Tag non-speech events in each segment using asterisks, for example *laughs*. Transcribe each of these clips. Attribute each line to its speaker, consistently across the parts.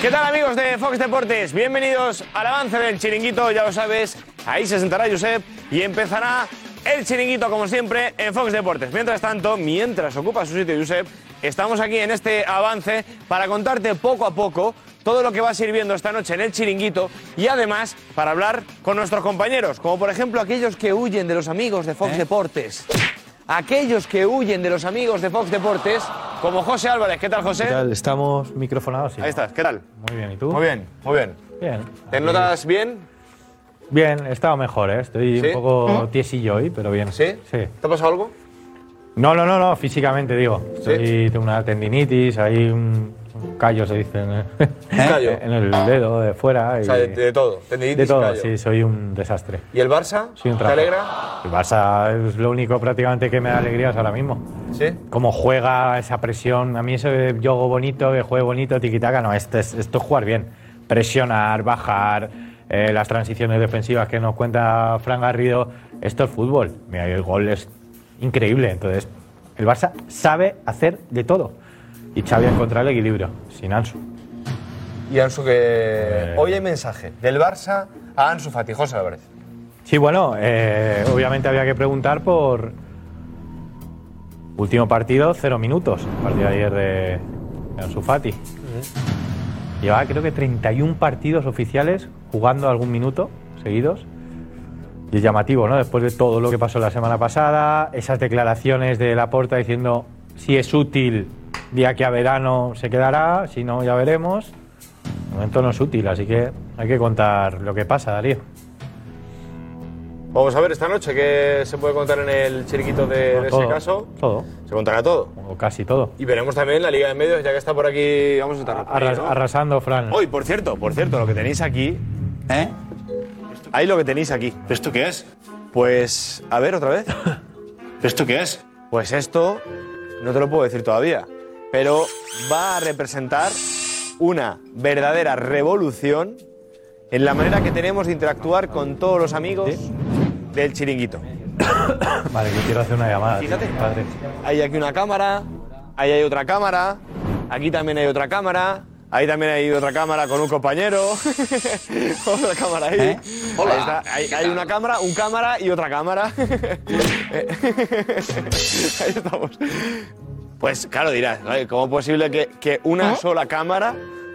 Speaker 1: ¿Qué tal amigos de Fox Deportes? Bienvenidos al avance del chiringuito, ya lo sabes, ahí se sentará Josep y empezará el chiringuito como siempre en Fox Deportes. Mientras tanto, mientras ocupa su sitio Josep, estamos aquí en este avance para contarte poco a poco todo lo que vas a ir viendo esta noche en el chiringuito y además para hablar con nuestros compañeros, como por ejemplo aquellos que huyen de los amigos de
Speaker 2: ¿Eh?
Speaker 1: Fox Deportes. Aquellos que huyen de los amigos de Fox Deportes, como José Álvarez. ¿Qué tal, José?
Speaker 2: ¿Qué tal? Estamos microfonados. sí.
Speaker 1: Ahí estás, ¿qué tal?
Speaker 2: Muy bien, ¿y tú?
Speaker 1: Muy bien, muy bien.
Speaker 2: Bien.
Speaker 1: ¿Te
Speaker 2: Aquí-
Speaker 1: notas bien?
Speaker 2: Bien, he estado mejor, ¿eh? Estoy
Speaker 1: ¿Sí?
Speaker 2: un poco tiesillo hoy, pero bien.
Speaker 1: ¿Sí?
Speaker 2: Sí.
Speaker 1: ¿Te ha pasado algo?
Speaker 2: No, no, no, no, físicamente digo. Estoy, Tengo una tendinitis, hay un, un callo, se dice, en el,
Speaker 1: callo?
Speaker 2: *laughs* en el dedo de fuera.
Speaker 1: ¿Eh? O
Speaker 2: y-
Speaker 1: sea, de, de todo. Tendinitis,
Speaker 2: Eh, de todo,
Speaker 1: callo.
Speaker 2: sí, soy un desastre.
Speaker 1: ¿Y el Barça?
Speaker 2: Soy un
Speaker 1: ¿Te
Speaker 2: trapo.
Speaker 1: alegra?
Speaker 2: El Barça es lo único prácticamente que me da alegrías ahora mismo.
Speaker 1: Sí.
Speaker 2: Cómo juega esa presión. A mí eso de yo hago bonito, que juegue bonito, tiquitaca, no, esto es, esto es jugar bien. Presionar, bajar, eh, las transiciones defensivas que nos cuenta Fran Garrido, esto es fútbol. Mira, el gol es increíble. Entonces, el Barça sabe hacer de todo. Y Xavi ha encontrado el equilibrio, sin Ansu.
Speaker 1: Y Ansu, que.
Speaker 2: Eh.
Speaker 1: Hoy hay mensaje del Barça a Ansu Fati, José Álvarez.
Speaker 2: Sí, bueno, eh, obviamente había que preguntar por último partido, cero minutos, partido de ayer de de Ansu Fati. Llevaba creo que 31 partidos oficiales jugando algún minuto seguidos. Y es llamativo, ¿no? Después de todo lo que pasó la semana pasada, esas declaraciones de Laporta diciendo si es útil, día que a verano se quedará, si no ya veremos. De momento no es útil, así que hay que contar lo que pasa, Darío.
Speaker 1: Vamos a ver esta noche qué se puede contar en el chiringuito de, de ese
Speaker 2: Todo,
Speaker 1: caso.
Speaker 2: Todo.
Speaker 1: Se contará todo.
Speaker 2: o casi todo.
Speaker 1: Y veremos también la Liga de Medios, ya que está por aquí. Vamos a estar. por ahí,
Speaker 2: Arras-
Speaker 1: ¿no?
Speaker 2: Arrasando, Fran.
Speaker 1: Hoy, por cierto, por cierto, lo que tenéis aquí.
Speaker 3: ¿Eh?
Speaker 1: Ahí lo que tenéis aquí.
Speaker 3: ¿Pero esto qué es?
Speaker 1: Pues. A ver, otra vez.
Speaker 3: *laughs* ¿Pero esto qué es?
Speaker 1: Pues esto no te lo puedo decir todavía, pero va a representar una verdadera revolución en la manera que tenemos de interactuar con todos los amigos del chiringuito.
Speaker 2: Vale, que quiero hacer una llamada. tío,
Speaker 1: Fíjate.
Speaker 2: padre.
Speaker 1: Hay aquí una cámara, ahí hay otra cámara, aquí también hay otra cámara, ahí también hay otra cámara con un compañero. *laughs* otra cámara ahí.
Speaker 3: ¿Eh? Hola.
Speaker 1: Ahí está, Hay, hay una cámara, un cámara y otra cámara.
Speaker 4: *laughs*
Speaker 1: Eh, *laughs* ahí estamos. Pues claro, dirás, ¿no? ¿cómo es posible que, que una sola cámara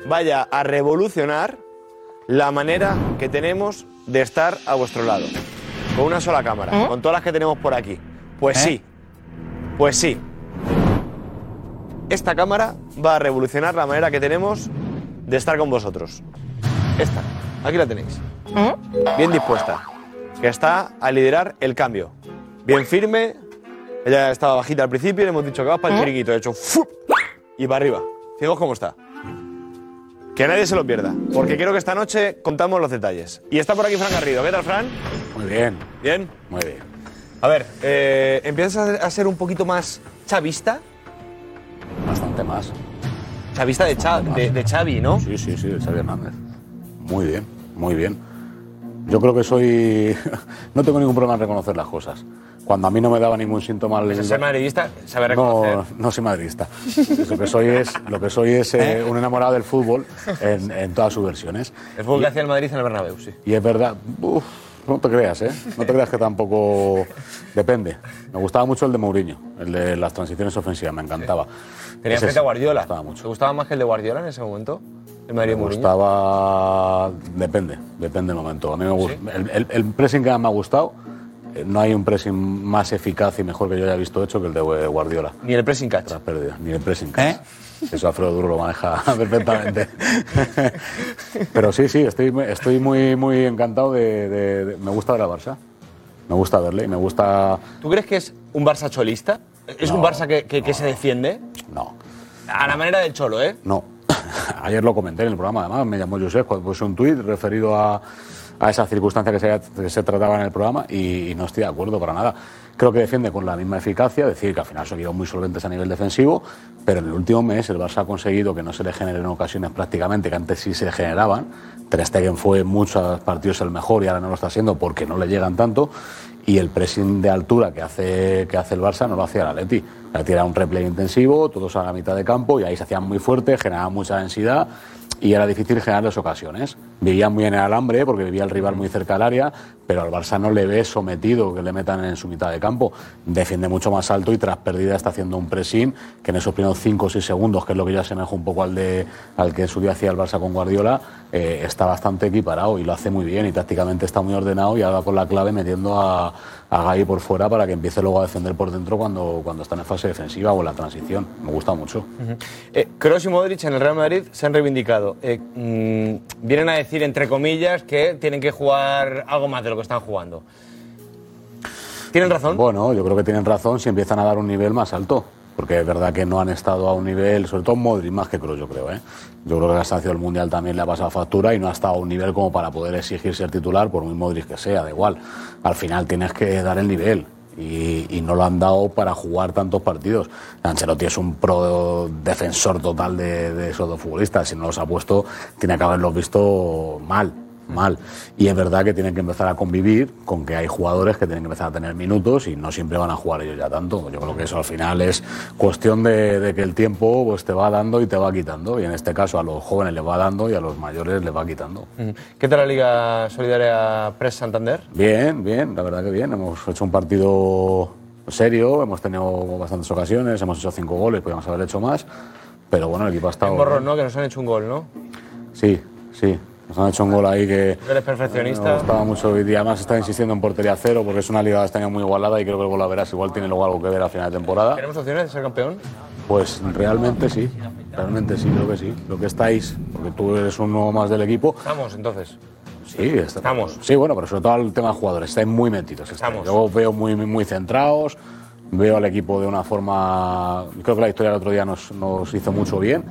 Speaker 1: vaya a revolucionar la manera que tenemos de estar a vuestro lado? Con una sola cámara, con todas las que tenemos por aquí. Pues
Speaker 3: ¿Eh?
Speaker 1: sí, pues sí. Esta cámara va a revolucionar la manera que tenemos de estar con vosotros. Esta, aquí la tenéis. Bien dispuesta. Que está a liderar el cambio. Bien firme. Ella estaba bajita al principio y le hemos dicho que vas para el chiringuito. De hecho, ¡fup! y para arriba. Fijaos cómo está. Que nadie se lo pierda, porque quiero que esta noche contamos los detalles. Y está por aquí Fran Garrido. ¿Qué tal, Fran?
Speaker 3: Muy bien,
Speaker 1: Bien.
Speaker 3: muy bien.
Speaker 1: A ver, eh, ¿empiezas a ser un poquito más chavista?
Speaker 3: Bastante más.
Speaker 1: Chavista de, Cha- de, de Xavi, ¿no?
Speaker 3: Sí, sí, sí, Xavi Hernández. Muy bien, muy bien. Yo creo que soy... *laughs* no tengo ningún problema en reconocer las cosas. Cuando a mí no me daba ningún síntoma... el-
Speaker 1: Ser Pues madridista, saber reconocer.
Speaker 3: No, no soy madridista. Lo que soy es, lo que soy
Speaker 1: *laughs*
Speaker 3: es eh, un enamorado del fútbol en, en todas sus versiones.
Speaker 1: El fútbol que hacía el Madrid en el Bernabéu, sí.
Speaker 3: Y es verdad, uf, no te creas, ¿eh? No te creas que tampoco depende. Me gustaba mucho el de Mourinho, el de las transiciones ofensivas, me encantaba.
Speaker 1: Tenía
Speaker 3: Ese
Speaker 1: frente
Speaker 3: sí,
Speaker 1: a Guardiola.
Speaker 3: Me gustaba
Speaker 1: ¿Te
Speaker 3: mucho.
Speaker 1: gustaba más que el de Guardiola en ese momento? El Madrid
Speaker 3: Me
Speaker 1: de Mourinho.
Speaker 3: gustaba. Depende, depende del momento. A mí me gust- el, el- el pressing que más me ha gustado, eh, no hay un pressing más eficaz y mejor que yo haya visto hecho que el de eh, Guardiola.
Speaker 1: Ni el pressing catch.
Speaker 3: Tras pérdida, ni el pressing. Eso Alfredo Duro lo maneja *laughs*
Speaker 1: *laughs*
Speaker 3: perfectamente. Pero sí, sí, estoy, estoy muy, muy encantado de, de- de- Me gusta ver al Barça. Me gusta verle y me gusta.
Speaker 1: ¿Tú crees que es un Barça cholista? ¿Es un
Speaker 3: No,
Speaker 1: Barça que, que- que se defiende?
Speaker 3: No,
Speaker 1: A la manera del cholo, ¿eh?
Speaker 3: no. *coughs* Ayer lo comenté en el programa, además, me llamó Josep cuando puse un tuit referido a, a esa circunstancia que se, que se trataba en el programa y, y no estoy de acuerdo para nada. Creo que defiende con la misma eficacia, es decir, que al final son equipos muy solventes a nivel defensivo, pero en el último mes el Barça ha conseguido que no se le generen ocasiones prácticamente, que antes sí se generaban. Ter Stegen fue en muchos partidos el mejor y ahora no lo está siendo porque no le llegan tanto. Y el pressing de altura que hace, que hace el Barça no lo hacía el Atleti. El Atleti era un replay intensivo, todos a la mitad de campo y ahí se hacían muy fuertes, generaban mucha densidad y era difícil generarles ocasiones. Vivía muy en el alambre porque vivía el rival muy cerca del área, pero al Barça no le ve sometido que le metan en su mitad de campo. Defiende mucho más alto y tras pérdida está haciendo un pressing que en esos primeros 5 o 6 segundos, que es lo que ya asemeja un poco al, de, al que en su día hacía el Barça con Guardiola, eh, está bastante equiparado y lo hace muy bien y tácticamente está muy ordenado y ahora con la clave metiendo a, a Gai por fuera para que empiece luego a defender por dentro cuando, cuando están en fase defensiva o en la transición. Me gusta mucho.
Speaker 1: Eh, Kroos y Modric en el Real Madrid se han reivindicado. Eh, mm, vienen a decir, entre comillas, que tienen que jugar algo más de lo que están jugando.
Speaker 3: ¿Tienen razón? Bueno, yo creo que tienen razón si empiezan a dar un nivel más alto. Porque es verdad que no han estado a un nivel, sobre todo Modric más que Kroos, yo creo. ¿eh? Yo creo que la sanción del Mundial también le ha pasado factura y no ha estado a un nivel como para poder exigir ser titular, por muy Modric que sea, da igual. Al final tienes que dar el nivel y, y no lo han dado para jugar tantos partidos. Ancelotti es un pro defensor total de, de esos dos futbolistas. Si no los ha puesto, tiene que haberlos visto mal. Mal. Y es verdad que tienen que empezar a convivir con que hay jugadores que tienen que empezar a tener minutos y no siempre van a jugar ellos ya tanto. Yo creo que eso al final es cuestión de, de que el tiempo pues, te va dando y te va quitando. Y en este caso a los jóvenes les va dando y a los mayores les va quitando.
Speaker 1: Mm. ¿Qué tal la Liga Solidaria Press Santander?
Speaker 3: Bien, bien, la verdad que bien. Hemos hecho un partido serio, hemos tenido bastantes ocasiones, hemos hecho cinco goles, podíamos haber hecho más. Pero bueno, el equipo ha estado.
Speaker 1: En Morros, ¿no? Que nos han hecho un gol, ¿no?
Speaker 3: Sí, sí. Nos han hecho un gol ahí que.
Speaker 1: Eres perfeccionista.
Speaker 3: Me gustaba mucho y además está insistiendo en portería cero porque es una liga este año muy igualada y creo que el gol a verás igual tiene luego algo que ver a final de temporada.
Speaker 1: ¿Tenemos opciones de ser campeón?
Speaker 3: Pues realmente sí, realmente sí, creo que sí. Lo que estáis, porque tú eres uno más del equipo.
Speaker 1: Estamos, Pues entonces.
Speaker 3: Sí, está-
Speaker 1: Estamos.
Speaker 3: Sí, bueno, pero sobre todo al tema de jugadores, estáis muy metidos. estáis.
Speaker 1: Estamos.
Speaker 3: Yo os veo muy, muy, muy centrados, veo al equipo de una forma. Creo que la historia del otro día nos, nos hizo mucho bien.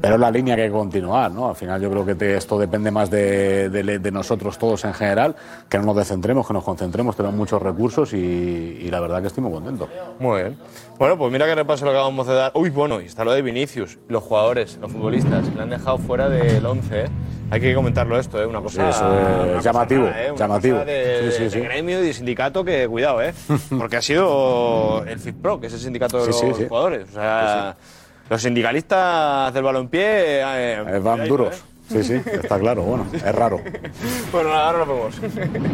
Speaker 3: Pero es la línea que hay que continuar, ¿no? Al final yo creo que te- esto depende más de, de- de nosotros todos en general, que no nos descentremos, que nos concentremos, tenemos muchos recursos y, y la verdad que estoy muy contento.
Speaker 1: Muy bien. Bueno, pues mira que repaso lo que acabamos de dar. Uy, bueno, y está lo de Vinicius. Los jugadores, los futbolistas, le han dejado fuera del 11. ¿eh? Hay que comentarlo esto, ¿eh? Una cosa.
Speaker 3: Sí, eso es
Speaker 1: una cosa
Speaker 3: llamativo,
Speaker 1: rara, ¿eh? Una
Speaker 3: llamativo.
Speaker 1: cosa de,
Speaker 3: Sí, sí,
Speaker 1: de
Speaker 3: sí.
Speaker 1: gremio y de sindicato que, cuidado,
Speaker 3: *laughs*
Speaker 1: ¿eh? Porque ha sido el FIPRO, que es el sindicato de
Speaker 3: Sí, sí,
Speaker 1: los
Speaker 3: sí.
Speaker 1: jugadores. O sea, los sindicalistas del balompié. eh,
Speaker 3: Eh, Van
Speaker 1: cuidadito,
Speaker 3: duros.
Speaker 1: ¿eh?
Speaker 3: Sí, sí, está claro, bueno, es raro.
Speaker 1: Bueno, nada, ahora lo vemos.
Speaker 5: *laughs*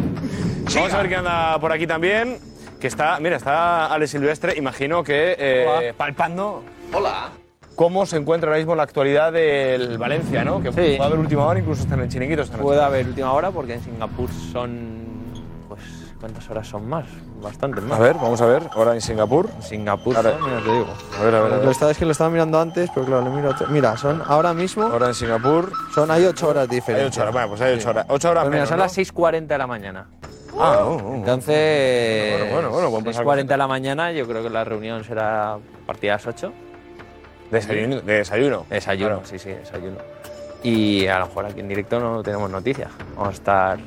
Speaker 1: Vamos a ver qué anda por aquí también. Que está, mira, está Alex Silvestre, imagino que eh, palpando. Hola. ¿Cómo se encuentra ahora mismo la actualidad del Valencia, no? Que puede haber última hora, incluso están en el chiringuito. esta noche.
Speaker 6: Puede haber última hora porque en Singapur son. Pues, ¿Cuántas horas son más? Bastantes más.
Speaker 5: A ver, vamos a ver. Ahora en Singapur.
Speaker 6: Singapur
Speaker 5: Ahora-
Speaker 6: son, mira, te digo.
Speaker 5: A ver, a ver, a
Speaker 4: Lo
Speaker 5: ver.
Speaker 4: estaba, es que lo estaba mirando antes, pero claro, lo miro otro- Mira, son ahora mismo.
Speaker 5: Ahora en Singapur.
Speaker 4: Son, hay ocho horas
Speaker 5: Hay
Speaker 4: diferentes.
Speaker 5: ocho horas. Bueno, pues hay ocho horas. Ocho horas
Speaker 6: Pues mira,
Speaker 5: menos,
Speaker 6: son
Speaker 5: ¿no?
Speaker 6: las 6.40 de la mañana.
Speaker 5: Ah, no, no.
Speaker 6: Entonces,
Speaker 5: Bueno, bueno, bueno, buen
Speaker 6: 6.40 de la mañana, yo creo que la reunión será a partir de las 8.
Speaker 1: Desayuno. de desayuno.
Speaker 6: Desayuno, sí, sí, desayuno. Y a lo mejor aquí en directo no tenemos noticias. Vamos a estar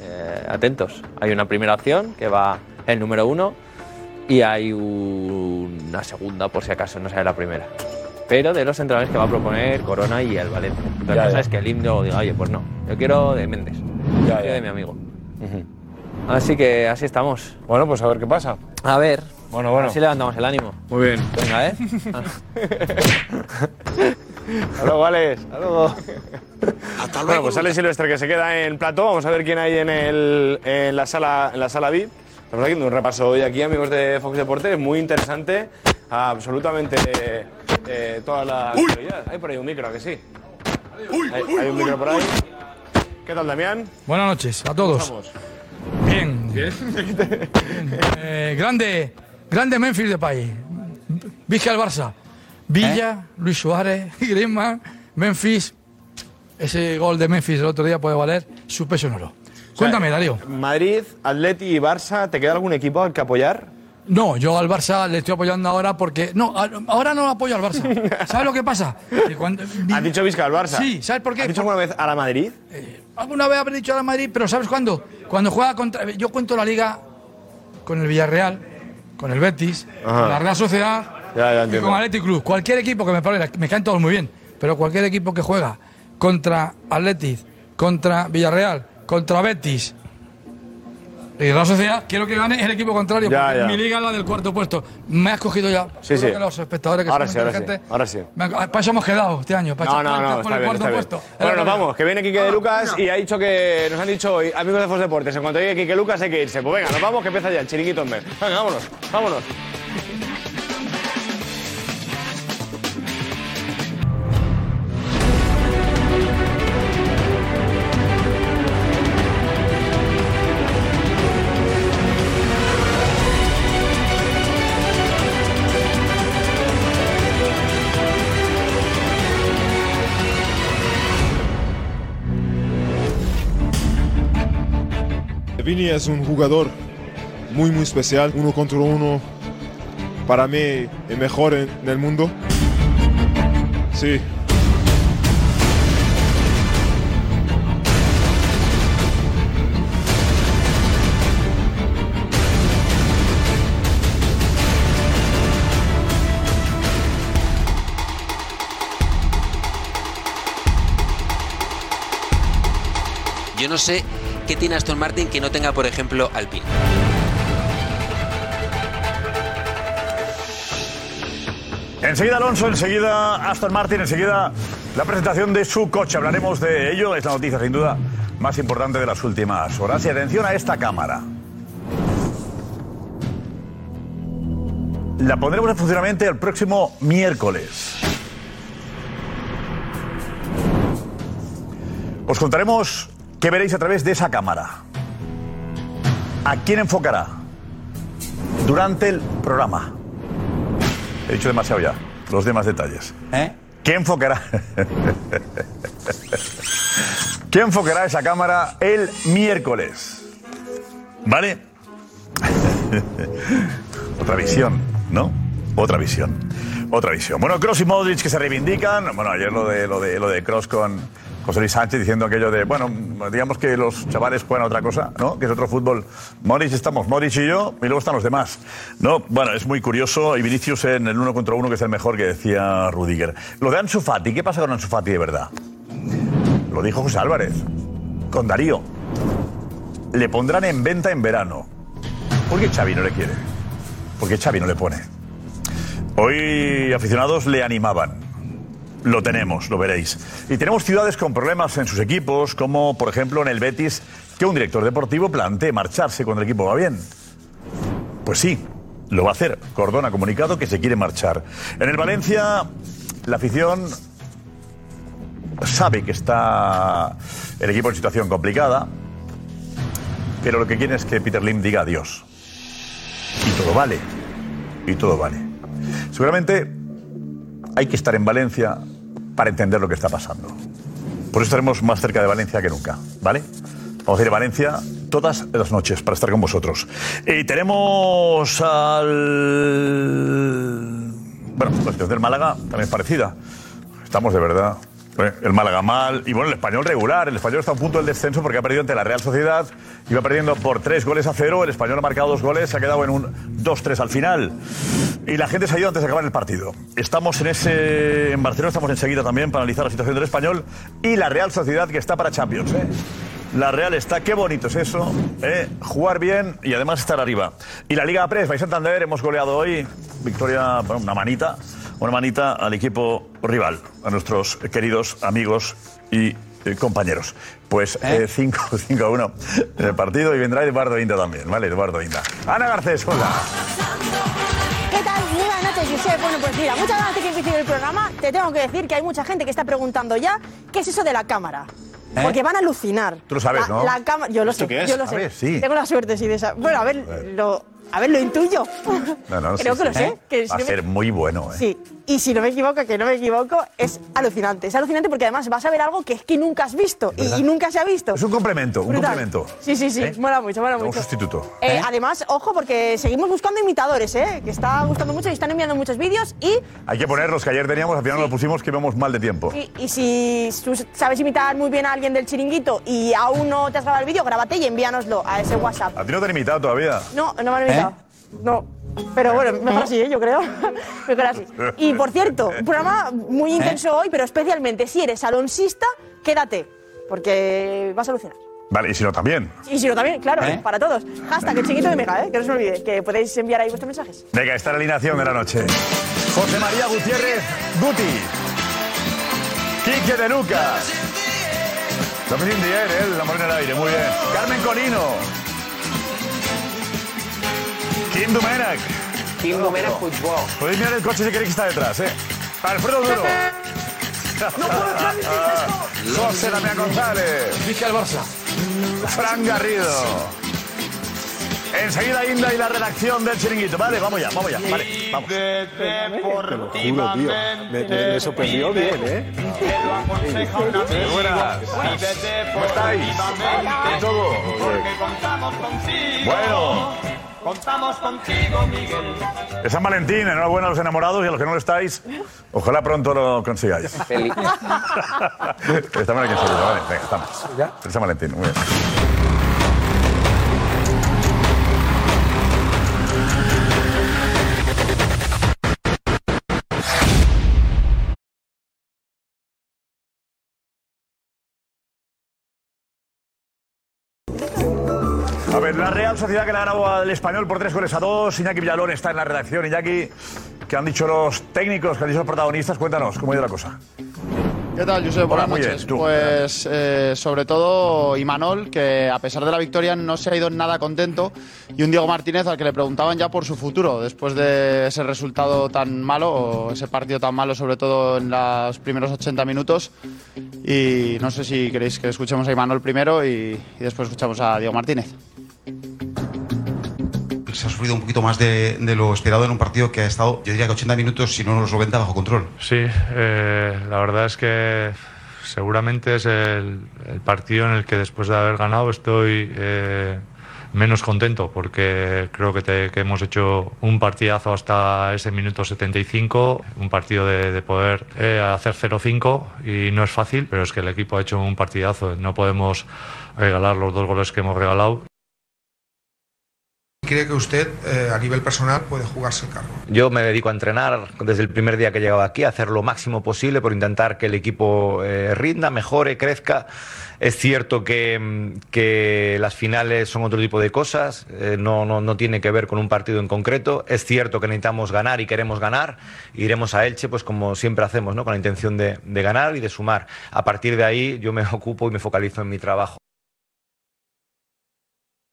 Speaker 6: eh, atentos. Hay una primera opción que va el número uno y hay un- una segunda por si acaso no sale la primera. Pero de los centrales que va a proponer Corona y el Valencia. Entonces
Speaker 5: Ya,
Speaker 6: no
Speaker 5: ya.
Speaker 6: sabes que el himno diga, oye, pues no, yo quiero de Méndez, yo quiero de mi amigo. Así que así estamos.
Speaker 1: Bueno, pues a ver qué pasa.
Speaker 6: A ver,
Speaker 1: Bueno, bueno.
Speaker 6: así levantamos el ánimo.
Speaker 1: Muy bien. *laughs*
Speaker 6: Venga, *laughs* ¿eh?
Speaker 1: Hasta luego, Alex. Hasta luego. Bueno, pues Alex Silvestre que se queda en plató. Vamos a ver quién hay en, el- en la sala en la sala VIP. Estamos haciendo un repaso hoy aquí, amigos de Fox Deportes. Muy interesante. Absolutamente eh, toda la actualidad. Hay por ahí un micro, ¿a que sí. hay, hay un micro por ahí. ¿Qué tal, Damián?
Speaker 7: Buenas noches a todos.
Speaker 1: Vamos.
Speaker 7: Bien. Bien. Eh, grande, grande Memphis de país. Vizca al Barça.
Speaker 1: ¿Eh?
Speaker 7: Villa, Luis Suárez, *laughs* Griezmann, Memphis. Ese gol de Memphis el otro día puede valer su peso en oro. Cuéntame, Darío.
Speaker 1: Madrid, Atleti y Barça. ¿Te queda algún equipo al que apoyar?
Speaker 7: No, yo al Barça le estoy apoyando ahora porque. No, a- ahora no apoyo al
Speaker 1: *laughs*
Speaker 7: Barça. ¿Sabes lo que pasa? Que cuando-
Speaker 1: ¿Has dicho Vizca al Barça?
Speaker 7: Sí, ¿sabes por qué?
Speaker 1: ¿Has dicho alguna vez a la Madrid?
Speaker 7: Alguna vez habré dicho al Madrid, pero ¿sabes cuándo? Cuando juega contra. Yo cuento la liga con el Villarreal, con el Betis, con la Real Sociedad
Speaker 1: Ya, ya
Speaker 7: y
Speaker 1: entiendo.
Speaker 7: con Athletic Club. Cualquier equipo que me pare, me caen todos muy bien, pero cualquier equipo que juega contra Athletic, contra Villarreal, contra Betis, Y Real Sociedad, quiero que gane el equipo contrario,
Speaker 1: Ya,
Speaker 7: porque
Speaker 1: ya.
Speaker 7: mi liga es la del cuarto puesto. Me has cogido ya.
Speaker 1: Sí,
Speaker 7: Seguro
Speaker 1: sí.
Speaker 7: que los espectadores que
Speaker 1: Ahora
Speaker 7: son
Speaker 1: sí, ahora sí,
Speaker 7: inteligentes
Speaker 1: ahora sí.
Speaker 7: me han- Para eso hemos quedado este año. Para
Speaker 1: No,
Speaker 7: echar
Speaker 1: no,
Speaker 7: cuentas
Speaker 1: no,
Speaker 7: por
Speaker 1: está
Speaker 7: el
Speaker 1: bien,
Speaker 7: cuarto
Speaker 1: está bien.
Speaker 7: puesto. Ah,
Speaker 1: Bueno, nos
Speaker 7: Era-
Speaker 1: vamos, que viene Quique de Lucas y ha dicho que nos han dicho hoy, amigos de Fox Deportes, en cuanto llegue Quique Lucas hay que irse. Pues venga, nos vamos que empieza ya el chiringuito en vez. Venga, vámonos, vámonos.
Speaker 8: Vini es un jugador muy muy especial, uno contra uno, para mí el mejor en, en el mundo. Sí.
Speaker 9: Yo no sé qué tiene Aston Martin que no tenga, por ejemplo, Alpine.
Speaker 10: Enseguida Alonso, enseguida Aston Martin, enseguida la presentación de su coche. Hablaremos de ello. Es la noticia, sin duda, más importante de las últimas horas. Y atención a esta cámara. La pondremos en funcionamiento el próximo miércoles. Os contaremos qué veréis a través de esa cámara. ¿A quién enfocará? Durante el programa. He dicho demasiado ya. Los demás detalles. ¿Qué enfocará? ¿Qué enfocará esa cámara el miércoles? ¿Vale? *laughs* Otra visión, ¿no? Otra visión. Otra visión. Bueno, Cross y Modric que se reivindican. Bueno, ayer lo de lo de lo de Cross con José Luis Sánchez diciendo aquello de, bueno, digamos que los chavales juegan a otra cosa, ¿no? Que es otro fútbol. Modric estamos, Modric y yo, y luego están los demás. No, bueno, es muy curioso. Y Vinicius en el uno contra uno, que es el mejor que decía Rudiger. Lo de Ansu Fati, ¿qué pasa con Ansu Fati de verdad? Lo dijo José Álvarez. Con Darío. Le pondrán en venta en verano. ¿Por qué Xavi no le quiere? Porque Xavi no le pone. Hoy aficionados le animaban. Lo tenemos, lo veréis. Y tenemos ciudades con problemas en sus equipos, como por ejemplo en el Betis, que un director deportivo plantee marcharse cuando el equipo va bien. Pues sí, lo va a hacer. Cordón ha comunicado que se quiere marchar. En el Valencia, la afición sabe que está el equipo en situación complicada, pero lo que quieren es que Peter Lim diga adiós. Y todo vale. Y todo vale. Seguramente hay que estar en Valencia para entender lo que está pasando. Por eso estaremos más cerca de Valencia que nunca, ¿vale? Vamos a ir a Valencia todas las noches para estar con vosotros. Y tenemos al... Bueno, la situación del Málaga también es parecida. Estamos de verdad. eh, El Málaga mal. Y bueno, el español regular. El español está a un punto del descenso porque ha perdido ante la Real Sociedad. Iba perdiendo por tres goles a cero. El español ha marcado dos goles. Se ha quedado en un 2-3 al final. Y la gente se ha ido antes de acabar el partido. Estamos en ese. En Barcelona estamos enseguida también para analizar la situación del español. Y la Real Sociedad que está para Champions. ¿eh? La Real está, qué bonito es eso, ¿eh? jugar bien y además estar arriba. Y la Liga Press, vais a entender, hemos goleado hoy, victoria, bueno, una manita, una manita al equipo rival, a nuestros queridos amigos y eh, compañeros. Pues *laughs*
Speaker 11: ¿Eh?
Speaker 10: 5-1 en el partido y vendrá Eduardo Inda también, ¿vale? Eduardo Inda. Ana Garcés, hola.
Speaker 11: ¿Qué tal? Muy buenas noches, Josep. Bueno, pues mira, muchas gracias que empiece el programa. Te tengo que decir que hay mucha gente que está preguntando ya qué es eso de la cámara. Porque van a alucinar.
Speaker 10: ¿Eh? Tú lo sabes,
Speaker 11: La-
Speaker 10: ¿no?
Speaker 11: La cámara, yo lo
Speaker 1: ¿Esto
Speaker 11: sé.
Speaker 1: qué es?
Speaker 11: Yo lo
Speaker 10: A
Speaker 11: sé.
Speaker 10: ver, sí.
Speaker 11: Tengo la suerte, sí, de esa. Bueno, a ver, lo, a ver, lo intuyo.
Speaker 10: No,
Speaker 11: *laughs*
Speaker 10: no,
Speaker 11: Creo
Speaker 10: sí,
Speaker 11: que
Speaker 10: sí,
Speaker 11: lo
Speaker 10: sí. ¿eh?
Speaker 11: sé. que
Speaker 10: Va a
Speaker 11: si no me-
Speaker 10: ser muy bueno, ¿eh?
Speaker 11: Sí, y si no me equivoco, que no me equivoco, es alucinante. Es alucinante porque además vas a ver algo que es que nunca has visto y, y nunca se ha visto.
Speaker 10: Es un complemento, un
Speaker 11: Brutal.
Speaker 10: complemento.
Speaker 11: Sí, sí, sí,
Speaker 10: ¿Eh?
Speaker 11: mola mucho, mola
Speaker 10: Un
Speaker 11: mucho.
Speaker 10: sustituto.
Speaker 11: Eh, Además, ojo, porque seguimos buscando imitadores, ¿eh? que está gustando mucho y están enviando muchos vídeos. Y,
Speaker 10: Hay que ponerlos, que ayer teníamos, al final los pusimos que íbamos mal de tiempo.
Speaker 11: y, y si tú sabes imitar muy bien a alguien del chiringuito y aún no te has grabado el vídeo, grábate y envíanoslo a ese WhatsApp.
Speaker 10: A ti no te han imitado todavía.
Speaker 11: No, no me han invitado. No. Pero bueno, mejor así, ¿eh? yo creo. *laughs* mejor así. Y por cierto, un programa muy intenso hoy, pero especialmente si eres alonsista, quédate, porque vas a alucinar.
Speaker 10: Vale, y si no también.
Speaker 11: Y si no, también, claro, para todos. Hashtag el chiquito de Mega, ¿eh? que no se me olvide, que podéis enviar ahí vuestros mensajes.
Speaker 10: Venga, esta es la alineación de la noche. José María Gutiérrez Guti. Quique de Lucas. Dominic Dier, ¿eh? la morena al aire, muy bien. Carmen Corino. Kim Dumenac.
Speaker 12: Kim Dumenac pues, Puigbo.
Speaker 10: Podéis mirar el coche si queréis que está detrás, ¿eh? Alfredo Duro.
Speaker 12: ¡No puedo creer esto!
Speaker 10: José Damián González.
Speaker 13: Dije al Barça.
Speaker 10: Fran Garrido. Enseguida Inda y la redacción del chiringuito. Vale, vamos ya, vamos ya. Vale, vamos.
Speaker 12: Deportivamente.
Speaker 14: tío. Me, Eh, me- me sorprendió bien, ¿eh?
Speaker 10: ¿Cómo estáis? ¿Qué todo? Bueno,
Speaker 12: Contamos contigo, Miguel.
Speaker 10: es San Valentín, enhorabuena a los enamorados y a los que no lo estáis. Ojalá pronto lo consigáis. *laughs*
Speaker 12: Feliz.
Speaker 10: Estamos aquí enseguida, vale, venga, estamos. El San Valentín, muy bien. A ver, la Real Sociedad que le ha ganado al español por tres goles a dos. Iñaki Villalón está en la redacción. Iñaki, ¿qué han dicho los técnicos, que han dicho los protagonistas? Cuéntanos, ¿cómo ha ido la cosa?
Speaker 15: ¿Qué tal, Josep?
Speaker 10: Hola,
Speaker 15: Buenas
Speaker 10: muy
Speaker 15: noches.
Speaker 10: bien, tú.
Speaker 15: pues eh, sobre todo Imanol, que a pesar de la victoria no se ha ido nada contento, y un Diego Martínez al que le preguntaban ya por su futuro, después de ese resultado tan malo, o ese partido tan malo, sobre todo en los primeros 80 minutos. Y no sé si queréis que escuchemos a Imanol primero y- y después escuchamos a Diego Martínez.
Speaker 16: se ha sufrido un poquito más de, de lo esperado en un partido que ha estado, yo diría que 80 minutos, si no los 90, bajo control.
Speaker 17: Sí, eh, la verdad es que seguramente es el, el partido en el que después de haber ganado estoy eh, menos contento porque creo que, te- que hemos hecho un partidazo hasta ese minuto 75, un partido de, de poder eh, hacer 0-5 y no es fácil, pero es que el equipo ha hecho un partidazo, no podemos regalar los dos goles que hemos regalado
Speaker 18: ¿Cree que usted, eh, a nivel personal, puede jugarse el cargo?
Speaker 1: Yo me dedico a entrenar desde el primer día que llegaba aquí, a hacer lo máximo posible por intentar que el equipo eh, rinda, mejore, crezca. Es cierto que, mm, que las finales son otro tipo de cosas, eh, no, no, no tiene que ver con un partido en concreto. Es cierto que necesitamos ganar y queremos ganar. Iremos a Elche, pues como siempre hacemos, ¿no? con la intención de, de ganar y de sumar. A partir de ahí yo me *laughs* ocupo y me focalizo en mi trabajo.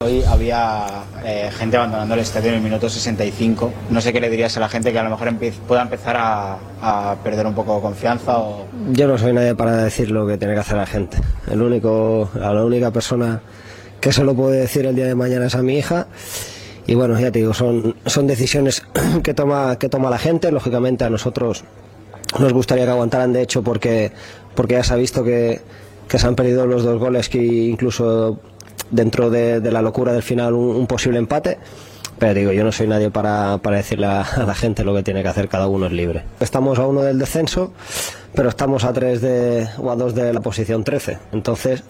Speaker 19: Hoy había eh, gente abandonando el estadio en el minuto 65. No sé qué le dirías a la gente que a lo mejor empie- pueda empezar a, a perder un poco de confianza o...
Speaker 20: Yo no soy nadie para decir lo que tiene que hacer la gente. El único, a la única persona que se lo puede decir el día de mañana es a mi hija. Y bueno, ya te digo, son, son decisiones *clears throat* que toma, que toma la gente. Lógicamente a nosotros nos gustaría que aguantaran, de hecho, porque, porque ya se ha visto que, que se han perdido los dos goles, que incluso dentro de, de la locura del final un, un posible empate. Pero digo, yo no soy nadie para, para decirle a, a la gente lo que tiene que hacer, cada uno es libre. Estamos a uno del descenso, pero estamos a tres de, o a dos de la posición 13. Entonces,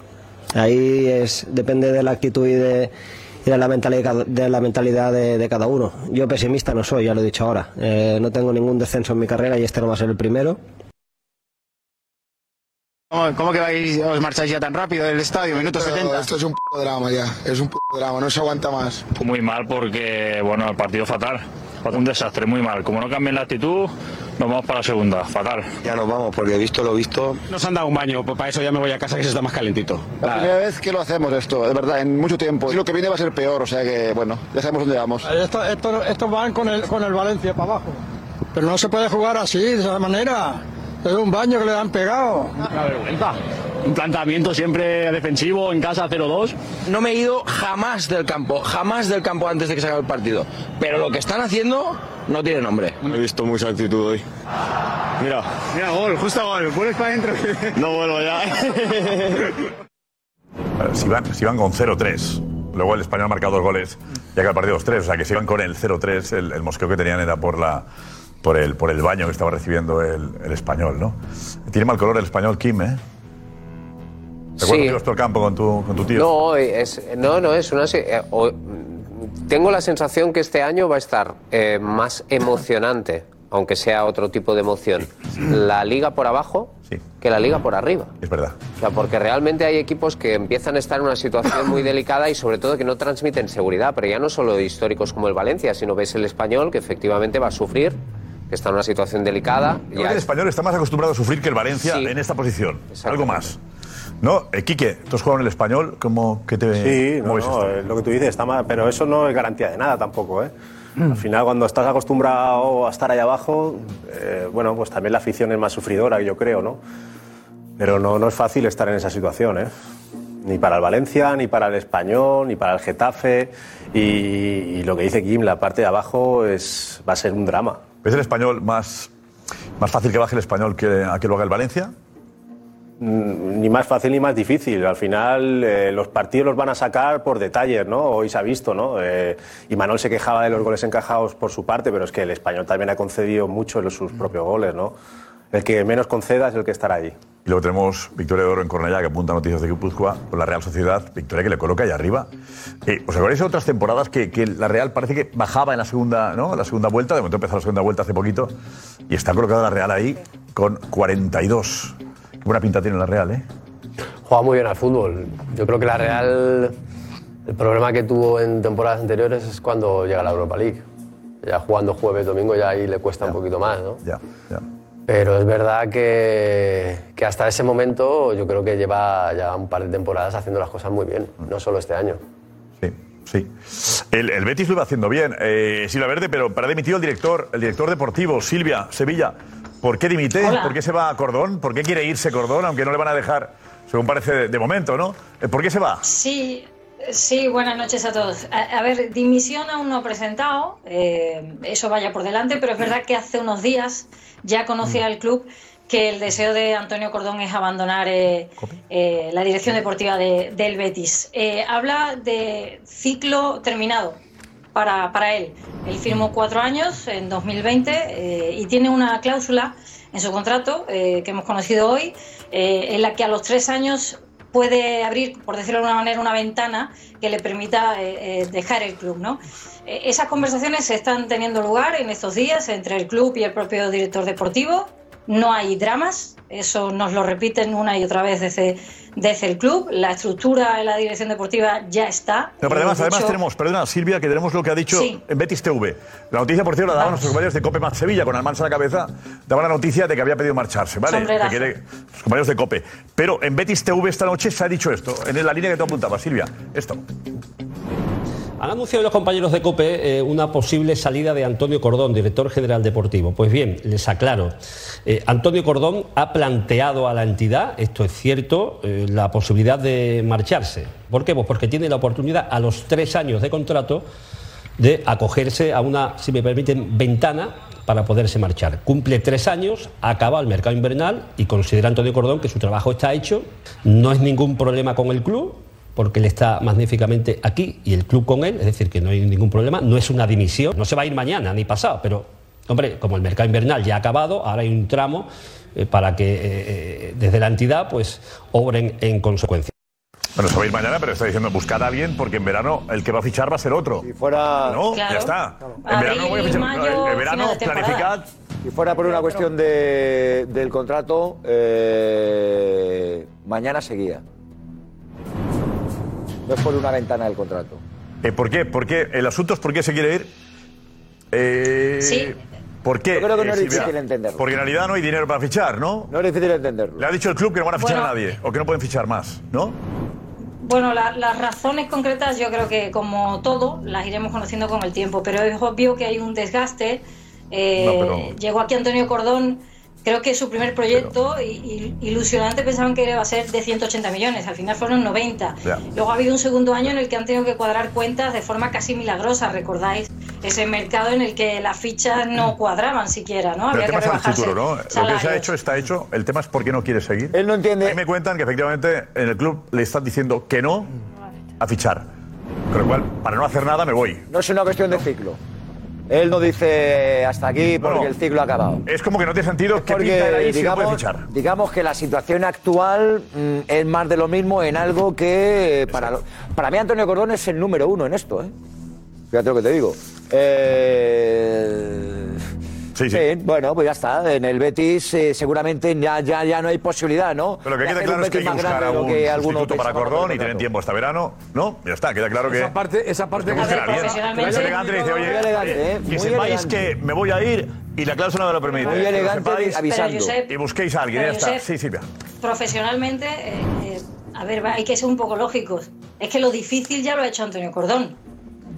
Speaker 20: ahí es, depende de la actitud y de, y de la mentalidad, de, la mentalidad de, de cada uno. Yo pesimista no soy, ya lo he dicho ahora. Eh, no tengo ningún descenso en mi carrera y este no va a ser el primero.
Speaker 19: ¿Cómo, cómo que vais, os marcháis ya tan rápido del estadio? Minuto 70.
Speaker 21: Esto es un p drama ya, es un p drama, no se aguanta más.
Speaker 22: Muy mal porque, bueno, el partido fatal. Un desastre, muy mal. Como no cambien la actitud, nos vamos para la segunda. Fatal.
Speaker 9: Ya nos vamos, porque visto lo visto.
Speaker 19: Nos han dado un baño, pues para eso ya me voy a casa que se está más calentito.
Speaker 21: La primera vez que lo hacemos esto, de verdad, en mucho tiempo. Y lo que viene va a ser peor, o sea que, bueno, ya sabemos dónde vamos.
Speaker 7: Esto- esto- estos van con el, con el Valencia para abajo. Pero no se puede jugar así, de esa manera. Es un baño que le han pegado.
Speaker 19: Una vergüenza. Un planteamiento siempre defensivo en casa 0-2.
Speaker 12: No me he ido jamás del campo, jamás del campo antes de que se acabe el partido. Pero lo que están haciendo no tiene nombre.
Speaker 23: He visto mucha actitud hoy. Mira. Mira, gol, justo gol. Vuelves para adentro. No
Speaker 19: *laughs*
Speaker 23: vuelvo ya.
Speaker 10: Vale, Si van, si van con 0-3, luego el español ha marcado dos goles, ya que el partido 2-3, o sea que si iban con el 0-3, el, el mosqueo que tenían era por, la, por, el, por el baño que estaba recibiendo el, el español, ¿no? Tiene mal color el español Kim, ¿eh? ¿Te acuerdas
Speaker 9: Sí.
Speaker 10: que ibas tú al campo con tu, con tu tío?
Speaker 9: No, es, no, no, es una. se- eh, o- mm, tengo la sensación que este año va a estar eh,
Speaker 10: *laughs*
Speaker 9: más emocionante, aunque sea otro tipo de emoción. La liga por abajo que la liga por arriba.
Speaker 10: Es verdad.
Speaker 9: O sea, porque realmente hay equipos que empiezan a estar en una
Speaker 10: *laughs*
Speaker 9: situación muy delicada y sobre todo que no transmiten seguridad, pero ya no solo históricos como el Valencia, sino ves el español que efectivamente va a sufrir, que está en una situación delicada.
Speaker 10: Yo creo que el español está más acostumbrado a sufrir que el Valencia en esta posición. Algo más. No, eh, Quique, tú has jugado en el español, ¿cómo que te
Speaker 14: Sí,
Speaker 10: cómo
Speaker 14: no,
Speaker 10: ves
Speaker 14: no,
Speaker 10: esto?
Speaker 14: eh, lo que tú dices está mal, pero eso no es garantía de nada tampoco, ¿eh? Al final, cuando estás acostumbrado a estar ahí abajo, eh, bueno, pues también la afición es más sufridora, yo creo, ¿no? Pero no, no es fácil estar en esa situación, ¿eh? Ni para el Valencia, ni para el Español, ni para el Getafe. Y, y lo que dice Kim, la parte de abajo es, va a ser un drama.
Speaker 10: ¿Ves el español más, más fácil que baje el español que a que lo haga el Valencia?
Speaker 14: Mm, ni más fácil ni más difícil. Al final eh, los partidos los van a sacar por detalles, ¿no? Hoy se ha visto, ¿no? Eh, y Manuel se quejaba de los goles encajados por su parte, pero es que el español también ha concedido mucho de
Speaker 10: Mm.
Speaker 14: sus propios goles, ¿no? El que menos conceda es el que estará ahí.
Speaker 10: Y luego tenemos Victoria de Oro en Cornellá, que apunta a noticias de Guipúzcoa, con la Real Sociedad, Victoria que le coloca ahí arriba. Eh, ¿Os acordáis de otras temporadas que, que la Real parece que bajaba en la segunda, ¿no? la segunda vuelta? De momento empezó la segunda vuelta hace poquito y está colocada la Real ahí con 42. Qué buena pinta tiene la Real, ¿eh?
Speaker 24: Juega muy bien al fútbol. Yo creo que la Real, el problema que tuvo en temporadas anteriores es cuando llega la Europa League. Ya jugando jueves, domingo, ya ahí le cuesta un poquito más, ¿no?
Speaker 10: Ya, ya.
Speaker 24: Pero es verdad que, que hasta ese momento yo creo que lleva ya un par de temporadas haciendo las cosas muy bien, no solo este año.
Speaker 10: Sí. El, el Betis lo iba haciendo bien, eh, Silvia Verde, pero para dimitido el director, el director deportivo, Silvia Sevilla. ¿Por qué dimite?
Speaker 25: Hola.
Speaker 10: ¿Por qué se va a Cordón? ¿Por qué quiere irse Cordón, aunque no le van a dejar, según parece, de, de momento, ¿no? Eh, ¿Por qué se va?
Speaker 25: Sí, sí, buenas noches a todos. A, a ver, dimisión aún no ha presentado, eh, eso vaya por delante, pero es verdad que hace unos días ya conocía el club que el deseo de Antonio Cordón es abandonar eh, eh, la dirección deportiva de- del Betis. Eh, habla de ciclo terminado para, para él. Él firmó cuatro años en 2020 eh, y tiene una cláusula en su contrato eh, que hemos conocido hoy eh, en la que a los tres años puede abrir, por decirlo de una manera, una ventana que le permita eh, eh, dejar el club. ¿no? Eh, esas conversaciones se están teniendo lugar en estos días entre el club y el propio director deportivo. No hay dramas, eso nos lo repiten una y otra vez desde, desde el club. La estructura de la dirección deportiva ya está.
Speaker 10: No, pero además,
Speaker 25: Hemos
Speaker 10: además
Speaker 25: dicho-
Speaker 10: tenemos, perdona Silvia, que tenemos lo que ha dicho en Betis TV. La noticia, por cierto, la daban nuestros compañeros de Cope Más Sevilla, con Almanza en la cabeza, daban la noticia de que había pedido marcharse, ¿vale?
Speaker 25: Sombrerazo.
Speaker 10: Que quiere- los compañeros de Cope. Pero en Betis TV esta noche se ha dicho esto, en la línea que tú apuntabas, Silvia, esto.
Speaker 26: Han anunciado los compañeros de COPE eh, una posible salida de Antonio Cordón, director general deportivo. Pues bien, les aclaro, eh, Antonio Cordón ha planteado a la entidad, esto es cierto, eh, la posibilidad de marcharse. ¿Por qué? Pues porque tiene la oportunidad a los tres años de contrato de acogerse a una, si me permiten, ventana para poderse marchar. Cumple tres años, acaba el mercado invernal y considera Antonio Cordón que su trabajo está hecho, no es ningún problema con el club, porque él está magníficamente aquí y el club con él, es decir, que no hay ningún problema, no es una dimisión, no se va a ir mañana ni pasado, pero, hombre, como el mercado invernal ya ha acabado, ahora hay un tramo eh, para que eh, eh, desde la entidad pues obren en consecuencia.
Speaker 10: Bueno, se va a ir mañana, pero está diciendo buscad a alguien porque en verano el que va a fichar va a ser otro. Si
Speaker 14: fuera.
Speaker 10: No,
Speaker 25: Claro.
Speaker 10: ya está. En
Speaker 25: Abril,
Speaker 10: verano voy a fichar.
Speaker 25: mayo,
Speaker 10: en
Speaker 25: final
Speaker 10: verano
Speaker 25: de temporada.
Speaker 10: planificad.
Speaker 23: Si fuera por una cuestión de, del contrato, eh, mañana seguía. No es por una ventana del contrato.
Speaker 10: Eh, ¿Por qué? ¿Por qué? El asunto es por qué se quiere ir. Eh,
Speaker 23: Sí.
Speaker 10: ¿Por qué?
Speaker 23: Yo creo que no
Speaker 10: eh,
Speaker 23: es
Speaker 10: Silvia?
Speaker 23: difícil entenderlo.
Speaker 10: Porque en realidad no hay dinero para fichar, ¿no?
Speaker 23: No es difícil entenderlo.
Speaker 10: Le ha dicho el club que no van a fichar
Speaker 25: Bueno.
Speaker 10: a nadie o que no pueden fichar más, ¿no?
Speaker 25: Bueno, la- las razones concretas yo creo que como todo las iremos conociendo con el tiempo, pero es obvio que hay un desgaste. Eh,
Speaker 12: No, pero-
Speaker 25: Llegó aquí Antonio Cordón, creo que su primer proyecto y- y- ilusionante pensaban que iba a ser de 180 millones, al final fueron 90. Luego ha habido un segundo año en el que han tenido que cuadrar cuentas de forma casi milagrosa, recordáis ese mercado en el que las fichas no cuadraban siquiera,
Speaker 5: Ah,
Speaker 25: ¿no?
Speaker 10: Eh. Pero
Speaker 25: Había
Speaker 10: el tema es
Speaker 25: que
Speaker 10: el
Speaker 25: rebajarse
Speaker 10: futuro, ¿no? Lo que se ha
Speaker 25: salarios.
Speaker 10: hecho está hecho. El tema es por qué no quiere seguir. Él no entiende. Ahí me cuentan que efectivamente en el club le están diciendo que no a fichar. Con lo cual, para no hacer nada, me voy.
Speaker 23: No es una cuestión de ciclo. Él no dice hasta aquí porque
Speaker 10: No, no.
Speaker 23: el ciclo ha acabado.
Speaker 10: Es como que no tiene sentido que pinta él ahí si no puede fichar.
Speaker 23: digamos que la situación actual mm, es más de lo mismo en algo que eh, para, lo- para mí Antonio Cordón es el número uno en esto, ¿eh? Fíjate lo que te digo. Eh,
Speaker 10: Sí, sí.
Speaker 18: Bien, bueno, pues ya está. En el Betis eh, seguramente ya, ya, ya no hay posibilidad, ¿no?
Speaker 10: Pero lo que
Speaker 18: De
Speaker 10: queda
Speaker 18: hacer
Speaker 10: claro
Speaker 18: un
Speaker 10: es que hay que
Speaker 18: Betis más
Speaker 10: buscar
Speaker 18: grande
Speaker 10: a
Speaker 18: de lo
Speaker 10: un
Speaker 18: que algunos
Speaker 10: sustituto para
Speaker 18: pensaban.
Speaker 10: Cordón y tienen tiempo este verano, ¿no? Ya está, queda claro que...
Speaker 5: Esa parte, esa parte
Speaker 10: que
Speaker 5: que-
Speaker 10: funciona bien.
Speaker 5: profesionalmente
Speaker 10: Es elegante, dice,
Speaker 5: muy
Speaker 10: oye,
Speaker 5: elegante, ¿eh?
Speaker 10: que
Speaker 5: Muy
Speaker 10: sepáis
Speaker 5: elegante.
Speaker 10: que me voy a ir y la cláusula me lo permite. ¿eh?
Speaker 5: Muy
Speaker 10: Que lo
Speaker 5: elegante
Speaker 10: sepáis
Speaker 5: avisando. Pero, Josep,
Speaker 10: Y busquéis a alguien, ya
Speaker 5: pero,
Speaker 10: está.
Speaker 5: Josep,
Speaker 10: Sí, Silvia.
Speaker 25: Profesionalmente, eh, eh, a ver, va, hay que ser un poco lógicos. Es que lo difícil ya lo ha hecho Antonio Cordón.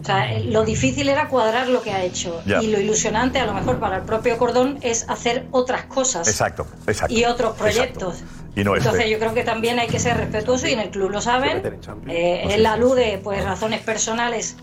Speaker 25: O sea, eh, lo difícil era cuadrar lo que ha hecho.
Speaker 10: Ya.
Speaker 25: Y lo ilusionante, a lo mejor, para el propio Cordón es hacer otras cosas
Speaker 10: Exacto, exacto.
Speaker 25: y otros
Speaker 10: exacto.
Speaker 25: proyectos.
Speaker 10: Y no este.
Speaker 25: Entonces yo creo que también hay que ser respetuoso y en el club lo saben. Eh, él alude pues razones personales,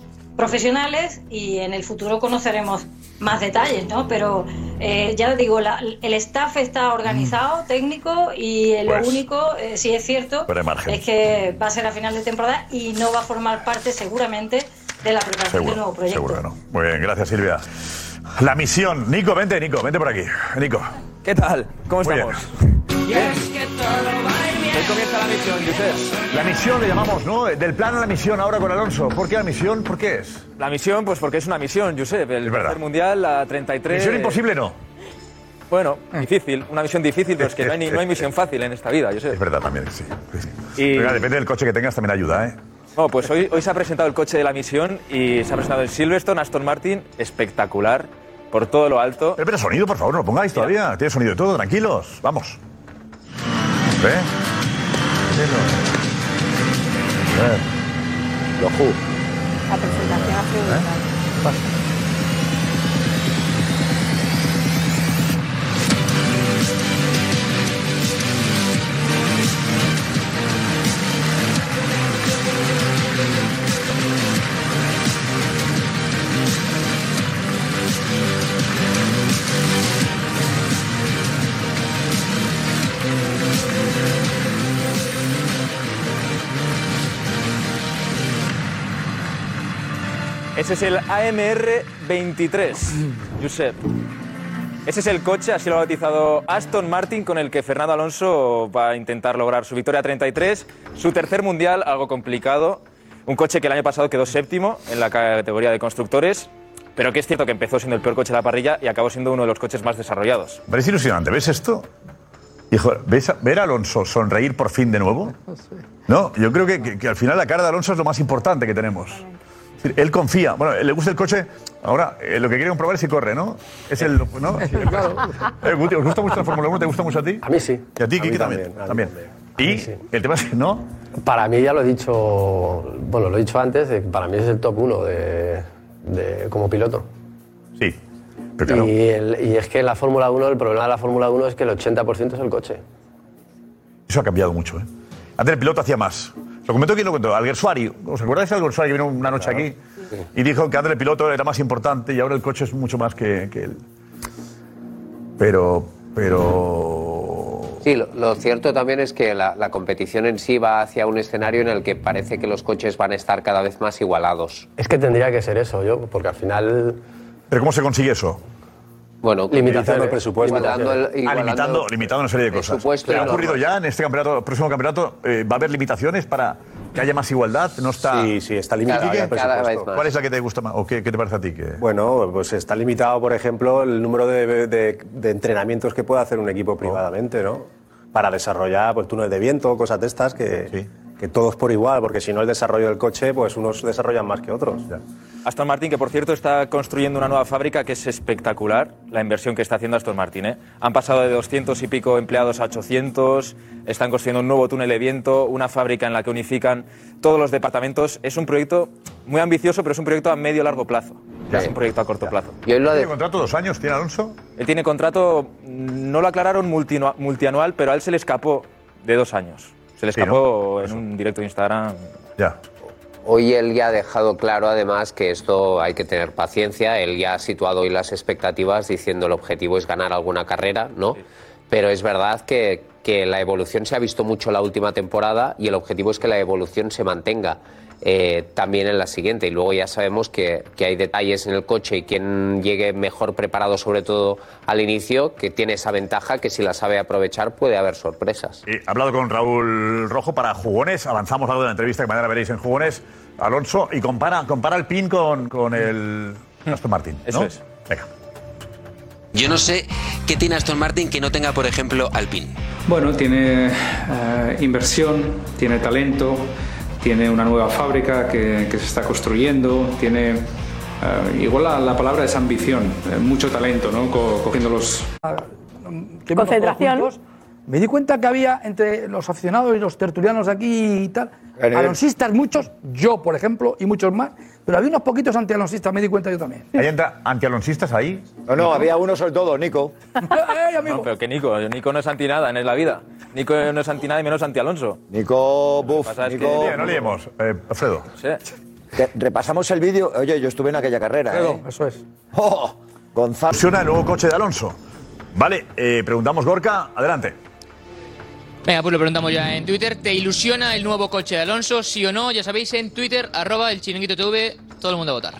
Speaker 25: profesionales y en el futuro conoceremos más detalles, ¿no? Pero eh, ya digo, la- el staff está organizado, técnico y eh,
Speaker 10: Mm. Pues,
Speaker 25: lo único, eh, si es cierto,
Speaker 10: pero hay margen.
Speaker 25: es que va a ser a final de temporada y no va a formar parte seguramente de la preparación de un nuevo
Speaker 10: Seguro,
Speaker 25: proyecto.
Speaker 10: seguro que no. Muy bien, gracias Silvia. La misión. Nico, vente, Nico, vente por aquí. Nico.
Speaker 5: ¿Qué tal? ¿Cómo
Speaker 10: estamos?
Speaker 5: Ahí comienza la misión, Josep.
Speaker 10: La misión le llamamos, ¿no? Del plan a la misión ahora con Alonso. ¿Por qué la misión? ¿Por qué es?
Speaker 5: La misión, pues porque es una misión, Josep. El primer mundial, la 33.
Speaker 10: Misión imposible no.
Speaker 5: Bueno, difícil, una misión difícil, pero es que no hay, ni- no hay misión fácil en esta vida, Josep.
Speaker 10: Es verdad también, sí. Venga, depende del coche que tengas, también ayuda, ¿eh?
Speaker 5: Bueno, pues hoy, hoy se ha presentado el coche de la misión y se ha presentado el Silverstone Aston Martin, espectacular, por todo lo alto.
Speaker 10: Espera, sonido, por favor, no lo pongáis todavía. Tiene sonido de todo, tranquilos. Vamos. ¿Ve? Lo ju. ¿Eh?
Speaker 27: La presentación ha sido brutal.
Speaker 5: Ese es el AMR 23, Josep. Ese es el coche, así lo ha bautizado Aston Martin, con el que Fernando Alonso va a intentar lograr su victoria 33, su tercer mundial, algo complicado. Un coche que el año pasado quedó séptimo en la categoría de constructores, pero que es cierto que empezó siendo el peor coche de la parrilla y acabó siendo uno de los coches más desarrollados.
Speaker 10: Pero es ilusionante, ¿ves esto? Hijo, ¿ves a- ver a Alonso sonreír por fin de nuevo? No, yo creo que, que- que al final la cara de Alonso es lo más importante que tenemos. Es decir, Él confía, bueno, le gusta el coche, ahora eh, lo que quiere comprobar es si corre, ¿no? Es el, ¿no?
Speaker 24: *laughs*
Speaker 10: Eh, Guti, ¿Os gusta mucho la Fórmula 1? ¿Te gusta mucho a ti? A mí sí. ¿Y a ti,
Speaker 24: A
Speaker 10: Kiki,
Speaker 24: mí
Speaker 10: también?
Speaker 24: también, a mí
Speaker 10: También. Y el tema es que no.
Speaker 24: Para mí, ya lo he dicho, bueno, lo he dicho antes, eh, para mí es el top 1 de, de- como piloto.
Speaker 10: Sí.
Speaker 24: Y, el- y es que en la Fórmula 1, el problema de la Fórmula 1 es que el 80% es el coche.
Speaker 10: Eso ha cambiado mucho, ¿eh? Antes el piloto hacía más. Lo comentó quien lo contó, Alguersuari. ¿Os acordáis de Alguersuari que vino una noche aquí y dijo que antes el piloto era más importante y ahora el coche es mucho más que, que él? Pero, pero...
Speaker 9: Sí, lo, lo cierto también es que la, la competición en sí va hacia un escenario en el que parece que los coches van a estar cada vez más igualados.
Speaker 24: Es que tendría que ser eso, yo, porque al final.
Speaker 10: ¿Pero cómo se consigue eso?
Speaker 9: Bueno,
Speaker 24: limitando el presupuesto.
Speaker 9: Igualando el-
Speaker 10: Ah,
Speaker 9: igualando-
Speaker 10: limitando, limitando una serie de cosas.
Speaker 9: Presupuesto,
Speaker 10: ¿Pero ha
Speaker 9: claro.
Speaker 10: ocurrido ya en este campeonato, el próximo campeonato? eh, ¿Va a haber limitaciones para que haya más igualdad? ¿No está... Sí,
Speaker 14: sí, está limitado
Speaker 10: ¿Quique?
Speaker 14: ya el Cada presupuesto. vez más.
Speaker 10: ¿Cuál es la que te gusta más o qué, qué te parece a ti? Que...
Speaker 14: Bueno, pues está limitado, por ejemplo, el número de, de- de entrenamientos que puede hacer un
Speaker 10: Oh.
Speaker 14: equipo privadamente, ¿no? Para desarrollar pues, túneles de viento, cosas de estas, que, que todos por igual, porque si no el desarrollo del coche, pues unos desarrollan más que otros.
Speaker 5: Aston Martin, que por cierto está construyendo una nueva fábrica que es espectacular, la inversión que está haciendo Aston Martin. ¿eh? Han pasado de 200 y pico empleados a 800, están construyendo un nuevo túnel de viento, una fábrica en la que unifican todos los departamentos. Es un proyecto muy ambicioso, pero es un proyecto a medio largo plazo. No es un proyecto a corto plazo.
Speaker 9: Y hoy lo
Speaker 10: ¿Tiene contrato dos años, tiene Alonso?
Speaker 5: Él tiene contrato, no lo aclararon multinua- multianual, pero a él se le escapó de dos años. Se le
Speaker 9: Sí, ¿no?
Speaker 5: escapó en un directo de Instagram.
Speaker 10: Ya.
Speaker 9: Hoy él ya ha dejado claro además que esto hay que tener paciencia, él ya ha situado hoy las expectativas diciendo el objetivo es ganar alguna carrera, ¿no? Pero es verdad que, que la evolución se ha visto mucho la última temporada y el objetivo es que la evolución se mantenga eh, también en la siguiente. Y luego ya sabemos que, que hay detalles en el coche y quien llegue mejor preparado sobre todo al inicio, que tiene esa ventaja que si la sabe aprovechar puede haber sorpresas.
Speaker 10: He hablado con Raúl Rojo para Jugones. Avanzamos algo de la entrevista que mañana veréis en Jugones. Alonso, y compara, compara el pin con, con el Aston Martin. ¿no?
Speaker 5: Eso es.
Speaker 10: Venga.
Speaker 11: Yo no sé qué tiene Aston Martin que no tenga, por ejemplo, Alpine.
Speaker 28: Bueno, tiene eh, inversión, tiene talento, tiene una nueva fábrica que, que se está construyendo, tiene eh, igual la, la palabra es ambición, eh, mucho talento, ¿no? Co- cogiendo los
Speaker 7: Ah, que vimos todos juntos, me di cuenta que había entre los aficionados y los tertulianos de aquí y tal,
Speaker 18: Genial.
Speaker 7: alonsistas muchos, yo por ejemplo, y muchos más, pero había unos poquitos antialonsistas, me di cuenta yo también.
Speaker 10: ¿Hay anta- antialonsistas ahí?
Speaker 18: No, no, había uno sobre todo, Nico.
Speaker 5: No, pero que Nico, Nico no es anti nada en la vida. Nico no es anti nada y menos anti Alonso.
Speaker 18: Nico,
Speaker 5: Lo que
Speaker 18: buf,
Speaker 5: pasa es que-
Speaker 18: Nico.
Speaker 5: Mira, no liemos,
Speaker 10: Eh, Alfredo.
Speaker 18: Te- repasamos el vídeo. Oye, yo estuve en aquella carrera. ¿eh?
Speaker 7: eso es.
Speaker 18: ¡Oh! Gonzalo.
Speaker 10: Funciona el nuevo coche de Alonso. Vale, eh, preguntamos Gorka, adelante.
Speaker 29: Venga, pues lo preguntamos ya en Twitter. ¿Te ilusiona el nuevo coche de Alonso? Sí o no, ya sabéis, en Twitter, arroba el chiringuito TV, todo el mundo a votar.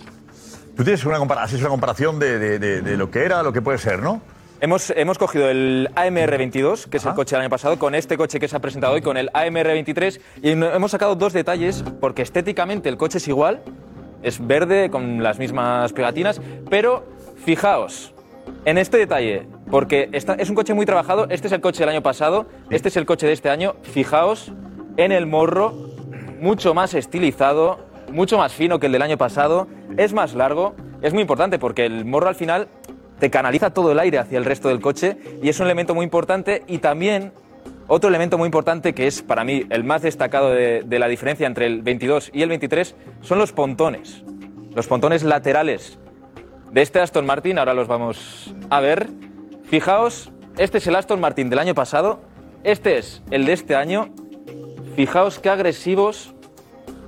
Speaker 10: Tú tienes una comparación, haces una comparación de, de- de- de lo que era, lo que puede ser, ¿no?
Speaker 5: Hemos, hemos cogido el AMR22, que es el coche del año pasado, con este coche que se ha presentado hoy, con el AMR23, y no- hemos sacado dos detalles, porque estéticamente el coche es igual, es verde, con las mismas pegatinas, pero fijaos en este detalle, porque esta- es un coche muy trabajado, este es el coche del año pasado, este es el coche de este año, fijaos en el morro, mucho más estilizado, mucho más fino que el del año pasado, es más largo, es muy importante porque el morro al final te canaliza todo el aire hacia el resto del coche y es un elemento muy importante y también otro elemento muy importante que es para mí el más destacado de, de la diferencia entre el 22 y el 23 son los pontones, los pontones laterales de este Aston Martin, ahora los vamos a ver. Fijaos, este es el Aston Martin del año pasado, este es el de este año. Fijaos qué agresivos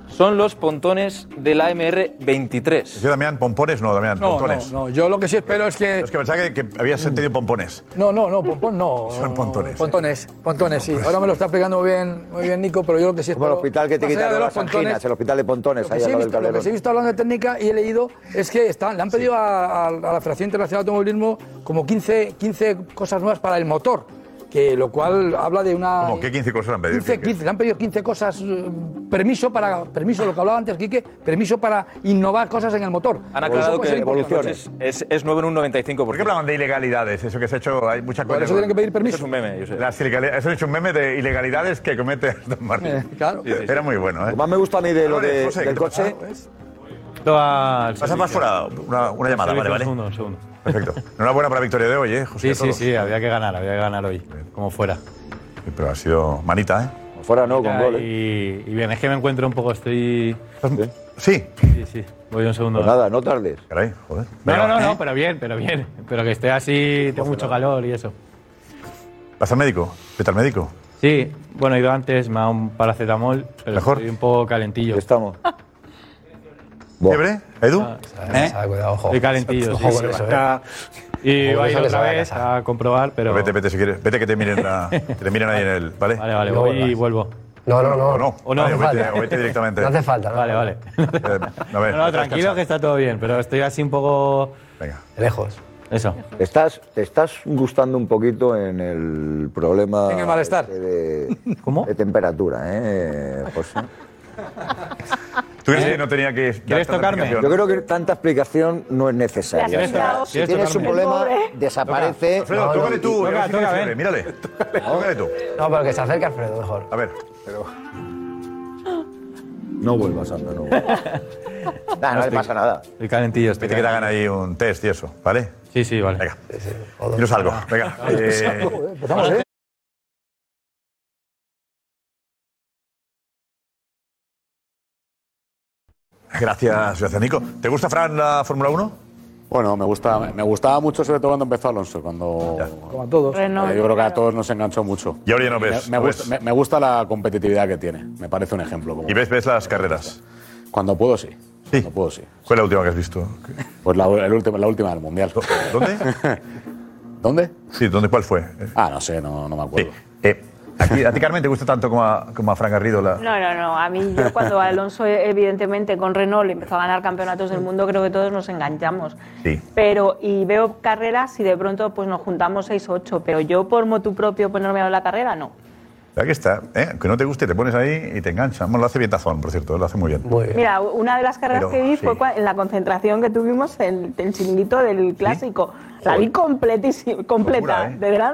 Speaker 5: son los pontones del AMR 23.
Speaker 10: Yo, Damián, pompones, no, Damián,
Speaker 7: No,
Speaker 10: pontones.
Speaker 7: no, no, yo lo que sí espero es que... Mm.
Speaker 10: Es que pensaba que, que habías entendido pompones.
Speaker 7: No, no, no, pompón no.
Speaker 10: Son pontones.
Speaker 7: Pontones, pontones,
Speaker 18: Pues
Speaker 7: sí. Ahora me lo está explicando muy bien, muy bien Nico, pero yo lo que sí espero...
Speaker 18: El hospital que te
Speaker 7: más allá
Speaker 18: quitaron
Speaker 7: de
Speaker 18: las anginas, el hospital de Pontones,
Speaker 7: Lo que
Speaker 18: Pues ahí
Speaker 7: sí
Speaker 18: al
Speaker 7: he
Speaker 18: lado del
Speaker 7: visto, lo que
Speaker 18: Calderón.
Speaker 7: sí he visto hablando de técnica y he leído es que están, le han pedido a, a- a la Federación Internacional de Automovilismo como 15, 15 cosas nuevas para el motor, que lo cual habla de una...
Speaker 10: ¿Cómo? ¿Qué 15 cosas han pedido?
Speaker 7: 15, 15, le han pedido 15 cosas, eh, permiso para, permiso, lo que hablaba antes Quique, permiso para innovar cosas en el motor.
Speaker 5: Han
Speaker 7: Eso
Speaker 5: aclarado
Speaker 7: puede
Speaker 5: que
Speaker 7: ser
Speaker 5: el
Speaker 7: importante.
Speaker 5: coche es, es, es nuevo en un 95%. ¿Por qué
Speaker 10: hablaban de ilegalidades? Eso que se ha hecho, hay muchas
Speaker 7: Por eso tienen que pedir permiso.
Speaker 5: es un meme, yo sé.
Speaker 10: Las ilegale- Eso es un meme de ilegalidades que comete *laughs* Aston Martin.
Speaker 7: Eh, claro.
Speaker 10: Sí, Era muy bueno, ¿eh? Lo
Speaker 18: más me gusta a mí de lo de- del coche-
Speaker 10: Pasa más fuera una, Ah, una llamada, vale, vale.
Speaker 2: segundo, un segundo.
Speaker 10: Perfecto. Enhorabuena por la victoria de hoy, ¿eh, José?
Speaker 2: Sí, sí, sí, había que ganar, había que ganar hoy, como fuera.
Speaker 10: Pero ha sido manita, ¿eh?
Speaker 18: Fuera no, ¿eh?
Speaker 10: con gol,
Speaker 2: Y, y bien, es que me encuentro un poco, estoy.
Speaker 10: Sí.
Speaker 2: Sí, sí. Voy un segundo.
Speaker 18: Pues nada, no tardes.
Speaker 10: Caray, joder.
Speaker 2: No, no, no,
Speaker 10: ¿eh?
Speaker 2: no, pero bien, pero bien. Pero que esté así, tengo mucho calor y eso.
Speaker 10: ¿Vas al médico? ¿Vete al médico?
Speaker 2: Sí, bueno, he ido antes, me ha dado un paracetamol, pero
Speaker 10: Mejor.
Speaker 2: estoy un poco calentillo.
Speaker 18: Estamos.
Speaker 10: ¿Fiebre? ¿Edu?
Speaker 2: Ah, ¿Eh?
Speaker 18: ¿Eh?
Speaker 2: Estoy calentillo. sí, sí. Y
Speaker 10: ¿eh? Ojo,
Speaker 2: voy a ir
Speaker 10: eso que se
Speaker 2: otra
Speaker 10: vaya a
Speaker 2: vez a comprobar, pero.
Speaker 10: Vete, vete si quieres. Vete que te
Speaker 2: *laughs*
Speaker 10: miren, la- que te miren ahí en el. ¿Vale?
Speaker 2: Vale, vale, voy y vuelvo.
Speaker 10: No, no, no. O no.
Speaker 2: O no,
Speaker 10: Vale,
Speaker 2: no
Speaker 10: o vete,
Speaker 2: hace falta.
Speaker 10: o vete directamente.
Speaker 2: No hace falta, no Vale, vale.
Speaker 10: No,
Speaker 2: No, no, tranquilo que está todo bien, pero estoy así un poco.
Speaker 10: Venga.
Speaker 2: Lejos. Eso.
Speaker 18: Te estás, te estás gustando un poquito en el problema.
Speaker 2: En el malestar.
Speaker 18: este De,
Speaker 2: ¿Cómo?
Speaker 18: De temperatura, ¿eh, José?
Speaker 10: ¿Tú crees
Speaker 2: ¿Eh?
Speaker 10: que no tenía que. dar tanta explicación?
Speaker 18: Yo creo que tanta explicación no es necesaria.
Speaker 10: Le has pillado.
Speaker 18: Si
Speaker 10: ¿Quieres
Speaker 18: tienes un
Speaker 10: tocarme?
Speaker 18: problema,
Speaker 10: Pobre.
Speaker 18: desaparece.
Speaker 10: Alfredo,
Speaker 18: No, no,
Speaker 10: tócale tú.
Speaker 18: no,
Speaker 10: que
Speaker 18: no,
Speaker 10: ahora sí
Speaker 18: toca,
Speaker 10: que
Speaker 18: ven.
Speaker 10: fiebre, Mírale. Tócale tú.
Speaker 24: No, pero que se acerque Alfredo mejor.
Speaker 10: A ver.
Speaker 18: No vuelvas, anda,
Speaker 2: *laughs*
Speaker 18: no vuelvas. Nah, no le
Speaker 10: Estoy-
Speaker 18: pasa nada.
Speaker 2: El calentillo este.
Speaker 10: Vete que te hagan ahí un test y eso, ¿vale?
Speaker 2: Sí, sí, vale.
Speaker 10: Venga. Yo salgo. Venga. eh,
Speaker 18: *laughs* Empezamos, ¿eh?
Speaker 10: Gracias, gracias, Nico. ¿Te gusta, Fran, la Fórmula 1?
Speaker 21: Bueno, me, gusta, me gustaba mucho, sobre todo cuando empezó Alonso. Cuando,
Speaker 7: Como a todos.
Speaker 21: yo creo que a todos nos enganchó mucho.
Speaker 10: Y ahora ya no ves,
Speaker 21: Me, me
Speaker 10: no
Speaker 21: gusta,
Speaker 10: ves.
Speaker 21: me- me gusta la competitividad que tiene. Me parece un ejemplo.
Speaker 10: ¿Y ves, ves las carreras?
Speaker 21: Cuando puedo, sí. Cuando puedo, Pues sí.
Speaker 10: ¿Cuál es la última que has visto?
Speaker 21: Pues la, el último- la última del Mundial.
Speaker 10: ¿Dónde?
Speaker 21: *laughs* ¿Dónde?
Speaker 10: Sí, ¿dónde cuál fue?
Speaker 21: Ah, no sé, no, no me acuerdo.
Speaker 10: Eh, ¿a, ti, a ti, Carmen, te gusta tanto como a, como a Fran Garrido la,
Speaker 27: No, no, no. A mí,
Speaker 10: *laughs*
Speaker 27: yo cuando Alonso, evidentemente, con Renault empezó a ganar campeonatos del mundo, creo que todos nos enganchamos.
Speaker 10: Sí.
Speaker 27: Pero, y veo carreras y de pronto pues nos juntamos seis o ocho, pero yo por motu propio ponerme a ver la carrera, no.
Speaker 10: Aquí está, ¿eh? aunque no te guste, te pones ahí y te engancha. Bueno, lo hace bien Tazón, por cierto, lo hace muy bien.
Speaker 27: Mira, una de las carreras
Speaker 10: Pero,
Speaker 27: que vi
Speaker 10: sí.
Speaker 27: fue cua- en la concentración que tuvimos en el chiringuito del clásico. La vi completísima, completa,
Speaker 10: Locura, ¿eh?
Speaker 27: de verdad.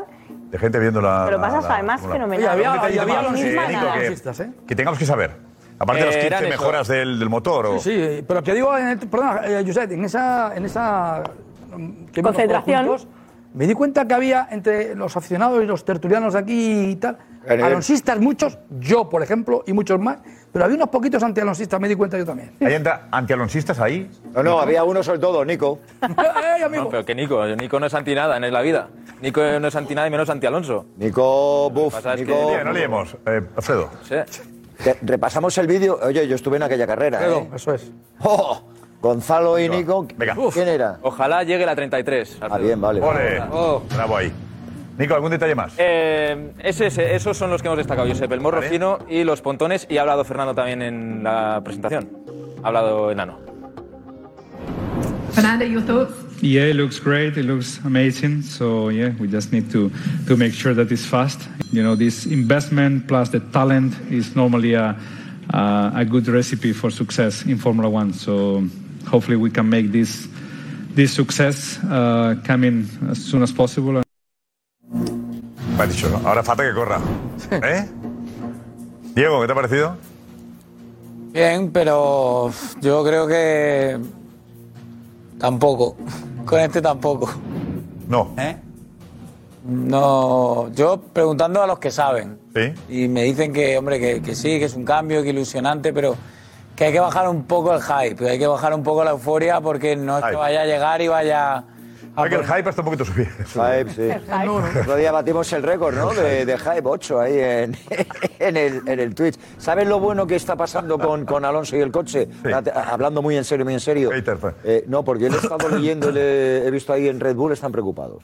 Speaker 10: De gente viendo la.
Speaker 27: Pero
Speaker 10: la-
Speaker 27: pasas
Speaker 10: la-
Speaker 27: además
Speaker 10: la-
Speaker 27: fenomenal. Oye, había-
Speaker 10: Un detallito
Speaker 27: había
Speaker 10: más,
Speaker 27: los mismos
Speaker 10: eh, Nico, que-
Speaker 7: analistas, ¿eh?
Speaker 10: Que tengamos que saber. Aparte de
Speaker 7: Eh,
Speaker 10: los 15
Speaker 7: eran eso.
Speaker 10: mejoras del, del motor. o-
Speaker 7: Sí, sí, pero que digo, en el- perdona, eh, Josep, en esa, en esa mm, que vimos
Speaker 27: Concentración.
Speaker 7: todos juntos, me di cuenta que había entre los aficionados y los tertulianos de aquí y tal,
Speaker 10: A nivel-
Speaker 7: alonsistas muchos, yo por ejemplo, y muchos más, pero había unos poquitos antialonsistas, me di cuenta yo también.
Speaker 10: Ahí entra antialonsistas ahí.
Speaker 23: No, no, había uno sobre todo, Nico.
Speaker 5: No, pero que Nico, Nico no es anti nada en la vida. Nico no es anti nada y menos anti Alonso.
Speaker 23: Nico, buf,
Speaker 5: pasa es que-
Speaker 23: Nico.
Speaker 5: Oye, no liemos,
Speaker 10: Alfredo.
Speaker 23: Repasamos el vídeo. Oye, yo estuve en aquella carrera.
Speaker 7: Alfredo,
Speaker 23: ¿eh?
Speaker 7: eso es.
Speaker 23: Oh, Gonzalo y Nico. ¿Quién era?
Speaker 5: Ojalá llegue la 33.
Speaker 23: Ah, bien, vale.
Speaker 10: Ole.
Speaker 5: Oh.
Speaker 10: Bravo ahí. Nico, ¿algún detalle más?
Speaker 5: Eh, ese- ese- esos son los que hemos destacado, Josep. El morro
Speaker 10: Vale.
Speaker 5: fino y los pontones. Y ha hablado Fernando también en la presentación. Ha hablado enano.
Speaker 30: Fernando, your thoughts?
Speaker 28: Yeah, it looks great. It looks amazing. So yeah, we just need to to make sure that it's fast. You know, this investment plus the talent is normally a a, a good recipe for success in Formula One. So hopefully we can make this this success uh, coming as soon as possible.
Speaker 10: Me ha dicho, ¿no? ahora falta que corra. ¿Eh? Diego, ¿qué te ha parecido?
Speaker 31: Bien, pero yo creo que tampoco. Con este tampoco.
Speaker 10: No.
Speaker 31: No, yo preguntando a los que saben.
Speaker 10: Sí.
Speaker 31: Y me dicen que, hombre, que, que sí, que es un cambio, que ilusionante, pero que hay que bajar un poco el hype, hay que bajar un poco la euforia porque no es que
Speaker 10: Hype.
Speaker 31: vaya a llegar y vaya... a
Speaker 10: Hay Ah, que el
Speaker 31: poner-
Speaker 10: hype hasta un poquito subir.
Speaker 23: Hype, sí. El otro día batimos el récord, ¿no? De, de Hype 8 ahí en, *laughs* en el, en el Twitch. ¿Sabes lo bueno que está pasando con, con Alonso y el coche? Date- a- Hablando muy en serio, muy en serio. Eh, no, porque él he estado leyendo, le- he visto ahí en Red Bull, están preocupados.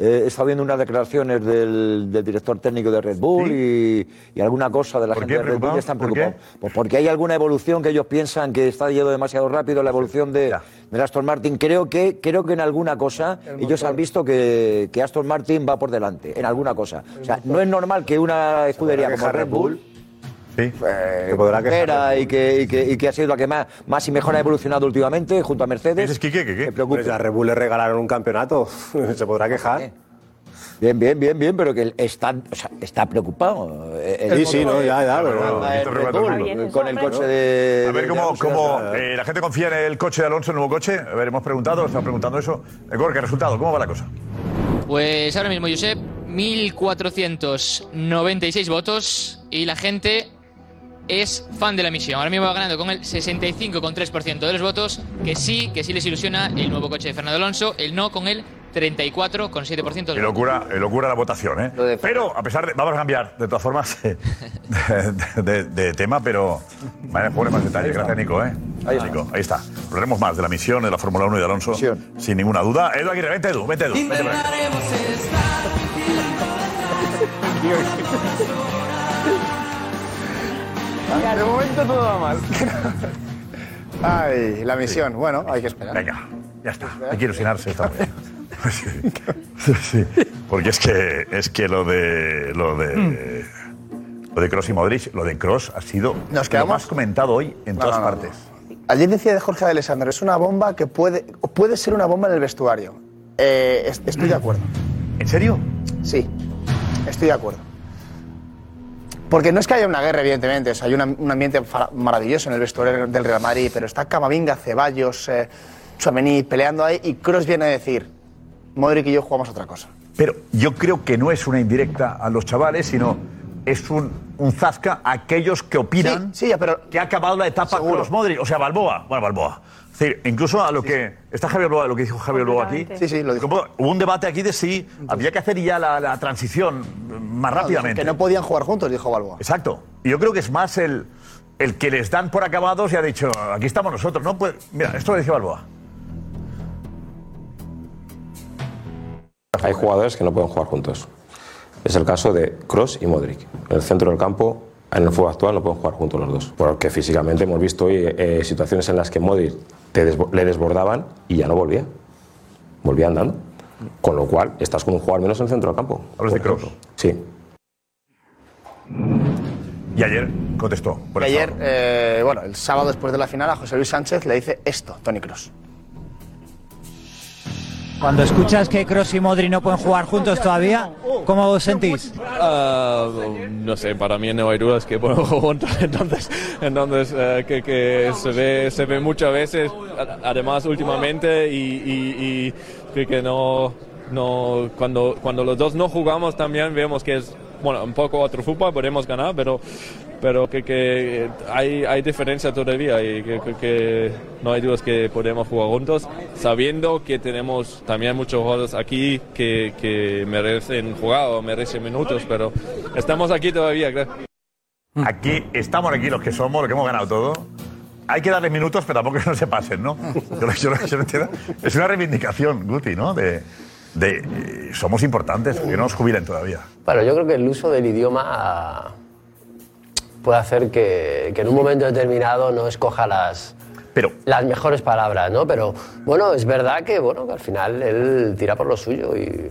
Speaker 23: Eh, he estado viendo unas declaraciones del, del director técnico de Red Bull y, y alguna cosa de la
Speaker 10: ¿Por
Speaker 23: gente
Speaker 10: qué
Speaker 23: de Red Bull
Speaker 10: preocupados?
Speaker 23: y están
Speaker 10: ¿Por qué?
Speaker 23: preocupados. Pues porque hay alguna evolución que ellos piensan que está yendo demasiado rápido, la evolución de, de Aston Martin. Creo que, creo que en alguna cosa ellos han visto que, que Aston Martin va por delante, en alguna cosa. O sea, no es normal que una escudería
Speaker 15: podrá
Speaker 23: como
Speaker 15: quejar
Speaker 23: Red
Speaker 15: Red
Speaker 23: Bull...
Speaker 10: Sí.
Speaker 23: Eh,
Speaker 15: podrá quejar
Speaker 23: primera
Speaker 15: Red Bull.
Speaker 23: y que, y, que, y que ha sido la que más, más y mejor ha evolucionado últimamente junto a Mercedes.
Speaker 14: ¿Dices
Speaker 10: Quique que
Speaker 23: qué? preocupa.
Speaker 14: Pues a Red Bull le regalaron un campeonato. *laughs* Se podrá quejar.
Speaker 23: Bien, bien, bien, bien, pero que está, o sea, está preocupado. eh, El
Speaker 14: Sí, sí, no, ya, ya, pero-
Speaker 23: Ah, el Red Bull, con el coche de.
Speaker 10: A ver
Speaker 23: de-
Speaker 10: cómo,
Speaker 23: de-
Speaker 10: cómo, eh, la gente confía en el coche de Alonso, el nuevo coche. A ver, hemos preguntado, estamos preguntando eso. Eh, Gorka, resultado? ¿Cómo va la cosa?
Speaker 29: Pues ahora mismo, Josep, 1496 votos y la gente es fan de la misión. Ahora mismo va ganando con el 65,3% de los votos, que sí, que sí les ilusiona el nuevo coche de Fernando Alonso, el no con el 34,7% de los
Speaker 10: Qué
Speaker 29: votos.
Speaker 10: locura, qué locura la votación, ¿eh? Pero, a pesar de. Vamos a cambiar, de todas formas, *laughs* de, de- de tema, pero. Vale, pone más detalles. Gracias, Nico, ¿eh? Ahí está. Nico, ahí está. Hablaremos más de la misión, de la Fórmula 1 y de Alonso, sin ninguna duda. Edu Aguirre, vente, Edu, vente, Edu. Vente, vente.
Speaker 21: De momento todo va mal. Ay, la misión. Bueno, hay que esperar.
Speaker 10: Venga, ya está. Hay que ilusionarse esta vez. Sí, sí. Porque es que, es que lo de. Lo de. Lo de Cross y Modric, lo de Cross ha sido
Speaker 21: ¿Nos
Speaker 10: lo
Speaker 21: quedamos?
Speaker 10: más comentado hoy en
Speaker 21: No,
Speaker 10: todas
Speaker 21: no, no.
Speaker 10: partes.
Speaker 21: Ayer decía de Jorge Alessandro, es una bomba que puede, puede ser una bomba en el vestuario. Eh, es- estoy de acuerdo.
Speaker 10: ¿En serio?
Speaker 21: Sí, estoy de acuerdo. Porque no es que haya una guerra, evidentemente, o sea, hay una- un ambiente fa- maravilloso en el vestuario del Real Madrid, pero está Camavinga, Ceballos, eh, Tchouaméni peleando ahí y Cross viene a decir, Modric y yo jugamos otra cosa.
Speaker 10: Pero yo creo que no es una indirecta a los chavales, sino es un, un zasca a aquellos que opinan que ha acabado la etapa con los Modric. O sea, Balboa. Bueno, Balboa. Es decir, incluso a lo que. Está Javier Balboa, lo que dijo Javier Balboa aquí.
Speaker 21: Sí, sí, lo dijo.
Speaker 10: Como Hubo un debate aquí de si había que hacer ya la, la transición
Speaker 21: No,
Speaker 10: eh, más
Speaker 21: dijo
Speaker 10: rápidamente.
Speaker 21: Que no podían jugar juntos, dijo Balboa.
Speaker 10: Exacto. Y Yo creo que es más el, el que les dan por acabados y ha dicho, aquí estamos nosotros. No Pues, mira, esto lo dice Balboa.
Speaker 17: *laughs* Hay jugadores que no pueden jugar juntos. Es el caso de Cross y Modric. En el centro del campo, en el fútbol actual, no pueden jugar juntos los dos. Porque físicamente hemos visto hoy eh, situaciones en las que Modric te desbo- le desbordaban y ya no volvía. Volvía andando. Con lo cual, estás con un jugador menos en el centro del campo. ¿Hablas de Cross? Sí.
Speaker 10: Y ayer contestó. "Pues por
Speaker 21: Y
Speaker 10: eso.
Speaker 21: ayer, eh, bueno, el sábado después de la final, a José Luis Sánchez le dice esto, Tony Cross.
Speaker 12: Cuando escuchas que Cross y Modri no pueden jugar juntos todavía, ¿cómo os sentís?
Speaker 30: Ah, no sé, para mí en Nevairura es que por *laughs* entonces, entonces eh, que, que se, ve, se ve muchas veces, a- además últimamente, y, y- y que, que no, no cuando, cuando los dos no jugamos también vemos que es bueno, un poco otro fútbol, podemos ganar, pero, pero que, que hay, hay diferencia todavía y que, que- que no hay dudas que podemos jugar juntos, sabiendo que tenemos también muchos jugadores aquí que, que merecen jugar o merecen minutos, pero estamos aquí todavía, creo.
Speaker 10: Aquí estamos aquí los que somos, los que hemos ganado todo. Hay que darle minutos, pero tampoco que no se pasen, ¿no? *laughs* Yo lo- yo lo- yo lo entiendo. Es una reivindicación, Guti, ¿no? De, de, eh, somos importantes, que no nos jubilen todavía.
Speaker 24: Bueno, yo creo que el uso del idioma ah, puede hacer que, que en un momento determinado no escoja las, las mejores palabras, ¿no? Pero bueno, es verdad que, bueno, que al final él tira por lo suyo y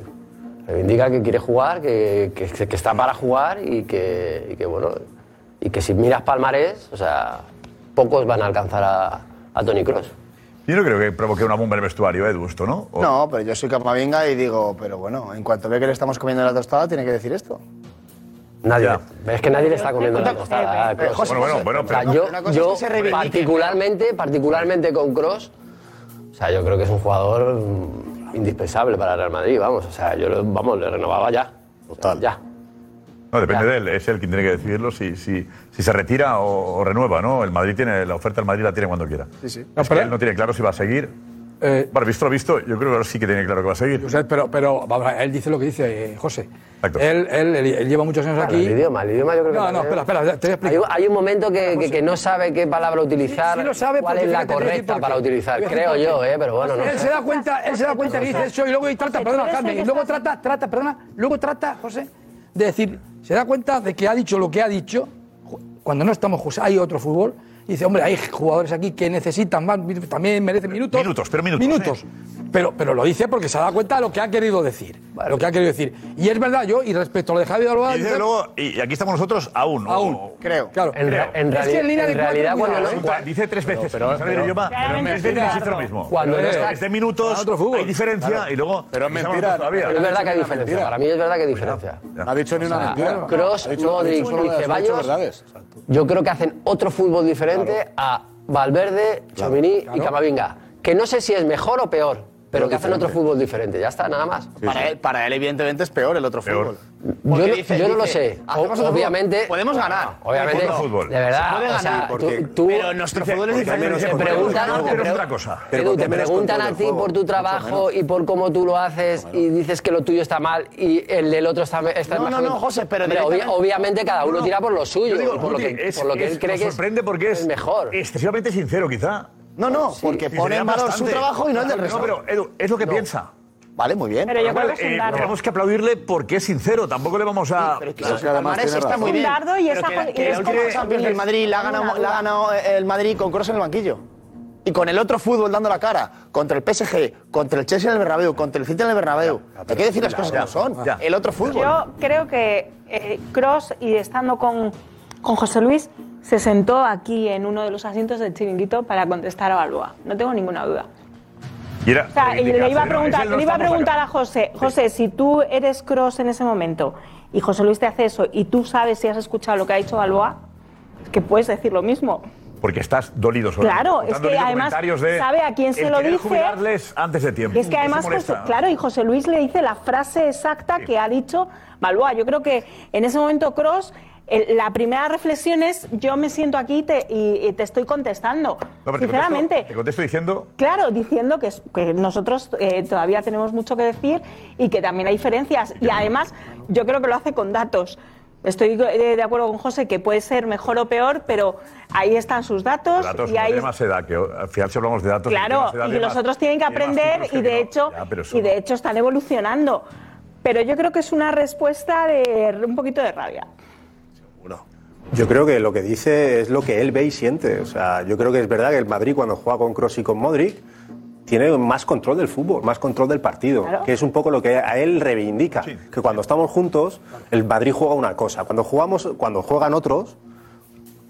Speaker 24: reivindica que quiere jugar, que, que- que está para jugar y que, y que, bueno, y que si miras palmarés, o sea, pocos van a alcanzar a, a Tony Cross.
Speaker 10: Yo no creo que provoque una bomba en el vestuario, Edu, esto, ¿no? O-
Speaker 21: No, pero yo soy Camavinga y digo, pero bueno, en cuanto ve que le estamos comiendo la tostada, tiene que decir esto.
Speaker 24: Nadie. Es que nadie le está comiendo la tostada. a
Speaker 21: Pero,
Speaker 24: Kroos.
Speaker 21: José, Bueno, José, bueno, bueno, pero-
Speaker 24: O sea, yo-
Speaker 21: una cosa es
Speaker 24: yo,
Speaker 21: que se reivindique,
Speaker 24: particularmente, particularmente con Cross, o sea, yo creo que es un jugador mm, indispensable para el Real Madrid, vamos. O sea, yo lo- vamos, le renovaba ya. Total. Ya.
Speaker 10: No, depende de él, es él quien tiene que decidirlo si, si, si se retira o, o renueva, ¿no? El Madrid tiene, la oferta del Madrid la tiene cuando quiera.
Speaker 7: Sí, sí.
Speaker 10: Es que él no tiene claro si va a seguir. bueno, visto lo visto, yo creo que ahora sí que tiene claro que va a seguir.
Speaker 7: Eh, Josep, pero, pero vamos a ver, él dice lo que dice eh, José. Él, él, él- él lleva muchos años
Speaker 24: Claro,
Speaker 7: aquí.
Speaker 24: el idioma, el idioma yo creo que
Speaker 7: No, no,
Speaker 24: también-
Speaker 7: espera, espera, te voy a
Speaker 24: Hay,
Speaker 7: explicar.
Speaker 24: hay un momento que, que- que no sabe qué palabra utilizar,
Speaker 7: sí lo sabe,
Speaker 24: cuál
Speaker 7: porque
Speaker 24: es la
Speaker 7: fíjate, te voy a decir
Speaker 24: correcta
Speaker 7: por qué.
Speaker 24: para utilizar,
Speaker 7: Te voy a
Speaker 24: creo
Speaker 7: decir
Speaker 24: yo,
Speaker 7: por qué.
Speaker 24: ¿eh? Pero bueno, no
Speaker 7: él
Speaker 24: sé.
Speaker 7: se da cuenta, él se da cuenta que dice eso y luego y trata, perdona, Carmen, y luego trata, trata, perdona, luego trata, José, de decir, se da cuenta de que ha dicho lo que ha dicho ju- cuando no estamos, José, hay otro fútbol. y Dice, hombre, hay jugadores aquí que necesitan más, mi- también merecen minutos. Minutos, pero minutos. Minutos. Pero, pero lo dice porque se ha dado cuenta de lo que ha querido decir. Lo que ha querido decir. Y es verdad, yo, y respecto a lo de Javi Balboa.
Speaker 10: Y desde luego, y y aquí estamos nosotros aún. ¿no?
Speaker 7: Aún,
Speaker 21: creo.
Speaker 7: Claro.
Speaker 24: En,
Speaker 10: Creo.
Speaker 24: ra- en realidad, en realidad cuando no-
Speaker 7: ¿eh?
Speaker 10: Resulta- dice tres
Speaker 24: Pero-
Speaker 10: veces.
Speaker 24: pero-
Speaker 10: Pero,
Speaker 24: pero-
Speaker 10: tres veces insiste lo mismo.
Speaker 24: Cuando
Speaker 10: Pero
Speaker 24: no
Speaker 10: es
Speaker 24: está-
Speaker 10: de minutos, hay diferencia
Speaker 24: Claro.
Speaker 10: y luego. aquí estamos nosotros todavía.
Speaker 24: Es verdad que hay diferencia. Para mí es verdad que hay diferencia.
Speaker 10: No ha dicho ni
Speaker 24: O sea,
Speaker 10: una mentira.
Speaker 24: Kroos,
Speaker 10: Ha dicho- ha
Speaker 24: Modric
Speaker 10: dicho solo-
Speaker 24: y
Speaker 10: ha dicho
Speaker 24: Ceballos,
Speaker 10: verdades.
Speaker 24: yo creo que hacen otro fútbol diferente a Valverde, Chomini y Camavinga. Que no sé si es mejor o peor, pero, que hacen otro fútbol diferente. Ya está, nada más.
Speaker 21: para, Él, para él, evidentemente, es peor el otro fútbol.
Speaker 24: Yo,
Speaker 21: Porque
Speaker 24: no-
Speaker 21: dice-
Speaker 24: yo no lo
Speaker 21: dice,
Speaker 24: sé. O-
Speaker 21: "Hacemos otro fútbol".
Speaker 24: obviamente.
Speaker 21: Podemos ganar.
Speaker 24: Obviamente.
Speaker 21: Otro Ah, fútbol.
Speaker 24: De verdad.
Speaker 21: Se puede
Speaker 24: o sea,
Speaker 21: ganar, porque-
Speaker 24: tú- tú-
Speaker 21: pero nuestro fútbol es
Speaker 24: porque
Speaker 21: diferente,
Speaker 24: Te
Speaker 21: porque
Speaker 24: preguntan,
Speaker 21: nosotros
Speaker 24: te
Speaker 21: tenemos
Speaker 24: pre-
Speaker 21: otra cosa.
Speaker 24: Edu,
Speaker 21: Pero
Speaker 24: te
Speaker 21: tenemos
Speaker 24: preguntan
Speaker 21: control
Speaker 24: a
Speaker 21: del
Speaker 24: ti
Speaker 21: juego,
Speaker 24: por tu
Speaker 21: mucho
Speaker 24: trabajo
Speaker 21: menos.
Speaker 24: y por cómo tú lo haces y dices que lo tuyo está mal y el del otro está, está
Speaker 21: No,
Speaker 24: más
Speaker 21: no,
Speaker 24: o
Speaker 21: no,
Speaker 24: menos-
Speaker 21: José, pero
Speaker 24: Hombre, obvi-
Speaker 21: directamente-
Speaker 24: obviamente cada uno
Speaker 21: No, no.
Speaker 24: tira por lo suyo,
Speaker 21: Yo digo,
Speaker 24: y por, lo
Speaker 21: Guti,
Speaker 24: que,
Speaker 21: es-
Speaker 24: por lo que
Speaker 21: es-
Speaker 24: él cree
Speaker 21: nos pues,
Speaker 24: que
Speaker 10: sorprende porque es
Speaker 24: mejor.
Speaker 10: excesivamente sincero, quizá.
Speaker 21: No, no, porque pone en valor su trabajo y no el del resto.
Speaker 10: No, pero Edu, es lo que piensa.
Speaker 21: Vale, muy bien.
Speaker 27: Pero yo creo que
Speaker 10: Vale,
Speaker 27: es un
Speaker 10: eh,
Speaker 27: dardo.
Speaker 10: tenemos que aplaudirle porque es sincero, tampoco le vamos a.
Speaker 21: Pero que el palmarés está muy bien.
Speaker 27: Un dardo y
Speaker 21: Pero
Speaker 27: esa
Speaker 21: que,
Speaker 27: jo-
Speaker 21: que
Speaker 27: y
Speaker 21: la
Speaker 27: es
Speaker 21: última
Speaker 27: como-
Speaker 21: Champions del Madrid la ha, ganado, la ha ganado el Madrid con Kroos en el banquillo. Y con el otro fútbol dando la cara. Contra el PSG, contra el Chelsea en el Bernabéu, contra el City en el Bernabéu. Hay que decir las
Speaker 10: ya,
Speaker 21: cosas
Speaker 10: ya,
Speaker 21: como son.
Speaker 10: ya.
Speaker 21: El otro fútbol.
Speaker 27: Yo creo que eh, Cross y estando con, con José Luis se sentó aquí en uno de los asientos del chiringuito para contestar a Balboa. No tengo ninguna duda.
Speaker 10: Y era
Speaker 27: O sea, y le iba a
Speaker 10: reivindicación,
Speaker 27: preguntar,
Speaker 10: ese lo
Speaker 27: le iba a,
Speaker 10: estamos
Speaker 27: preguntar
Speaker 10: sacando.
Speaker 27: a José, José, si tú eres Cross en ese momento y José Luis te hace eso y tú sabes si has escuchado lo que ha dicho Balboa, es que puedes decir
Speaker 10: *laughs*
Speaker 27: lo mismo.
Speaker 10: Porque estás dolido sobre
Speaker 27: Claro,
Speaker 10: él.
Speaker 27: es
Speaker 10: Están
Speaker 27: que
Speaker 10: dolido
Speaker 27: además
Speaker 10: comentarios de
Speaker 27: sabe a quién se
Speaker 10: el
Speaker 27: lo
Speaker 10: querer
Speaker 27: dice.
Speaker 10: jubilarles antes de tiempo.
Speaker 27: Y es que
Speaker 10: Eso
Speaker 27: además,
Speaker 10: molesta.
Speaker 27: José- claro, y José Luis le dice la frase exacta que ha dicho Balboa. Yo creo que en ese momento, Cross, la primera reflexión es: yo me siento aquí y te- y, y te estoy contestando.
Speaker 10: No, pero te
Speaker 27: Sinceramente.
Speaker 10: contesto- Te contesto diciendo
Speaker 27: Claro, diciendo que, es- que nosotros eh, todavía tenemos mucho que decir y que también hay diferencias. Y además, yo creo que lo hace con datos. Estoy eh, de acuerdo con José que puede ser mejor o peor, pero ahí están sus datos,
Speaker 10: datos
Speaker 27: y
Speaker 10: no
Speaker 27: ahí
Speaker 10: tiene más edad, que al final si hablamos de datos... no
Speaker 27: Claro,
Speaker 10: tiene más edad,
Speaker 27: y
Speaker 10: tiene
Speaker 27: los
Speaker 10: más-
Speaker 27: otros tienen que
Speaker 10: tiene más
Speaker 27: aprender
Speaker 10: ciclos
Speaker 27: y de hecho
Speaker 10: Ya, pero eso
Speaker 27: y de hecho están evolucionando. Pero yo creo que es una respuesta de un poquito de rabia.
Speaker 14: Yo creo que lo que dice es lo que él ve y siente. O sea, yo creo que es verdad que el Madrid cuando juega con Cross y con Modric tiene más control del fútbol, más control del partido,
Speaker 1: Claro.
Speaker 14: que es un poco lo que a él reivindica, que cuando estamos juntos el Madrid juega una cosa, cuando jugamos cuando juegan otros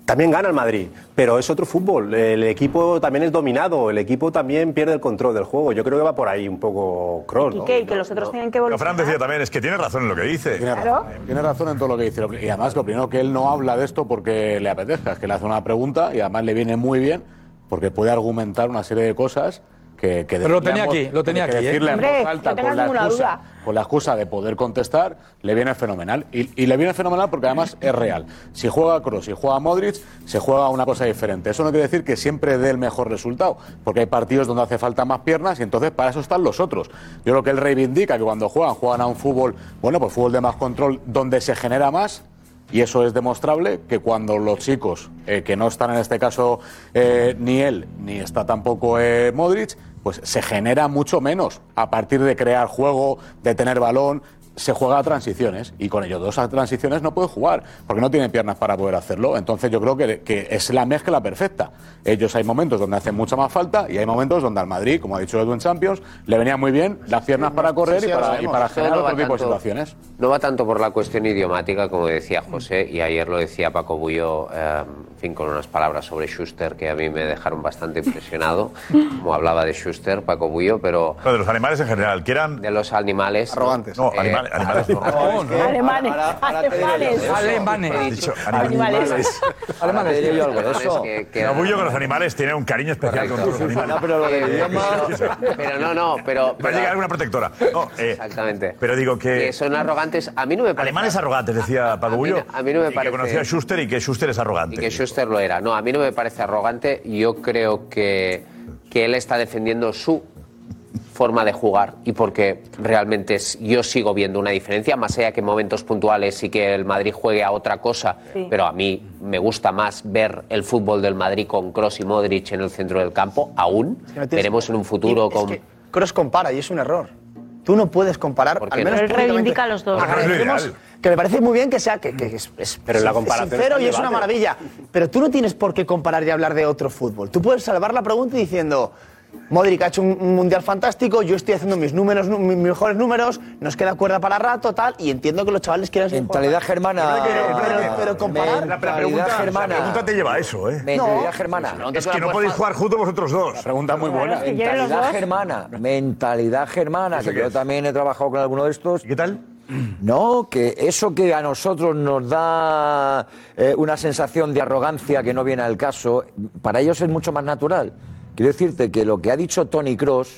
Speaker 14: También gana el Madrid, pero es otro fútbol. El equipo también es dominado, el equipo también pierde el control del juego. Yo creo que va por ahí un poco cross.
Speaker 27: ¿Y qué? ¿Y que los otros tienen que volver.
Speaker 10: Pero Fran decía también, es que tiene razón en lo que dice.
Speaker 3: Tiene razón, tiene razón en todo lo que dice. Lo que- Y además, lo primero que él no habla de esto porque le apetezca, es que le hace una pregunta y además le viene muy bien porque puede argumentar una serie de cosas que, que
Speaker 7: Pero lo
Speaker 3: decirle
Speaker 7: tenía
Speaker 3: en voz-
Speaker 7: aquí, lo tenía
Speaker 3: que
Speaker 7: aquí, ¿eh?
Speaker 3: decirle en
Speaker 7: Hombre,
Speaker 3: voz alta
Speaker 7: no tengas
Speaker 3: con la
Speaker 7: ninguna
Speaker 3: excusa,
Speaker 7: duda.
Speaker 3: con la excusa de poder contestar, le viene fenomenal. Y, y le viene fenomenal porque además es real. Si juega Kroos, si juega Modric, se juega una cosa diferente. Eso no quiere decir que siempre dé el mejor resultado, porque hay partidos donde hace falta más piernas y entonces para eso están los otros. Yo creo que él reivindica que cuando juegan, juegan a un fútbol, bueno, pues fútbol de más control, donde se genera más. Y eso es demostrable que cuando los chicos, eh, que no están en este caso eh, ni él, ni está tampoco eh, Modric, pues se genera mucho menos a partir de crear juego, de tener balón. Se juega a transiciones y con ellos dos a transiciones no puede jugar porque no tiene piernas para poder hacerlo. Entonces yo creo que, que es la mezcla perfecta. Ellos hay momentos donde hacen mucha más falta y hay momentos donde al Madrid, como ha dicho Edu en Champions, le venía muy bien las piernas para correr
Speaker 9: Sí, sí,
Speaker 3: y,
Speaker 9: lo
Speaker 3: para, y
Speaker 9: sabemos.
Speaker 3: para
Speaker 9: Eso
Speaker 3: generar
Speaker 9: no va
Speaker 3: otro tipo de
Speaker 9: tanto-
Speaker 3: situaciones.
Speaker 9: No va tanto por la cuestión idiomática, como decía José, y ayer lo decía Paco Bullo, eh, en fin, con unas palabras sobre Schuster que a mí me dejaron bastante impresionado, como hablaba de Schuster, Paco Bullo, pero...
Speaker 10: de los animales en general, que eran...
Speaker 9: De los animales. eh,
Speaker 10: Arrogantes. No, animales- animales
Speaker 9: *laughs*
Speaker 10: no.
Speaker 23: Oh,
Speaker 27: Alemanes.
Speaker 7: Alemanes.
Speaker 27: Alemanes. Animales.
Speaker 10: Alemanes.
Speaker 9: te diré yo algo de eso. Que- que-
Speaker 10: No, Bullo con los animales tiene un cariño especial con todos los animales.
Speaker 9: No, pero lo del
Speaker 10: Eh, *laughs*
Speaker 9: idioma- *laughs* Pero no, no, pero...
Speaker 10: Va a llegar alguna protectora. No, eh,
Speaker 9: Exactamente.
Speaker 10: Pero digo que...
Speaker 9: Que son arrogantes. A mí no me parece...
Speaker 10: Alemanes arrogantes, decía Paco Bullo.
Speaker 9: a mí no me
Speaker 10: y
Speaker 9: parece-
Speaker 10: Que conocía a Schuster y que Schuster es arrogante.
Speaker 9: Y que Schuster lo era. No, a mí no me parece arrogante. Yo creo que, que él está defendiendo su forma de jugar y porque realmente es- yo sigo viendo una diferencia, más allá que en momentos puntuales y que el Madrid juegue a otra cosa,
Speaker 1: Sí.
Speaker 9: pero a mí me gusta más ver el fútbol del Madrid con Cross y Modric en el centro del campo, aún.
Speaker 21: que no tienes-
Speaker 9: Veremos en un futuro
Speaker 21: Es
Speaker 9: con...
Speaker 21: que Kroos compara y es un error. Tú no puedes comparar,
Speaker 9: qué
Speaker 21: al
Speaker 9: no?
Speaker 21: menos
Speaker 9: Él
Speaker 21: públicamente. reivindica a los dos. Agradecemos
Speaker 9: Pero no es lo
Speaker 21: que me parece muy bien que sea que, que es, es-
Speaker 14: Pero la
Speaker 21: es
Speaker 14: comparación
Speaker 21: sincero
Speaker 14: está
Speaker 21: y es una
Speaker 14: debate.
Speaker 21: maravilla. Pero tú no tienes por qué comparar y hablar de otro fútbol. Tú puedes salvar la pregunta diciendo, Modric ha hecho un, un mundial fantástico, yo estoy haciendo mis números, nu- mis mejores números, nos queda cuerda para rato, tal, y entiendo que los chavales quieran ser
Speaker 23: Mentalidad germana.
Speaker 21: Pero, pero- pero comparar.
Speaker 23: La- la pregunta- Mentalidad germana.
Speaker 10: La pregunta te lleva a eso, ¿eh?
Speaker 23: Mentalidad germana. pues
Speaker 10: Es que no podéis jugar juntos vosotros dos. La
Speaker 3: pregunta muy
Speaker 23: Mentalidad germana. Mentalidad germana, que yo también he trabajado con alguno de estos.
Speaker 10: ¿Qué tal?
Speaker 23: No, que eso que a nosotros nos da eh, una sensación de arrogancia que no viene al caso, para ellos es mucho más natural. Quiero decirte que lo que ha dicho Tony Cross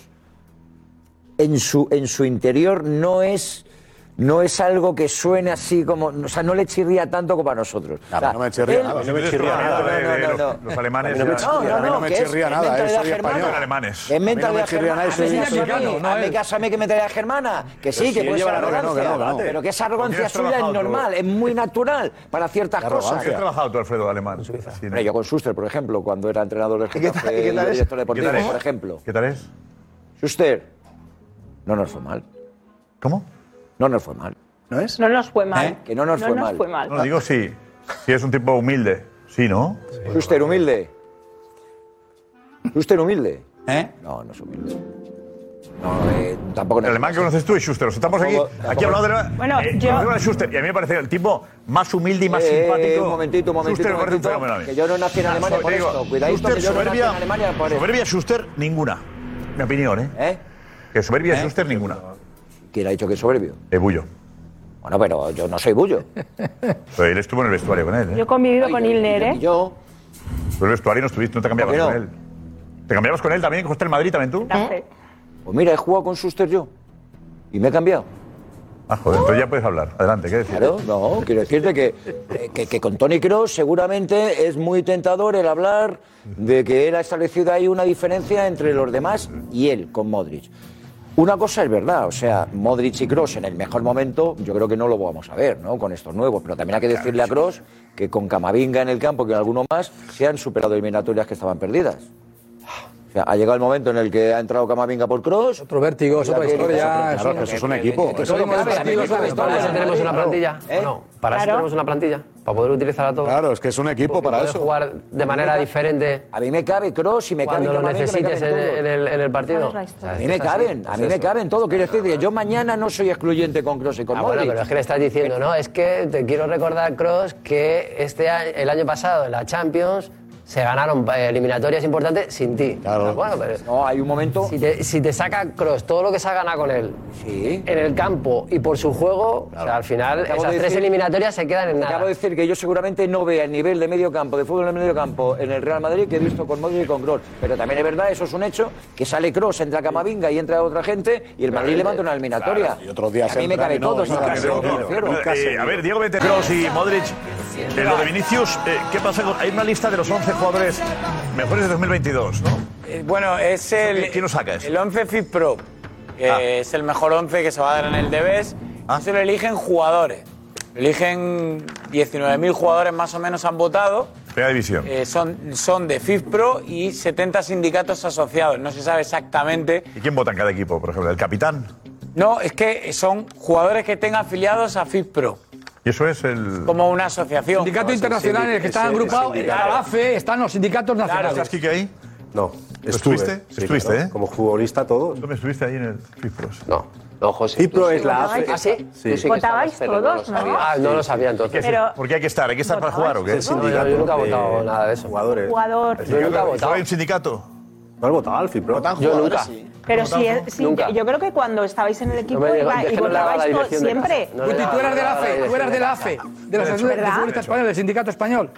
Speaker 23: en su, en su interior no es, no es algo que suene así como. O sea, no le chirría tanto como a nosotros. O sea,
Speaker 3: no me chirría
Speaker 23: él-
Speaker 3: nada.
Speaker 10: No me chirría nada de- de
Speaker 23: no,
Speaker 10: los-
Speaker 23: no.
Speaker 10: los alemanes.
Speaker 23: No, no,
Speaker 10: A mí no
Speaker 23: no,
Speaker 10: me
Speaker 23: que es-
Speaker 10: chirría
Speaker 23: es
Speaker 10: nada, eh,
Speaker 23: mentalidad
Speaker 10: soy español.
Speaker 23: germana.
Speaker 10: Alemanes.
Speaker 23: Es
Speaker 10: A mí no
Speaker 23: mentalidad
Speaker 10: me chirría nada,
Speaker 23: germana.
Speaker 10: soy
Speaker 23: hazme caso a mí,
Speaker 10: mexicano, no
Speaker 23: hazme
Speaker 10: él.
Speaker 23: caso a mí que mentalidad germana. Que
Speaker 10: Pero
Speaker 23: sí,
Speaker 10: si
Speaker 23: que
Speaker 10: él
Speaker 23: puede
Speaker 10: lleva
Speaker 23: ser
Speaker 10: la razón,
Speaker 23: arrogancia.
Speaker 10: que no, que no.
Speaker 23: Pero que esa
Speaker 10: Porque
Speaker 23: arrogancia
Speaker 10: has
Speaker 23: suya es
Speaker 10: trabajado tú.
Speaker 23: normal, es muy natural para ciertas
Speaker 10: ¿Con
Speaker 23: cosas.
Speaker 10: qué has trabajado tú, Alfredo, de alemán? Sí, ¿no?
Speaker 23: Hombre, yo con Schuster, por ejemplo, cuando era entrenador del Getafe
Speaker 10: y qué tal
Speaker 23: y
Speaker 10: es?
Speaker 23: director
Speaker 10: ¿Qué
Speaker 23: deportivo,
Speaker 10: tal es?
Speaker 23: por ejemplo.
Speaker 10: ¿Qué tal es?
Speaker 23: Schuster, no nos fue mal.
Speaker 10: ¿Cómo?
Speaker 23: No nos fue mal.
Speaker 21: ¿No es?
Speaker 27: No nos fue mal.
Speaker 23: ¿Eh? Que no nos fue mal.
Speaker 10: No, digo sí. Sí, es un tipo humilde. Sí, ¿no?
Speaker 23: Schuster, humilde. Schuster, humilde. ¿Eh? No, no es humilde. No, eh, tampoco
Speaker 10: El alemán que conoces tú es Schuster. Os Estamos aquí,
Speaker 23: Tampoco-
Speaker 10: aquí hablando de...
Speaker 23: Bueno,
Speaker 10: eh,
Speaker 23: yo-
Speaker 10: conocemos a Schuster. Y a mí me parece el tipo más humilde y más
Speaker 23: Eh,
Speaker 10: simpático.
Speaker 23: un momentito, un momentito,
Speaker 10: Schuster me
Speaker 23: un
Speaker 10: parece un
Speaker 23: momentito,
Speaker 10: fenómeno a mí.
Speaker 23: que yo no nací en
Speaker 10: Ah,
Speaker 23: Alemania
Speaker 10: so-
Speaker 23: por
Speaker 10: digo,
Speaker 23: esto. Cuidadito,
Speaker 10: Schuster,
Speaker 23: que yo no nací
Speaker 10: soberbia,
Speaker 23: en Alemania por esto.
Speaker 10: Soberbia Schuster, ninguna. Mi opinión, ¿eh? Que soberbia Schuster, ninguna.
Speaker 23: ¿Eh? ¿Quién ha dicho que es soberbio?
Speaker 10: Es Bullo.
Speaker 23: Bueno, pero yo no soy Bullo.
Speaker 10: *laughs* Pero él estuvo en el vestuario con él, ¿eh?
Speaker 27: Yo he convivido con Ilner, ¿eh?
Speaker 23: Yo.
Speaker 10: Pero el vestuario no, estuviste, no te cambiabas
Speaker 23: ¿Por
Speaker 10: con
Speaker 23: qué
Speaker 10: él. ¿Te cambiabas con él también? ¿Costaste el Madrid también tú?
Speaker 27: ¿eh?
Speaker 23: Pues mira, he jugado con Schuster yo. Y me he cambiado.
Speaker 10: Ah, joder, entonces ya puedes hablar. Adelante, ¿qué decir?
Speaker 23: Claro, no, quiero decirte que, eh, que, que con Tony Cross seguramente es muy tentador el hablar de que él ha establecido ahí una diferencia entre los demás y él con Modric. Una cosa es verdad, o sea, Modric y Cross en el mejor momento, yo creo que no lo vamos a ver, ¿no? Con estos nuevos, pero también hay que decirle a Cross que con Camavinga en el campo, que alguno más, se han superado eliminatorias que estaban perdidas. O sea, ha llegado el momento en el que ha entrado Camavinga por Cross. Otro vértigo,
Speaker 18: es otra historia, es un-
Speaker 23: Eso es lo que hace.
Speaker 24: Para eso tenemos una plantilla.
Speaker 23: ¿Eh?
Speaker 24: ¿o no? Para eso
Speaker 23: Claro.
Speaker 24: tenemos una plantilla. Para poder utilizarla todo.
Speaker 3: Claro, es que es un equipo
Speaker 24: para eso. jugar de manera diferente.
Speaker 23: A mí me cabe Cross y me cabe
Speaker 24: Cuando lo
Speaker 23: Camavinga, me
Speaker 24: necesites
Speaker 23: caben
Speaker 24: en,
Speaker 23: todos.
Speaker 24: en el, en el partido.
Speaker 23: ¿Cuál A mí me caben, a mí me caben todo. Quiero decir que yo mañana no soy excluyente con Cross y con
Speaker 24: Ah, bueno,
Speaker 23: Modric.
Speaker 24: pero es que le estás diciendo, no, es que te quiero recordar, Cross, que este año- el año pasado en la Champions se ganaron eh, eliminatorias importantes sin ti. Claro.
Speaker 23: no, hay un momento.
Speaker 24: Si te, si te saca Cross todo lo que se ha ganado con él eh, en el campo y por su juego, o sea, al final
Speaker 23: Acabo
Speaker 24: esas
Speaker 23: de
Speaker 24: tres
Speaker 23: decir-
Speaker 24: eliminatorias se quedan en nada.
Speaker 23: Acabo de decir que yo seguramente no vea el nivel de medio campo, de fútbol en el medio campo, en el Real Madrid que he visto con Modric y con Kroos. Pero también es verdad, eso es un hecho, que sale Kroos, entra Camavinga y entra otra gente y el Madrid levanta una eliminatoria.
Speaker 3: Claro, y otros días
Speaker 23: a mí me
Speaker 3: entran
Speaker 23: cabe
Speaker 3: y no-
Speaker 23: todo.
Speaker 3: y
Speaker 23: ¿sabes
Speaker 3: no
Speaker 23: a qué
Speaker 3: cabe
Speaker 23: me
Speaker 3: todo.
Speaker 23: refiero?
Speaker 10: Eh, a ver, Diego Vete, Kroos y Modric. En lo de Vinicius, eh, ¿qué pasa? con- Hay una lista de los 11 jugadores mejores de 2022, ¿no?
Speaker 31: Eh, Bueno, es el.
Speaker 10: ¿Quién lo saca eso? Ah.
Speaker 31: El 11 Fit Pro. que Es el mejor 11 que se va a dar en el DBS. Eso lo eligen jugadores. Lo Eligen 19.000 jugadores más o menos han votado.
Speaker 10: Primera división.
Speaker 31: Eh, son, son de FIFPRO y 70 sindicatos asociados. No se sabe exactamente.
Speaker 10: ¿Y quién vota en cada equipo, por ejemplo? ¿El capitán?
Speaker 31: No, es que son jugadores que estén afiliados a FIFPRO,
Speaker 10: Y eso es el.
Speaker 31: como una asociación.
Speaker 7: Sindicato internacional en el que están agrupados, está la AFE, están los sindicatos nacionales.
Speaker 10: ¿Estás Quique ahí?
Speaker 14: No.
Speaker 10: ¿Estuviste? ¿Estuviste, eh?
Speaker 14: Como futbolista todo.
Speaker 10: ¿Tú me estuviste ahí en el Cipros?
Speaker 14: No.
Speaker 9: No, José.
Speaker 14: Cipro es la
Speaker 27: ¿Votabais?
Speaker 14: AFE.
Speaker 27: Ah, sí. Tú sí que Votabais estabas, pero no lo todos, ¿no? sabía. Ah, no lo sabía entonces. Pero-
Speaker 10: Porque hay que estar, hay que estar para jugar, ¿o qué?
Speaker 14: El sindicato de Jugadores.
Speaker 27: Jugador.
Speaker 14: El
Speaker 27: Yo nunca he
Speaker 14: sindicato-
Speaker 27: votado.
Speaker 14: ¿Fue
Speaker 10: el sindicato?
Speaker 14: No has votado ¿eh? al Cipro.
Speaker 27: Yo nunca. Pero si, es- si-
Speaker 14: Nunca.
Speaker 27: yo creo que cuando estabais en el equipo
Speaker 14: me digas,
Speaker 27: iba-
Speaker 14: es
Speaker 27: y
Speaker 14: que no le daba la
Speaker 27: votabais todo-
Speaker 14: dirección de
Speaker 27: siempre.
Speaker 14: casa. No le
Speaker 7: Y tú eras de la AFE, tú eras de la AFE, de la Asociación de
Speaker 27: ¿Verdad?
Speaker 7: Futbolistas Español, del Sindicato Español.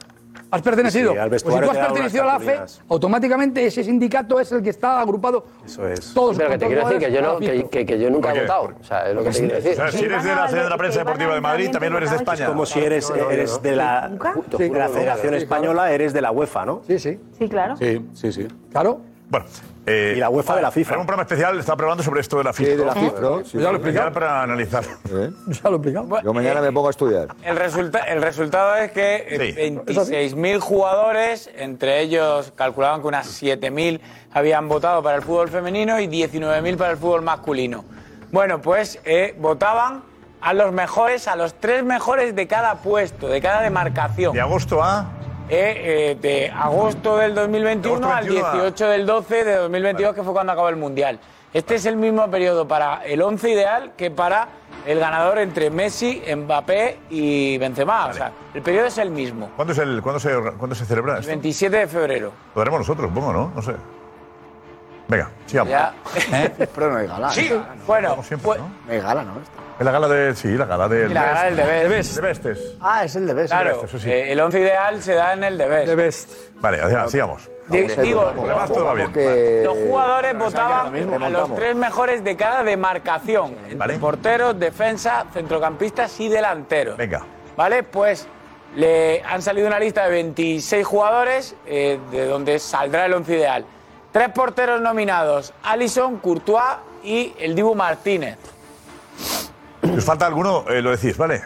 Speaker 7: ¿Has pertenecido?
Speaker 14: Sí, al
Speaker 7: Pues si
Speaker 14: vestuario
Speaker 7: tú has
Speaker 14: te daban unas
Speaker 7: pertenecido a la AFE,
Speaker 14: cartulinas.
Speaker 7: automáticamente ese sindicato es el que está agrupado.
Speaker 14: Eso es.
Speaker 7: Todos
Speaker 24: Pero que te
Speaker 7: todos
Speaker 24: quiero decir que yo, no,
Speaker 7: jugadores a la
Speaker 24: que,
Speaker 7: FIFA.
Speaker 24: que- que yo nunca he
Speaker 14: Porque-
Speaker 24: votado. O sea, es lo que te quiero decir.
Speaker 14: O sea, si eres de la Sede de la Prensa Deportiva de Madrid, también lo eres de España. Es como si eres, eres de la, de la Federación Española, eres de la UEFA, ¿no?
Speaker 7: Sí, sí.
Speaker 27: Sí, claro.
Speaker 3: Sí, sí, sí.
Speaker 7: Claro.
Speaker 10: Bueno. y
Speaker 14: la UEFA de la FIFA.
Speaker 10: Era un programa especial, estaba probando sobre esto de la FIFA.
Speaker 23: de la FIFA, ¿no? Sí,
Speaker 10: ya
Speaker 23: sí.
Speaker 10: lo explicaba para analizar.
Speaker 7: Ya lo explicamos.
Speaker 23: Yo mañana me pongo a estudiar.
Speaker 31: El, resulta- el resultado es que eh, 26.000 jugadores, entre ellos calculaban que unas 7.000 habían votado para el fútbol femenino y 19.000 para el fútbol masculino. Bueno, pues eh, votaban a los mejores, a los tres mejores de cada puesto, de cada demarcación. ¿De
Speaker 10: agosto a?
Speaker 31: de agosto del 2021 al
Speaker 10: 21 a-
Speaker 31: 18 del 12 de 2022, que fue cuando acabó el Mundial. Este es el mismo periodo para el 11 ideal que para el ganador entre Messi, Mbappé y Benzema. O sea, el periodo es el mismo.
Speaker 10: ¿Cuándo, es el, cuándo, se, cuándo se celebra
Speaker 31: El
Speaker 10: esto?
Speaker 31: 27 de febrero.
Speaker 10: Lo haremos nosotros, supongo, ¿no? No sé. Venga, sigamos.
Speaker 31: Ya. ¿Eh? *laughs*
Speaker 10: Pero no hay gala.
Speaker 31: Sí. Bueno, pues-
Speaker 10: No hay gala, ¿no? Es la gala de. Sí, la gala del.
Speaker 31: Y la gala del Debes.
Speaker 10: De Bestes.
Speaker 31: Ah, es el de Best. Claro,
Speaker 10: Eso sí.
Speaker 31: eh, el 11 ideal se da en el de Best.
Speaker 10: Vale, adelante, sigamos.
Speaker 31: Digo, digo,
Speaker 10: Además, todo va bien.
Speaker 31: Los jugadores votaban a los
Speaker 10: remontamos.
Speaker 31: tres mejores de cada demarcación. entre Porteros, defensa, centrocampistas y delanteros.
Speaker 10: Venga.
Speaker 31: ¿Vale? Pues le han salido una lista de 26 jugadores eh, de donde saldrá el once ideal. Tres porteros nominados, Alison, Courtois y el Dibu Martínez.
Speaker 10: Si os falta alguno, eh, lo decís, ¿vale?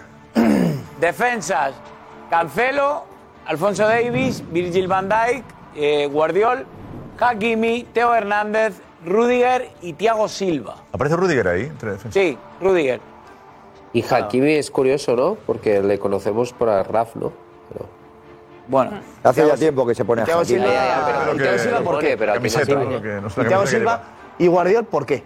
Speaker 31: Defensas, Cancelo, Alfonso Davis, Virgil van Dijk, eh, Guardiol, Hakimi, Teo Hernández, Rudiger y Thiago Silva.
Speaker 10: ¿Aparece Rudiger ahí? entre defensas?
Speaker 31: Sí, Rudiger.
Speaker 9: Y Hakimi es curioso, ¿no? Porque le conocemos por a Raf, ¿no?
Speaker 31: Bueno.
Speaker 23: Hace ya tiempo que se pone a
Speaker 9: Thiago
Speaker 23: Hakimi.
Speaker 9: Silva- Ya, ya, ya, pero-
Speaker 23: Ah,
Speaker 9: ¿Y Thiago Silva por qué? Pero al
Speaker 10: Camiseta,
Speaker 9: final sí.
Speaker 10: ¿no? Lo que- no sé
Speaker 9: ¿Y
Speaker 10: la camiseta
Speaker 9: Thiago
Speaker 10: que
Speaker 9: Silva?
Speaker 10: lleva.
Speaker 21: ¿Y Guardiol por qué?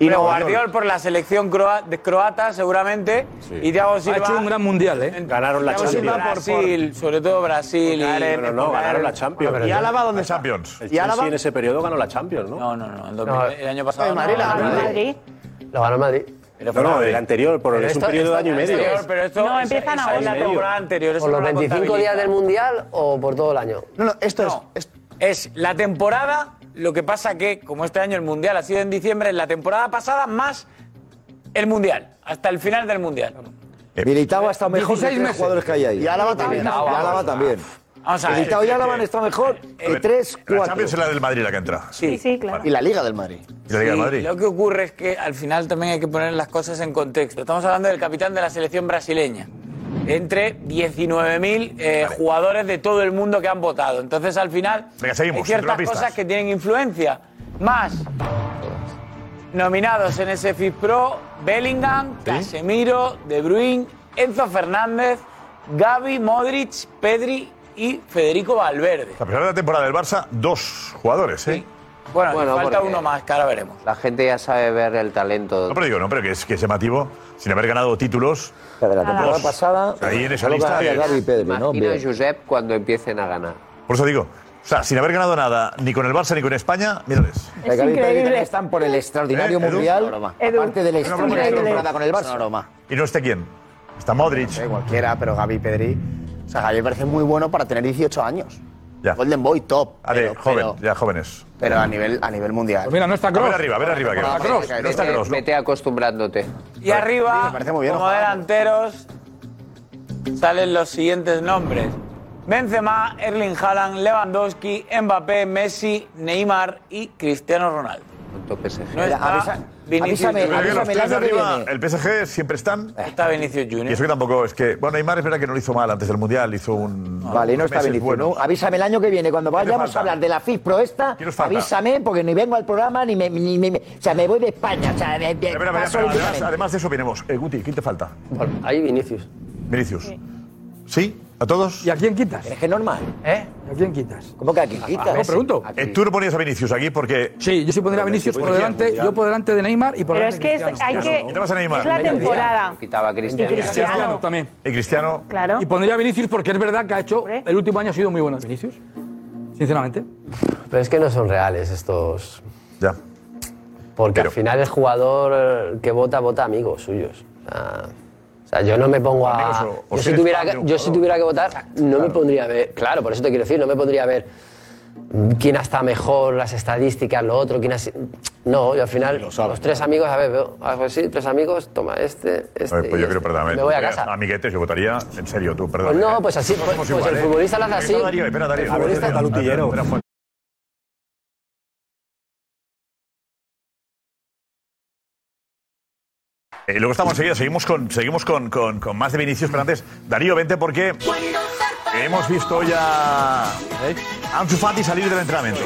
Speaker 31: Y
Speaker 21: no-
Speaker 31: Guardiol por la selección croa- de croata, seguramente. Y Thiago Silva.
Speaker 7: Ha hecho un gran mundial, ¿eh?
Speaker 14: Ganaron la
Speaker 31: Thiago Silva por
Speaker 14: Champions.
Speaker 31: Brasil, sobre todo Brasil. y-
Speaker 14: Pero no, ganaron la Champions.
Speaker 31: Bueno, pero ya-
Speaker 14: dónde está? Champions. El
Speaker 31: ¿Y Álava?
Speaker 14: Chelsea en ese periodo ganó la Champions, ¿no? Ah.
Speaker 31: No, no, no. el año pasado.
Speaker 14: Madrid,
Speaker 31: no,
Speaker 14: la ganó
Speaker 31: Madrid.
Speaker 14: Madrid.
Speaker 24: Lo ganó el Madrid.
Speaker 14: No, no, el anterior, por,
Speaker 24: Pero
Speaker 14: es un
Speaker 24: esto-
Speaker 14: periodo de año y medio.
Speaker 31: Anterior, pero esto,
Speaker 24: No,
Speaker 31: esa-
Speaker 24: empiezan
Speaker 31: esa
Speaker 24: ahora.
Speaker 31: es la
Speaker 24: Medio.
Speaker 31: temporada anterior. eso
Speaker 24: ¿Por los
Speaker 31: no lo
Speaker 24: 25 días
Speaker 31: contabiliza.
Speaker 24: del Mundial o por todo el año?
Speaker 31: No, no, esto es, es. la temporada. Lo que pasa que, como este año el mundial ha sido en diciembre, es la temporada pasada más el mundial. Hasta el final del mundial.
Speaker 23: Militao ha estado mejor que
Speaker 31: 16
Speaker 23: tres
Speaker 31: meses.
Speaker 23: jugadores que hay ahí.
Speaker 31: Y Álava también.
Speaker 23: Y Álava también.
Speaker 31: Vamos a ver.
Speaker 23: Militao y Álava han estado mejor
Speaker 10: A
Speaker 23: que
Speaker 10: ver,
Speaker 23: tres,
Speaker 10: La
Speaker 23: cuatro.
Speaker 10: Champions es la del Madrid la que entra.
Speaker 31: Sí, sí, claro.
Speaker 10: Y la
Speaker 23: Liga del Madrid.
Speaker 10: Y la Liga
Speaker 31: Sí,
Speaker 10: de Madrid.
Speaker 31: Lo que ocurre es que al final también hay que poner las cosas en contexto. Estamos hablando del capitán de la selección brasileña. entre 19.000 eh, jugadores de todo el mundo que han votado. Entonces, al final,
Speaker 10: Venga, seguimos,
Speaker 31: hay
Speaker 10: entre las
Speaker 31: ciertas
Speaker 10: pistas.
Speaker 31: cosas que tienen influencia. Más nominados en ese FIPRO, Bellingham, Casemiro, De Bruyne, Enzo Fernández, Gaby, Modric, Pedri y Federico Valverde.
Speaker 10: A pesar de la temporada del Barça, dos jugadores, ¿eh?
Speaker 31: Bueno,
Speaker 10: Bueno,
Speaker 31: falta
Speaker 10: porque-
Speaker 31: uno más, que ahora veremos.
Speaker 9: La gente ya sabe ver el talento.
Speaker 10: No, pero digo, no, pero que es, que es llamativo, sin haber ganado títulos.
Speaker 9: de la
Speaker 10: temporada Dos. pasada, Ahí en esa solo lista ganaría es- Gavi y Pedri, ¿no?
Speaker 9: Imagina
Speaker 10: Bien.
Speaker 9: a Josep cuando empiecen a ganar.
Speaker 10: Por eso digo, o sea, sin haber ganado nada, ni con el Barça ni con España, mírales.
Speaker 23: Es Gavi y Pedri increíble. también están por el extraordinario Mundial, aparte del extraordinario temporada con el Barça.
Speaker 10: ¿Y no esté quién? Está Modric.
Speaker 25: cualquiera, pero Gaby Pedri. O sea, Gaby me parece muy bueno para tener 18 años. Golden Boy top.
Speaker 10: A ver,
Speaker 25: pero-
Speaker 10: joven,
Speaker 25: pero-
Speaker 10: ya jóvenes.
Speaker 25: Pero a nivel, a nivel mundial.
Speaker 10: Pues mira, no está A ver Kroos. arriba, a ver arriba, que no está Kroos. No está Kroos, ¿no?
Speaker 9: Vete acostumbrándote.
Speaker 31: Y arriba,
Speaker 9: muy bien,
Speaker 31: como
Speaker 9: ojalá.
Speaker 31: delanteros, salen los siguientes nombres. Benzema, Erling Haaland, Lewandowski, Mbappé, Messi, Neymar y Cristiano Ronaldo. No
Speaker 23: Mira,
Speaker 31: está
Speaker 23: avisa-
Speaker 31: Vinicius
Speaker 23: avísame-
Speaker 10: Pero
Speaker 31: Junior.
Speaker 10: que los tres de arriba, el PSG siempre están.
Speaker 31: Está Vinicius Junior.
Speaker 10: Y eso que tampoco es que. Bueno, Neymar es verdad que no lo hizo mal antes del Mundial, hizo un.
Speaker 23: Ah, Vale, no está
Speaker 10: meses
Speaker 23: Vinicius.
Speaker 10: buenos.
Speaker 23: ¿no? Avísame el año que viene, cuando
Speaker 10: nos
Speaker 23: vayamos
Speaker 10: falta?
Speaker 23: a hablar de la FIFPRO esta,
Speaker 10: ¿Qué nos falta?
Speaker 23: avísame porque ni vengo al programa ni me... Ni, me- o sea, me voy de España. O sea, me- me-
Speaker 10: Espera, espera,
Speaker 23: paso
Speaker 10: espera, además,
Speaker 23: olímpicamente.
Speaker 10: además de eso veremos. Eh, Guti, ¿quién te falta?
Speaker 24: Ahí Vinicius.
Speaker 10: Vinicius. ¿Sí? ¿A todos? ¿Y
Speaker 7: a quién quitas?
Speaker 23: Es que es normal.
Speaker 7: ¿Eh? ¿A quién quitas?
Speaker 23: ¿Cómo que a quién
Speaker 7: quitas? No, pregunto.
Speaker 10: Eh, Tú no ponías a Vinicius aquí porque.
Speaker 7: Sí, yo sí pondría a Vinicius por delante, yo por delante de Neymar y por
Speaker 27: Pero
Speaker 7: delante
Speaker 27: es que es-
Speaker 7: de Cristiano.
Speaker 27: hay que- Quitabas a Neymar. es la temporada.
Speaker 9: Quitaba a
Speaker 27: Cristiano. Y Cristiano.
Speaker 7: también.
Speaker 10: Y Cristiano.
Speaker 27: Claro.
Speaker 7: Y pondría a Vinicius porque es verdad que ha hecho. El último año ha sido muy bueno, Vinicius. Sinceramente.
Speaker 24: Pero es que no son reales estos.
Speaker 10: Ya.
Speaker 24: Porque al final el jugador que vota, vota amigos suyos. O sea, o sea, yo no me pongo a.
Speaker 9: Amigos o-
Speaker 24: Yo
Speaker 9: o si
Speaker 24: si,
Speaker 9: eres
Speaker 24: tuviera
Speaker 9: fan de
Speaker 24: que,
Speaker 9: un
Speaker 24: yo si
Speaker 9: jugador.
Speaker 24: tuviera que votar, no me pondría a ver. Claro, por eso te quiero decir, no me pondría a ver quién está mejor, las estadísticas, lo otro, quién ha si- No, yo al final, los tres amigos, a ver, veo, algo así, tres amigos, toma este, este.
Speaker 10: A ver, pues
Speaker 24: y
Speaker 10: yo
Speaker 24: este.
Speaker 10: creo, perdóname.
Speaker 24: Me voy a
Speaker 10: tú, eh,
Speaker 24: casa.
Speaker 10: Amiguetes, yo votaría. En serio, tú, eh. perdón.
Speaker 24: Pues no, pues así, pues, pues el futbolista lo hace así.
Speaker 10: Espera, Darío, espera, Darío.
Speaker 24: El futbolista
Speaker 10: Espera,
Speaker 24: está
Speaker 10: espera,
Speaker 24: lutillero.
Speaker 10: espera, Eh, luego estamos enseguida, seguimos con, seguimos con, con, con más de Vinicius, pero antes, Darío, vente porque hemos visto ya a Ansu Fati salir del entrenamiento.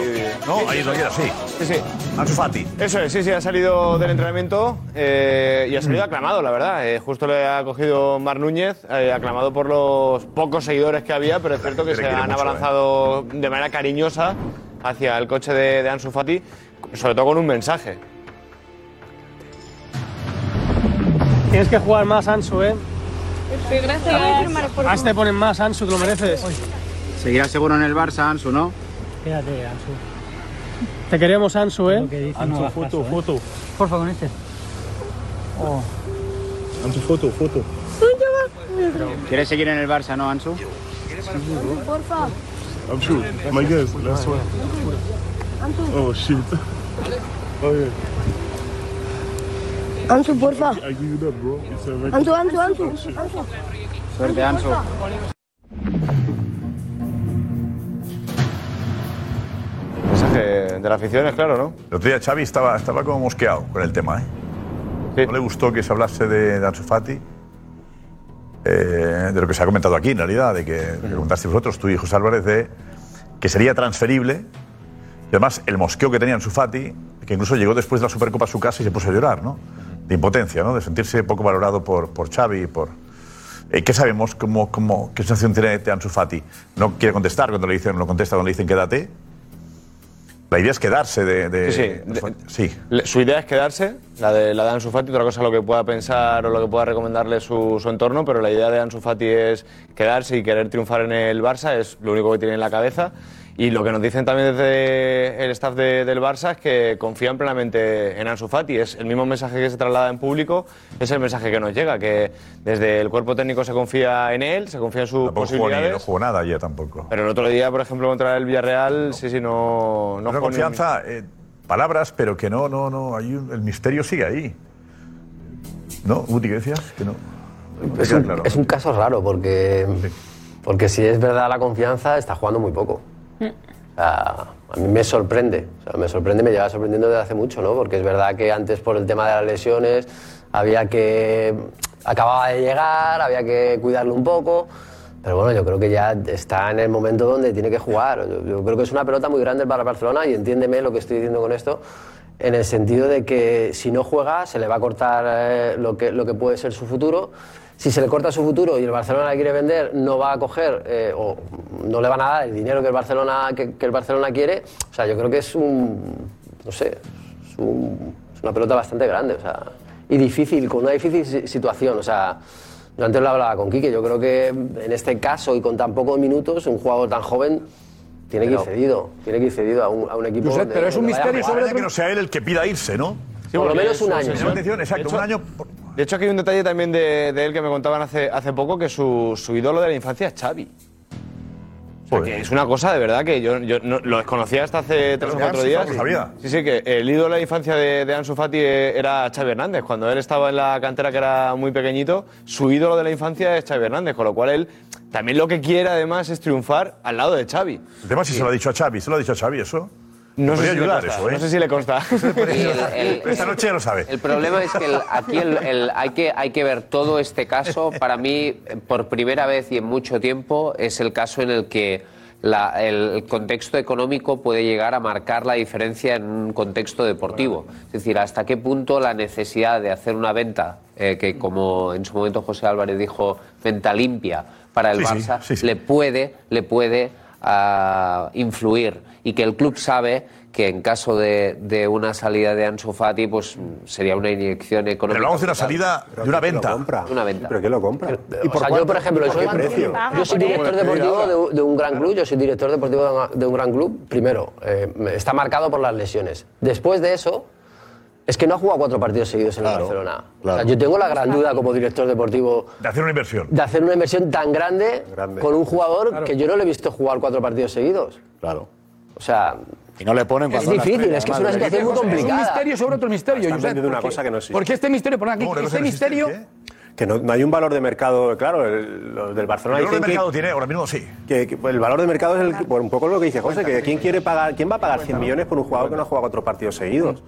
Speaker 10: ¿No? Ahí lo queda, sí.
Speaker 1: Sí, sí.
Speaker 10: Ansu Fati.
Speaker 1: Eso es, sí, sí, ha salido del entrenamiento eh, y ha salido aclamado, la verdad. Eh, justo le ha cogido Mar Núñez, eh, aclamado por los pocos seguidores que había, pero es cierto que
Speaker 10: Le
Speaker 1: se
Speaker 10: quiere
Speaker 1: han
Speaker 10: mucho, ¿eh?
Speaker 1: abalanzado de manera cariñosa hacia el coche de, de Ansu Fati, sobre todo con un mensaje.
Speaker 20: Tienes que jugar más, Ansu, ¿eh? Más te ponen más, Ansu, te lo mereces.
Speaker 32: Seguirá seguro en el Barça, Ansu, ¿no?
Speaker 20: Quédate, Ansu. Te queremos, Ansu, ¿eh?
Speaker 32: Ansu, no hagas caso,
Speaker 20: Futu,
Speaker 32: ¿eh?
Speaker 20: Futu. Porfa, con este.
Speaker 32: Ansu, foto, foto. ¿Quieres seguir en el Barça, no, Ansu?
Speaker 33: Porfa.
Speaker 32: Ansu, my guess, last one. Oh, shit. Oh, yeah.
Speaker 33: Ansu, porfa.
Speaker 32: I give you that, bro. It's a record.
Speaker 33: Ansu, Ansu, Ansu. Ansu.
Speaker 32: Suerte, Ansu.
Speaker 1: Mensaje de la afición es claro, ¿no?
Speaker 10: El otro día Xavi estaba, estaba como mosqueado con el tema, ¿eh? No le gustó que se hablase de, de Ansu Fati, eh, de lo que se ha comentado aquí, en realidad, de que de
Speaker 1: Mm.
Speaker 10: que preguntasteis vosotros, tú y José Álvarez, de que sería transferible. Y además, el mosqueo que tenía Ansu Fati, que incluso llegó después de la Supercopa a su casa y se puso a llorar, ¿no? De impotencia, ¿no? De sentirse poco valorado por, por Xavi y por... Eh, ¿Qué sabemos? ¿Cómo, cómo, ¿Qué sensación tiene de Ansu Fati? No quiere contestar cuando le dicen, no contesta cuando le dicen quédate. La idea es quedarse de... de-
Speaker 1: Sí, sí.
Speaker 10: de- sí.
Speaker 1: Le- Su idea es quedarse, la de, la de Ansu Fati, otra cosa lo que pueda pensar o lo que pueda recomendarle su, su entorno, pero la idea de Ansu Fati es quedarse y querer triunfar en el Barça, es lo único que tiene en la cabeza. Y lo que nos dicen también desde el staff de- del Barça es que confían plenamente en Ansu Fati. Es el mismo mensaje que se traslada en público, es el mensaje que nos llega, que desde el cuerpo técnico se confía en él, se confía en sus
Speaker 10: No jugó, ni,
Speaker 1: posibilidades.
Speaker 10: no jugó nada ayer tampoco.
Speaker 1: Pero el otro día, por ejemplo, contra el Villarreal, sí, sí, no... no
Speaker 10: Una
Speaker 1: jugó ni un-
Speaker 10: confianza, eh, palabras, pero que no, no, no. Hay un- el misterio sigue ahí. ¿No, Guti, qué decías? Que no.
Speaker 24: Es un, es un caso raro porque, porque si es verdad la confianza, está jugando muy poco. O sea, a mí me sorprende, o sea, me sorprende, me lleva sorprendiendo desde hace mucho, ¿no? Porque es verdad que antes por el tema de las lesiones había que acababa de llegar, había que cuidarlo un poco. Pero bueno, yo creo que ya está en el momento donde tiene que jugar. Yo, yo creo que es una pelota muy grande para el Barcelona y entiéndeme lo que estoy diciendo con esto, en el sentido de que si no juega se le va a cortar eh, lo, que, lo que puede ser su futuro. Si se le corta su futuro y el Barcelona le quiere vender, no va a coger eh, o no le van a dar el dinero que el Barcelona, que, que el Barcelona quiere. O sea, yo creo que es un, no sé, es, un- es una pelota bastante grande, o sea, y difícil, con una difícil si- situación, o sea, yo antes lo hablaba con Quique, yo creo que en este caso y con tan pocos minutos, un jugador tan joven tiene que ir cedido, tiene que ir cedido a un, a un equipo. donde- donde vaya a jugar.
Speaker 10: que no sea él el que pida irse, ¿no?
Speaker 24: Sí, Por lo menos un año.
Speaker 10: Llama la atención, Exacto, un año.
Speaker 1: De hecho, aquí hay un detalle también de, de él que me contaban hace, hace poco, que su, su ídolo de la infancia es Xavi. O sea,
Speaker 10: Pues-
Speaker 1: que es una cosa de verdad que yo, yo no- lo desconocía hasta hace tres o
Speaker 10: de
Speaker 1: cuatro
Speaker 10: Ansu
Speaker 1: días.
Speaker 10: Fati, sabía.
Speaker 1: Sí, sí, que el ídolo de la infancia de, de Ansu Fati eh, era Xavi Hernández. Cuando él estaba en la cantera, que era muy pequeñito, su ídolo de la infancia es Xavi Hernández, con lo cual él también lo que quiere además es triunfar al lado de Xavi.
Speaker 10: El tema es si se lo ha dicho a Xavi, ¿se lo ha dicho a Xavi eso?
Speaker 1: No sé,
Speaker 10: Podría
Speaker 1: si le
Speaker 10: ayudar
Speaker 1: consta,
Speaker 10: eso, ¿eh?
Speaker 1: no sé si le
Speaker 10: *laughs*
Speaker 1: consta.
Speaker 10: Esta noche ya lo sabe.
Speaker 9: El problema es que el- aquí el- el- hay, que, hay que ver todo este caso. Para mí, por primera vez y en mucho tiempo, es el caso en el que la- el contexto económico puede llegar a marcar la diferencia en un contexto deportivo. Es decir, hasta qué punto la necesidad de hacer una venta, eh, que como en su momento José Álvarez dijo, venta limpia para el
Speaker 10: Sí, sí,
Speaker 9: Barça, le puede, le puede ah, influir y que el club sabe que en caso de, de una salida de Ansu Fati pues mm, sería una inyección económica.
Speaker 10: Pero hablamos de una salida, de una venta.
Speaker 9: Una venta.
Speaker 14: ¿Pero qué lo compra?
Speaker 9: ¿Y
Speaker 24: o sea, yo, por ejemplo, yo,
Speaker 7: Ah,
Speaker 24: yo soy director deportivo de, un- de un gran club, yo soy director deportivo de una- de un, gran club, primero, eh, me- está marcado por las lesiones. Después de eso, es que no ha jugado cuatro partidos seguidos en el Barcelona. O sea, yo tengo la gran duda como director deportivo
Speaker 10: De hacer una inversión.
Speaker 24: de hacer una inversión tan grande,
Speaker 10: Grande.
Speaker 24: con un jugador que yo no le he visto jugar cuatro partidos seguidos.
Speaker 10: Claro.
Speaker 24: O sea,
Speaker 3: Y no le ponen
Speaker 24: Es difícil, es que es una situación muy
Speaker 7: Es un
Speaker 24: complicada.
Speaker 7: misterio sobre otro misterio.
Speaker 14: Están
Speaker 7: Josep,
Speaker 14: vendiendo una
Speaker 7: porque-
Speaker 14: cosa que no existe.
Speaker 7: Porque este misterio, por aquí,
Speaker 14: No, ¿eh? una cosa
Speaker 7: este
Speaker 14: que no existe,
Speaker 7: misterio.
Speaker 14: Que no, no hay un valor de mercado, claro, el- los del Barcelona
Speaker 10: El
Speaker 14: dicen
Speaker 10: valor de
Speaker 14: que-
Speaker 10: mercado tiene, ahora mismo sí.
Speaker 14: Que, que, pues, el valor de mercado es el- por un poco lo que dice José, que quién quiere pagar, quién va a pagar 100 millones por un jugador que no ha jugado cuatro partidos seguidos.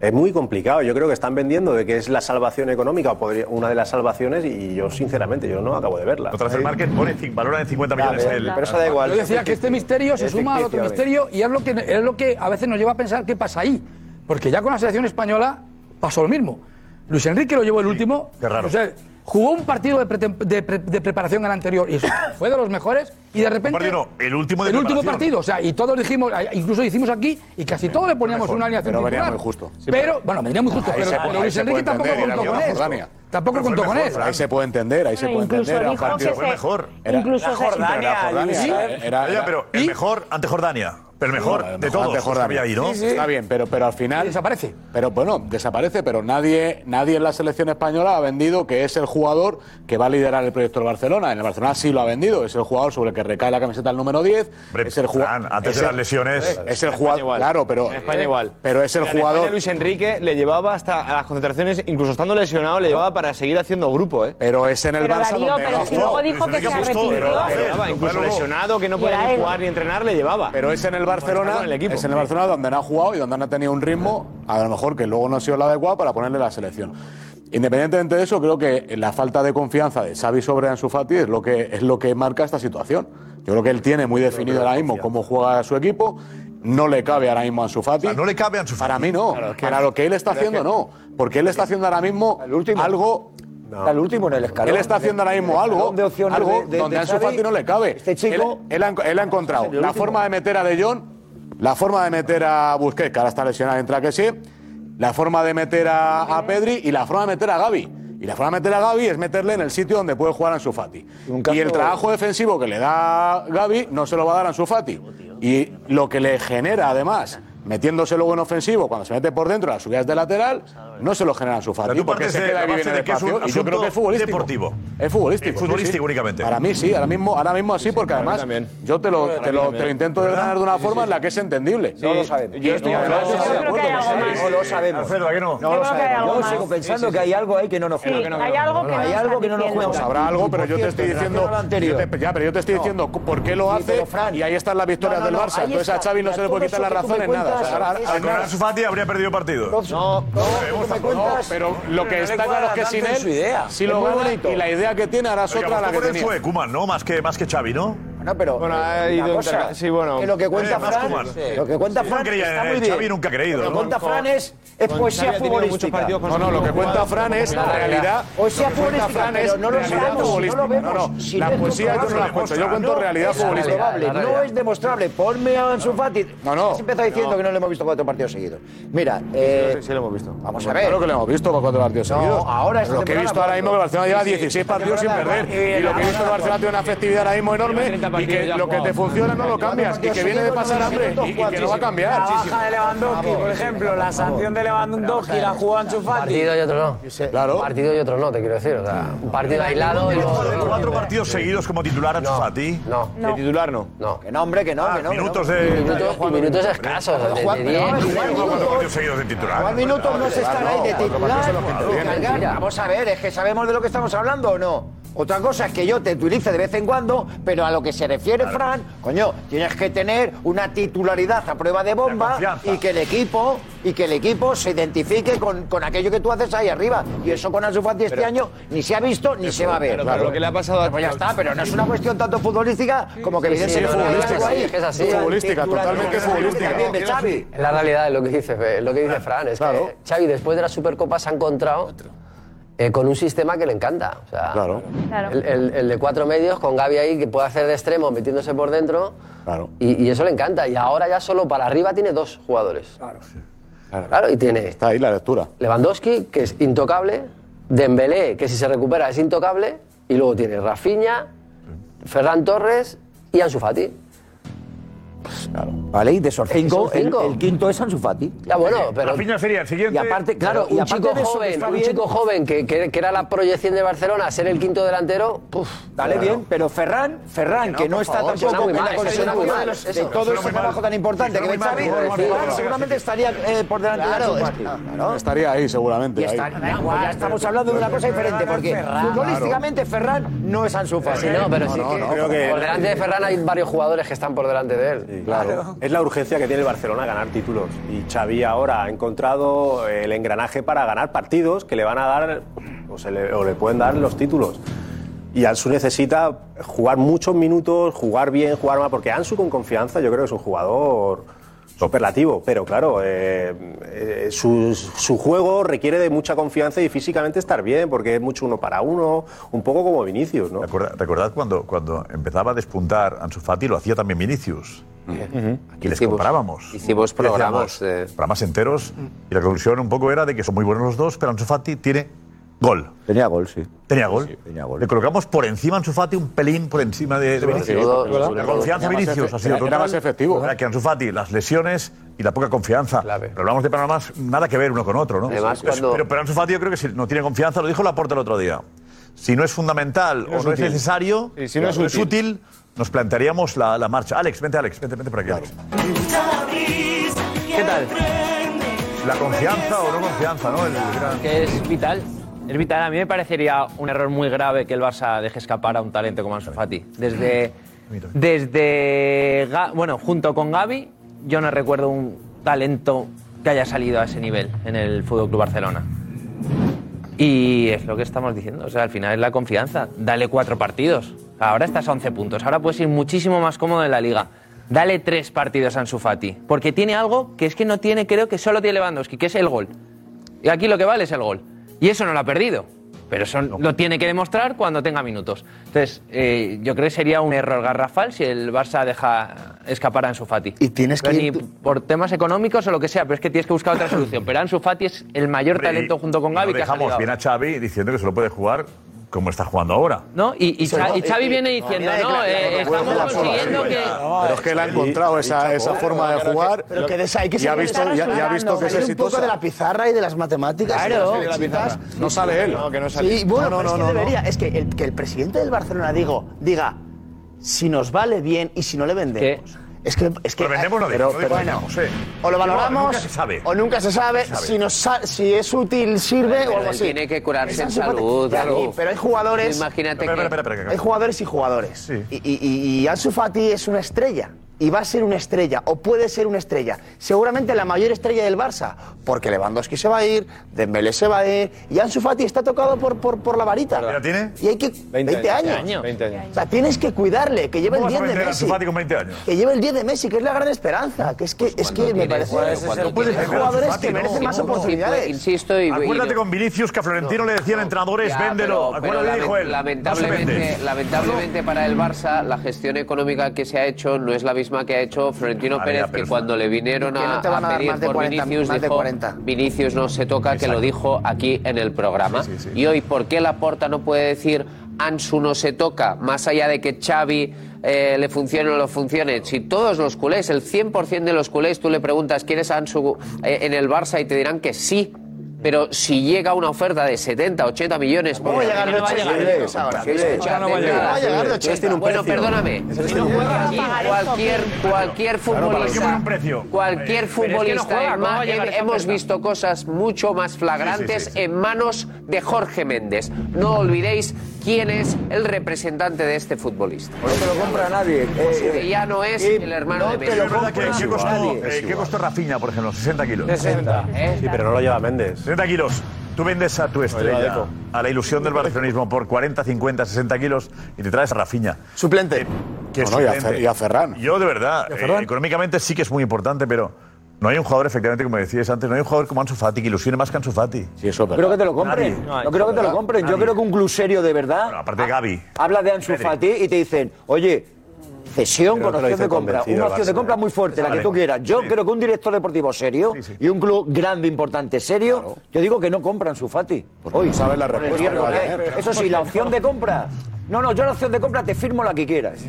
Speaker 14: Es muy complicado. Yo creo que están vendiendo de que es la salvación económica o podría- una de las salvaciones y yo sinceramente yo no acabo de verla.
Speaker 10: Otra vez el market pone cin- valora en 50 millones el.
Speaker 14: Pero eso da igual.
Speaker 7: Yo decía que este misterio se
Speaker 10: Es
Speaker 7: suma al
Speaker 10: ficticio,
Speaker 7: otro
Speaker 10: a ver.
Speaker 7: misterio y es lo, que, es lo que a veces nos lleva a pensar qué pasa ahí. Porque ya con la selección española pasó lo mismo. Luis Enrique lo llevó el último. O sea, jugó un partido de, pretem- de pre- de preparación al anterior y eso *coughs* fue de los mejores y de repente...
Speaker 10: partido no, el último de
Speaker 7: El último
Speaker 10: preparación.
Speaker 7: partido, o sea, y todos dijimos, incluso hicimos aquí y casi todos le poníamos una alineación
Speaker 3: pero venía
Speaker 7: titular.
Speaker 3: muy justo. Sí,
Speaker 7: Pero, bueno, venía muy justo,
Speaker 3: Ahí
Speaker 7: pero,
Speaker 3: se
Speaker 7: pero
Speaker 3: puede- ahí
Speaker 7: Luis
Speaker 3: se
Speaker 7: Enrique
Speaker 3: puede
Speaker 7: tampoco
Speaker 3: entender,
Speaker 7: contó
Speaker 3: era
Speaker 7: con
Speaker 3: mejor,
Speaker 7: esto.
Speaker 3: Dani.
Speaker 7: Tampoco contó con esto.
Speaker 3: Ahí se puede entender, ahí se puede
Speaker 7: Incluso
Speaker 3: entender. era un
Speaker 7: dijo que
Speaker 3: partido-
Speaker 7: se- Fue mejor.
Speaker 3: Era-
Speaker 7: incluso
Speaker 3: era
Speaker 7: se-
Speaker 3: Jordania,
Speaker 7: Pero era Jordania,
Speaker 3: sí.
Speaker 7: era-
Speaker 3: era-
Speaker 10: Ya, pero el mejor ante Jordania. Pero el mejor
Speaker 3: Sí,
Speaker 10: de
Speaker 3: mejor
Speaker 10: todos.
Speaker 3: ante
Speaker 10: los que
Speaker 3: Jordania.
Speaker 10: había ahí, ¿no?
Speaker 3: Sí, sí. Está bien, pero, pero al final.
Speaker 7: Desaparece.
Speaker 3: Pero bueno, desaparece, pero nadie, nadie en la selección española ha vendido que es el jugador que va a liderar el proyecto del Barcelona. En el Barcelona sí lo ha vendido. Es el jugador sobre el que recae la camiseta el número 10. es el jugador.
Speaker 10: antes de las lesiones-
Speaker 3: Es el jugador. Claro, pero. eh,
Speaker 1: En España igual.
Speaker 3: Pero es el
Speaker 1: Mira, en
Speaker 3: jugador.
Speaker 1: España Luis Enrique le llevaba hasta a las concentraciones, incluso estando lesionado, le llevaba para seguir haciendo grupo, ¿eh?
Speaker 3: Pero es en
Speaker 1: el
Speaker 27: Pero Barça Darío, donde pero no si jugó. luego dijo Luis que Enrique se justo, retiró.
Speaker 3: Eh,
Speaker 27: pero-
Speaker 1: incluso lesionado, que no
Speaker 27: Y
Speaker 1: podía
Speaker 27: era
Speaker 1: ni
Speaker 27: él.
Speaker 1: jugar ni entrenar, le llevaba.
Speaker 3: Pero es en el Barcelona,
Speaker 1: Con el equipo.
Speaker 3: es en el Barcelona donde no ha jugado y donde no ha tenido un ritmo, a lo mejor que luego no ha sido el adecuado para ponerle la selección. Independientemente de eso, creo que la falta de confianza de Xavi sobre Ansu Fati es lo que es lo que marca esta situación. Yo creo que él tiene muy definido ahora mismo cómo juega su equipo. No le cabe ahora mismo a Ansu Fati. no le cabe a Ansu Para mí no. Para lo que él está
Speaker 23: Pero es
Speaker 3: haciendo
Speaker 23: que-
Speaker 3: no, porque él está haciendo ahora mismo algo
Speaker 23: El último en el escalón.
Speaker 3: él está haciendo ahora mismo
Speaker 23: El
Speaker 3: algo,
Speaker 23: escalón de opciones
Speaker 3: algo
Speaker 23: de- de-
Speaker 3: donde
Speaker 23: de
Speaker 3: a Ansu
Speaker 23: Xavi,
Speaker 3: Fati no le cabe.
Speaker 23: este chico- Este
Speaker 3: él, él ha, él ha encontrado
Speaker 23: Es el
Speaker 3: la
Speaker 23: último.
Speaker 3: forma de meter a De Jong, la forma de meter a Busquets, que ahora está lesionado, entra que sí, la forma de meter a, a Pedri y la forma de meter a Gaby. Y la forma de meter a Gaby es meterle en el sitio donde puede jugar Ansu Fati. Y el trabajo defensivo que le da Gaby no se lo va a dar Ansu Fati. Y lo que le genera, además, metiéndose luego en ofensivo, cuando se mete por dentro, las subidas de lateral, no se lo genera Ansu
Speaker 10: Pero
Speaker 3: Fati.
Speaker 10: tú
Speaker 3: Porque
Speaker 10: partes
Speaker 3: se
Speaker 10: de
Speaker 3: queda
Speaker 10: la
Speaker 3: ahí bien en
Speaker 10: base
Speaker 3: el
Speaker 10: de que es un
Speaker 3: espacio. Y yo creo
Speaker 10: asunto
Speaker 3: que es futbolístico.
Speaker 10: deportivo.
Speaker 3: Es futbolístico.
Speaker 10: Es futbolístico
Speaker 3: sí, sí.
Speaker 10: únicamente.
Speaker 3: Para mí sí, ahora mismo, ahora mismo sí, porque
Speaker 10: para mí
Speaker 3: además
Speaker 10: también.
Speaker 3: yo te lo,
Speaker 10: Para
Speaker 3: te
Speaker 10: mí
Speaker 3: lo,
Speaker 10: también.
Speaker 3: te lo intento dar de una forma en la que es entendible.
Speaker 23: No lo sabemos.
Speaker 3: Yo estoy hablando
Speaker 23: no,
Speaker 3: de acuerdo.
Speaker 23: no lo sabemos.
Speaker 10: Alfredo, ¿a qué no?
Speaker 23: No
Speaker 3: Yo
Speaker 23: lo
Speaker 3: creo que hay
Speaker 23: sabemos.
Speaker 3: algo
Speaker 23: Yo sigo
Speaker 3: más.
Speaker 23: pensando
Speaker 3: Sí, sí,
Speaker 23: que
Speaker 3: sí.
Speaker 23: hay algo ahí que no nos
Speaker 3: Sí,
Speaker 23: juega.
Speaker 3: hay algo que no
Speaker 23: Hay
Speaker 3: está
Speaker 23: algo que no nos juega.
Speaker 3: Habrá algo, pero yo te estoy diciendo. yo te- ya, pero yo te estoy diciendo por qué lo hace y ahí están las victorias
Speaker 23: No, no, no,
Speaker 3: del Barça.
Speaker 23: ahí
Speaker 3: Entonces a
Speaker 23: está.
Speaker 3: Xavi no
Speaker 23: Mira,
Speaker 3: se le
Speaker 23: todo
Speaker 3: puede quitar
Speaker 23: eso
Speaker 3: la
Speaker 23: que tú
Speaker 3: razón
Speaker 23: me
Speaker 3: en nada. O sea,
Speaker 23: cuentas
Speaker 3: ahora-
Speaker 23: es-
Speaker 3: ahora-
Speaker 10: Con Ansu Fati habría perdido partido.
Speaker 23: No,
Speaker 10: Hemos
Speaker 3: me cuentas. pero lo que
Speaker 31: no le
Speaker 3: está claro
Speaker 31: cuadra
Speaker 3: es que
Speaker 31: tanto
Speaker 3: sin
Speaker 31: en
Speaker 3: él,
Speaker 31: su idea.
Speaker 3: si
Speaker 31: Es
Speaker 3: lo
Speaker 31: muy
Speaker 3: gana
Speaker 31: bonito.
Speaker 3: y la idea que tiene ahora es
Speaker 10: Pero que
Speaker 3: otra a la
Speaker 10: apostó
Speaker 3: que
Speaker 10: por él
Speaker 3: tenía.
Speaker 10: fue Koeman, ¿no? Más que, más que Xavi, ¿no?
Speaker 23: No, pero.
Speaker 10: Bueno, ha
Speaker 23: eh,
Speaker 10: ido
Speaker 23: una
Speaker 10: interna-
Speaker 23: cosa,
Speaker 10: sí, bueno.
Speaker 23: Que lo que cuenta
Speaker 10: Eh, más
Speaker 23: Fran.
Speaker 10: Koeman.
Speaker 23: Lo que cuenta
Speaker 10: Sí.
Speaker 23: Fran.
Speaker 10: Nunca creía
Speaker 23: está
Speaker 10: en
Speaker 23: muy
Speaker 10: él,
Speaker 23: bien.
Speaker 10: Xavi nunca ha creído,
Speaker 23: Lo que
Speaker 10: ¿no?
Speaker 23: cuenta
Speaker 10: Con-
Speaker 23: Fran es. Es
Speaker 10: con
Speaker 23: poesía
Speaker 10: Xavi ha tenido muchos
Speaker 23: futbolística.
Speaker 10: partidos No, no, lo que cuenta Fran es la realidad.
Speaker 23: Poesía
Speaker 10: Lo que cuenta
Speaker 23: futbolística,
Speaker 10: Fran es
Speaker 23: pero no lo
Speaker 10: realidad
Speaker 23: sabemos, no
Speaker 10: futbolística.
Speaker 23: lo vemos.
Speaker 10: No, no,
Speaker 23: Si
Speaker 10: la
Speaker 23: ves tu
Speaker 10: poesía yo no la
Speaker 23: programa,
Speaker 10: cuento, yo cuento realidad
Speaker 23: es
Speaker 10: futbolística.
Speaker 23: comprobable,
Speaker 10: La realidad.
Speaker 23: No es demostrable. Ponme a Ansu Fati. No, no. Se empezó diciendo
Speaker 3: No.
Speaker 23: que no le hemos visto cuatro partidos seguidos. Mira, eh,
Speaker 3: Sí, sí, lo hemos visto.
Speaker 23: Vamos a ver.
Speaker 3: Claro que lo hemos visto con cuatro partidos
Speaker 23: No,
Speaker 3: seguidos.
Speaker 23: ahora
Speaker 21: este
Speaker 23: esta
Speaker 3: Lo que he
Speaker 23: temporada,
Speaker 3: visto ahora mismo que el Barcelona lleva
Speaker 23: Sí, sí,
Speaker 3: 16
Speaker 23: esta
Speaker 3: partidos sin
Speaker 23: temporada,
Speaker 3: perder.
Speaker 23: eh,
Speaker 3: Y lo que he visto que el
Speaker 23: ahora,
Speaker 3: Barcelona tiene una
Speaker 21: pues,
Speaker 3: efectividad ahora mismo enorme y que lo que te funciona no lo cambias y que viene de pasar hambre y y que no va a cambiar.
Speaker 31: La baja de Lewandowski, por ejemplo, la sanción de Lewandowski la jugó Ansu Fati.
Speaker 24: Partido y otro no. Claro. Un partido y otro no, te quiero decir. O sea, un partido aislado y
Speaker 10: ¿Cuatro,
Speaker 24: luego.
Speaker 10: cuatro partidos seguidos como titular a Chufati?
Speaker 24: No.
Speaker 23: De
Speaker 10: titular no.
Speaker 24: No.
Speaker 23: Que no, hombre, que no, que no.
Speaker 10: Ah, Minutos
Speaker 23: que no.
Speaker 10: de.
Speaker 24: Minutos- y minutos escasos, de- de
Speaker 10: Juan- pero
Speaker 24: 10,
Speaker 10: vamos,
Speaker 24: 15
Speaker 10: Juan,
Speaker 24: minutos.
Speaker 10: cuatro partidos seguidos de titular.
Speaker 23: ¿Cuántos minutos no se
Speaker 10: titular,
Speaker 23: están ahí de
Speaker 10: no, cuatro
Speaker 23: titular?
Speaker 10: partidos son los que
Speaker 23: Cargar.
Speaker 10: vienen.
Speaker 23: Vamos a ver, es que sabemos de lo que estamos hablando o no. Otra cosa es que yo te utilice de vez en cuando, pero a lo que se refiere Fran, coño, tienes que tener una titularidad a prueba de bomba y que el equipo y que el equipo se identifique con, con aquello que tú haces ahí arriba. Y eso con Ansu Fati este año ni se ha visto ni se va a ver.
Speaker 1: pero lo que le ha pasado a-
Speaker 23: Pues ya está, pero no es una cuestión tanto futbolística como que
Speaker 24: Sí, sí,
Speaker 23: evidentemente
Speaker 24: no, no,
Speaker 23: hay algo
Speaker 24: es así,
Speaker 23: ahí.
Speaker 24: es que es así.
Speaker 23: Futbolística,
Speaker 24: totalmente
Speaker 23: futbolística. También de Xavi.
Speaker 24: Es la realidad de lo que dice, Fe- lo que dice Fran. Es que Xavi después de la Supercopa se ha encontrado eh, con un sistema que le encanta. O sea,
Speaker 34: Claro.
Speaker 24: El, el- el de cuatro medios con Gaby ahí que puede hacer de extremo metiéndose por dentro. Y, y eso le encanta. Y ahora ya solo para arriba tiene dos jugadores. Claro. y tiene. Está
Speaker 3: ahí la lectura.
Speaker 24: Lewandowski, que es intocable. Dembélé, que si se recupera es intocable. Y luego tiene Rafinha, Ferran Torres y Ansu Fati.
Speaker 23: Vale, y de esos
Speaker 24: Es que son
Speaker 23: cinco, el,
Speaker 24: cinco.
Speaker 23: el quinto es Ansu Fati.
Speaker 24: Ya bueno, pero.
Speaker 10: sería el siguiente.
Speaker 23: Y aparte, claro,
Speaker 24: un
Speaker 23: y aparte
Speaker 24: chico
Speaker 23: de eso,
Speaker 24: joven,
Speaker 23: está
Speaker 24: un
Speaker 23: bien.
Speaker 24: chico joven que, que- que era la proyección de Barcelona, ser el quinto delantero, puf.
Speaker 23: Vale, bien, pero Ferran, Ferran, que no está tampoco en la
Speaker 24: condición
Speaker 23: condición de de todo ese trabajo tan importante que ve Xavi, Ferran seguramente estaría eh, por delante de Ansu Fati.
Speaker 3: Estaría ahí seguramente.
Speaker 23: Y
Speaker 3: ahí.
Speaker 23: está- da igual, ya estamos hablando de una cosa diferente, porque futbolísticamente Ferran no es Ansu Fati.
Speaker 24: Sí, no, pero sí que
Speaker 14: creo que-
Speaker 24: por delante de Ferran hay varios jugadores que están por delante de él.
Speaker 14: Claro. Es la urgencia que tiene el Barcelona ganar títulos. Y Xavi ahora ha encontrado el engranaje para ganar partidos que le van a dar o, se le, o le pueden dar los títulos. Y Ansu necesita jugar muchos minutos, jugar bien, jugar mal, porque Ansu con confianza yo creo que es un jugador superlativo, pero claro, eh, eh, su, su juego requiere de mucha confianza y físicamente estar bien, porque es mucho uno para uno, un poco como Vinicius, ¿no?
Speaker 10: Recuerda- Recordad cuando, cuando empezaba a despuntar Ansu Fati, lo hacía también Vinicius. Aquí les
Speaker 9: Mm. Hicimos-
Speaker 10: comparábamos.
Speaker 9: hicimos
Speaker 10: Y
Speaker 9: programas eh,
Speaker 10: decíamos, programas enteros y la conclusión un poco era de que son muy buenos los dos, pero Ansu Fati tiene gol.
Speaker 23: Tenía gol, sí.
Speaker 10: Tenía gol. Le colocamos por encima a Ansu Fati, un pelín por encima de, de
Speaker 3: Sí,
Speaker 10: Vinicius.
Speaker 3: sobre todo, sobre
Speaker 10: la
Speaker 3: todo.
Speaker 10: confianza
Speaker 3: Era
Speaker 10: de
Speaker 3: más
Speaker 10: Vinicius
Speaker 3: efe-
Speaker 10: ha sido
Speaker 3: era- era
Speaker 10: total.
Speaker 3: más efectivo.
Speaker 10: Era que Ansu Fati, las lesiones y la poca confianza. Pero hablamos de programas nada que ver uno con otro, ¿no?
Speaker 9: Además,
Speaker 10: Pero-
Speaker 9: cuando-
Speaker 10: Pero, pero Ansu Fati yo creo que si no tiene confianza, lo dijo Laporta el otro día. Si no es fundamental
Speaker 9: no es
Speaker 10: o no es
Speaker 9: útil.
Speaker 10: necesario,
Speaker 9: Sí, si no es útil.
Speaker 10: útil, nos plantearíamos la, la marcha. Alex, vente, Alex, vente, vente por aquí. Alex.
Speaker 6: ¿Qué tal?
Speaker 10: La confianza o no confianza, ¿no? El- el gran-
Speaker 6: Que es vital. Es vital. A mí me parecería un error muy grave que el Barça deje escapar a un talento como Ansu Fati. Desde, desde Ga- bueno, junto con Gaby, yo no recuerdo un talento que haya salido a ese nivel en el Fútbol Club Barcelona. Y es lo que estamos diciendo, o sea, al final es la confianza. Dale cuatro partidos. Ahora estás a 11 puntos, ahora puedes ir muchísimo más cómodo en la liga. Dale tres partidos a Ansu Fati, porque tiene algo que es que no tiene, creo que solo tiene Lewandowski, que es el gol. Y aquí lo que vale es el gol. Y eso no lo ha perdido. Pero eso lo tiene que demostrar cuando tenga minutos. Entonces, eh, yo creo que sería un error garrafal si el Barça deja escapar a Ansu Fati. Y
Speaker 21: tienes
Speaker 6: que ni por temas económicos o lo que sea, pero es que tienes que buscar otra solución. Pero Ansu Fati es el mayor
Speaker 10: Hombre, y-
Speaker 6: talento junto con
Speaker 10: y
Speaker 6: Gavi
Speaker 10: no
Speaker 6: que ha
Speaker 10: dejamos
Speaker 6: salido
Speaker 10: bien
Speaker 6: ahora.
Speaker 10: a Xavi diciendo que se lo puede jugar como está jugando ahora.
Speaker 6: ¿no? Y, y,
Speaker 10: Eso
Speaker 6: Xa-
Speaker 10: no,
Speaker 6: y Xavi
Speaker 10: eh, eh,
Speaker 6: viene
Speaker 10: no,
Speaker 6: diciendo,
Speaker 10: mira,
Speaker 6: no,
Speaker 10: claro,
Speaker 6: eh,
Speaker 10: no puedo
Speaker 6: estamos
Speaker 10: jugar sola,
Speaker 6: consiguiendo
Speaker 10: sí,
Speaker 6: que...
Speaker 3: Pero es que él ha encontrado esa, esa forma de jugar.
Speaker 21: Pero que de esa hay que
Speaker 3: y ha
Speaker 21: salir-
Speaker 3: visto, y ha- y ha visto que es
Speaker 21: salir un poco
Speaker 3: exitosa.
Speaker 21: de la pizarra y de las matemáticas. y de las
Speaker 3: Claro.
Speaker 21: flechitas.
Speaker 3: No sale él. No, que no sale.
Speaker 21: Sí, bueno,
Speaker 3: No, no,
Speaker 21: pero
Speaker 3: no,
Speaker 21: es que
Speaker 3: no, no.
Speaker 21: debería. Es que el, que el presidente del Barcelona digo, diga, si nos vale bien y si no le vendemos. Es que, es que,
Speaker 10: Pero vendemos no digo, no digo
Speaker 21: bueno,
Speaker 10: vendemos, eh.
Speaker 21: o lo
Speaker 10: Igual,
Speaker 21: valoramos
Speaker 10: nunca se sabe.
Speaker 21: o nunca se sabe,
Speaker 10: Se sabe.
Speaker 21: Si, nos, sa- si es útil sirve
Speaker 9: Pero
Speaker 21: o algo
Speaker 9: él
Speaker 21: así.
Speaker 9: tiene que curarse
Speaker 21: Es
Speaker 9: en
Speaker 21: antipático.
Speaker 9: salud,
Speaker 21: Ya,
Speaker 9: claro.
Speaker 21: y- pero hay jugadores
Speaker 9: Imagínate Espera, que- espera, espera, espera, que-
Speaker 21: hay jugadores y jugadores. Y, y, y- y Ansu Fati es una estrella.
Speaker 25: y va a ser una estrella, o puede ser una estrella, seguramente la mayor estrella del Barça, porque Lewandowski se va a ir, Dembélé se va a ir, y Ansu Fati está tocado por, por, por la varita.
Speaker 10: ¿Pero tiene?
Speaker 25: Y hay que... 20, años. O sea, tienes que cuidarle, que lleve el
Speaker 10: ¿Cómo vas a
Speaker 25: 10 de
Speaker 10: vender a
Speaker 25: Messi.
Speaker 10: Anzufati con 20 años?
Speaker 25: Que lleve el 10 de Messi, que es la gran esperanza, que es que, es que me parece hay jugadores que merecen más oportunidades.
Speaker 9: Insisto y-
Speaker 10: Acuérdate
Speaker 9: y-
Speaker 10: con Vinicius que a Florentino le decían entrenadores,
Speaker 9: Ya,
Speaker 10: véndelo.
Speaker 9: pero-
Speaker 10: Acuérdate,
Speaker 9: pero
Speaker 10: dijo
Speaker 9: lame-
Speaker 10: él. no se
Speaker 9: Lamentablemente,
Speaker 10: vende.
Speaker 9: lamentablemente para el Barça, la gestión económica que se ha hecho no es la misma que ha hecho Florentino
Speaker 25: Vale,
Speaker 9: Pérez,
Speaker 25: ya, pero
Speaker 9: que cuando le vinieron
Speaker 25: Que
Speaker 9: a,
Speaker 25: no te van a
Speaker 9: a
Speaker 25: dar
Speaker 9: pedir
Speaker 25: más de
Speaker 9: por
Speaker 25: 40,
Speaker 9: Vinicius,
Speaker 25: más de
Speaker 9: dijo,
Speaker 25: 40.
Speaker 9: Vinicius no se toca, que lo dijo aquí en el programa. Y hoy, ¿por qué Laporta no puede decir Ansu no se toca? Más allá de que Xavi... eh, le funcione o no le funcione. Si todos los culés, el 100% de los culés, tú le preguntas, ¿quieres a Ansu eh, en el Barça? Y te dirán que sí. Pero si llega una oferta de 70, 80 millones...
Speaker 25: ¿Cómo va a
Speaker 9: por-
Speaker 25: llegar de
Speaker 9: no va a
Speaker 25: 80
Speaker 9: llegar.
Speaker 25: millones ahora?
Speaker 9: Escucha,
Speaker 25: Ahora no va a llegar.
Speaker 9: venga.
Speaker 25: No va a llegar de 80. Tiene un
Speaker 9: Bueno,
Speaker 25: precio.
Speaker 9: perdóname. Cualquier, cualquier
Speaker 10: ¿para qué poner
Speaker 9: futbolista,
Speaker 10: un precio?
Speaker 9: cualquier
Speaker 10: Pero es que no
Speaker 9: futbolista,
Speaker 10: juega,
Speaker 9: en
Speaker 10: ¿cómo
Speaker 9: ma-
Speaker 10: va a llegar
Speaker 9: en-
Speaker 10: esa
Speaker 9: hemos
Speaker 10: oferta?
Speaker 9: visto cosas mucho más flagrantes
Speaker 10: Sí, sí,
Speaker 9: en manos de Jorge Méndez. No olvidéis quién es el representante de este futbolista. No te lo compra nadie. que ya no es el hermano de
Speaker 10: Es
Speaker 9: Méndez.
Speaker 10: verdad que- ¿Qué costó, eh, ¿Qué costó Rafinha, por ejemplo? 60 kilos. 60.
Speaker 9: Sí,
Speaker 10: pero no lo lleva Méndez. 60 kilos. Tú vendes a tu estrella,
Speaker 21: Deco.
Speaker 10: a la ilusión del barcelonismo por 40, 50, 60 kilos y te traes a Rafinha. Eh,
Speaker 25: Suplente.
Speaker 10: Que es
Speaker 3: No, no, y a
Speaker 10: suplente.
Speaker 3: Fer- y a Ferran.
Speaker 10: Yo, de verdad,
Speaker 3: Y a
Speaker 10: eh,
Speaker 3: Ferran.
Speaker 10: económicamente sí que es muy importante, pero no hay un jugador, efectivamente, como decías antes, no hay un jugador como Ansu Fati que ilusione más que Ansu Fati. Sí, eso
Speaker 23: No creo que te lo compren. No creo que te lo compren. Yo creo que un gluserio de verdad.
Speaker 10: Aparte de Gaby.
Speaker 23: Hablas de Ansu
Speaker 10: Pedri.
Speaker 23: Fati y te dicen, oye, cesión
Speaker 10: Pero
Speaker 23: con
Speaker 10: te lo
Speaker 23: opción
Speaker 10: dice
Speaker 23: de compra.
Speaker 10: convencido
Speaker 23: Una
Speaker 10: el
Speaker 23: opción de
Speaker 10: Barça.
Speaker 23: compra muy fuerte, la que
Speaker 10: Vale.
Speaker 23: tú quieras. Yo creo que un director deportivo serio y un club grande, importante, serio, yo digo que no compran su Fati. Hoy.
Speaker 3: no saben la
Speaker 23: Por el
Speaker 3: respuesta
Speaker 23: riesgo
Speaker 3: que va a
Speaker 23: que hay.
Speaker 3: tener.
Speaker 23: Eso sí, la opción de compra. No, no, yo la opción de compra te firmo la que quieras.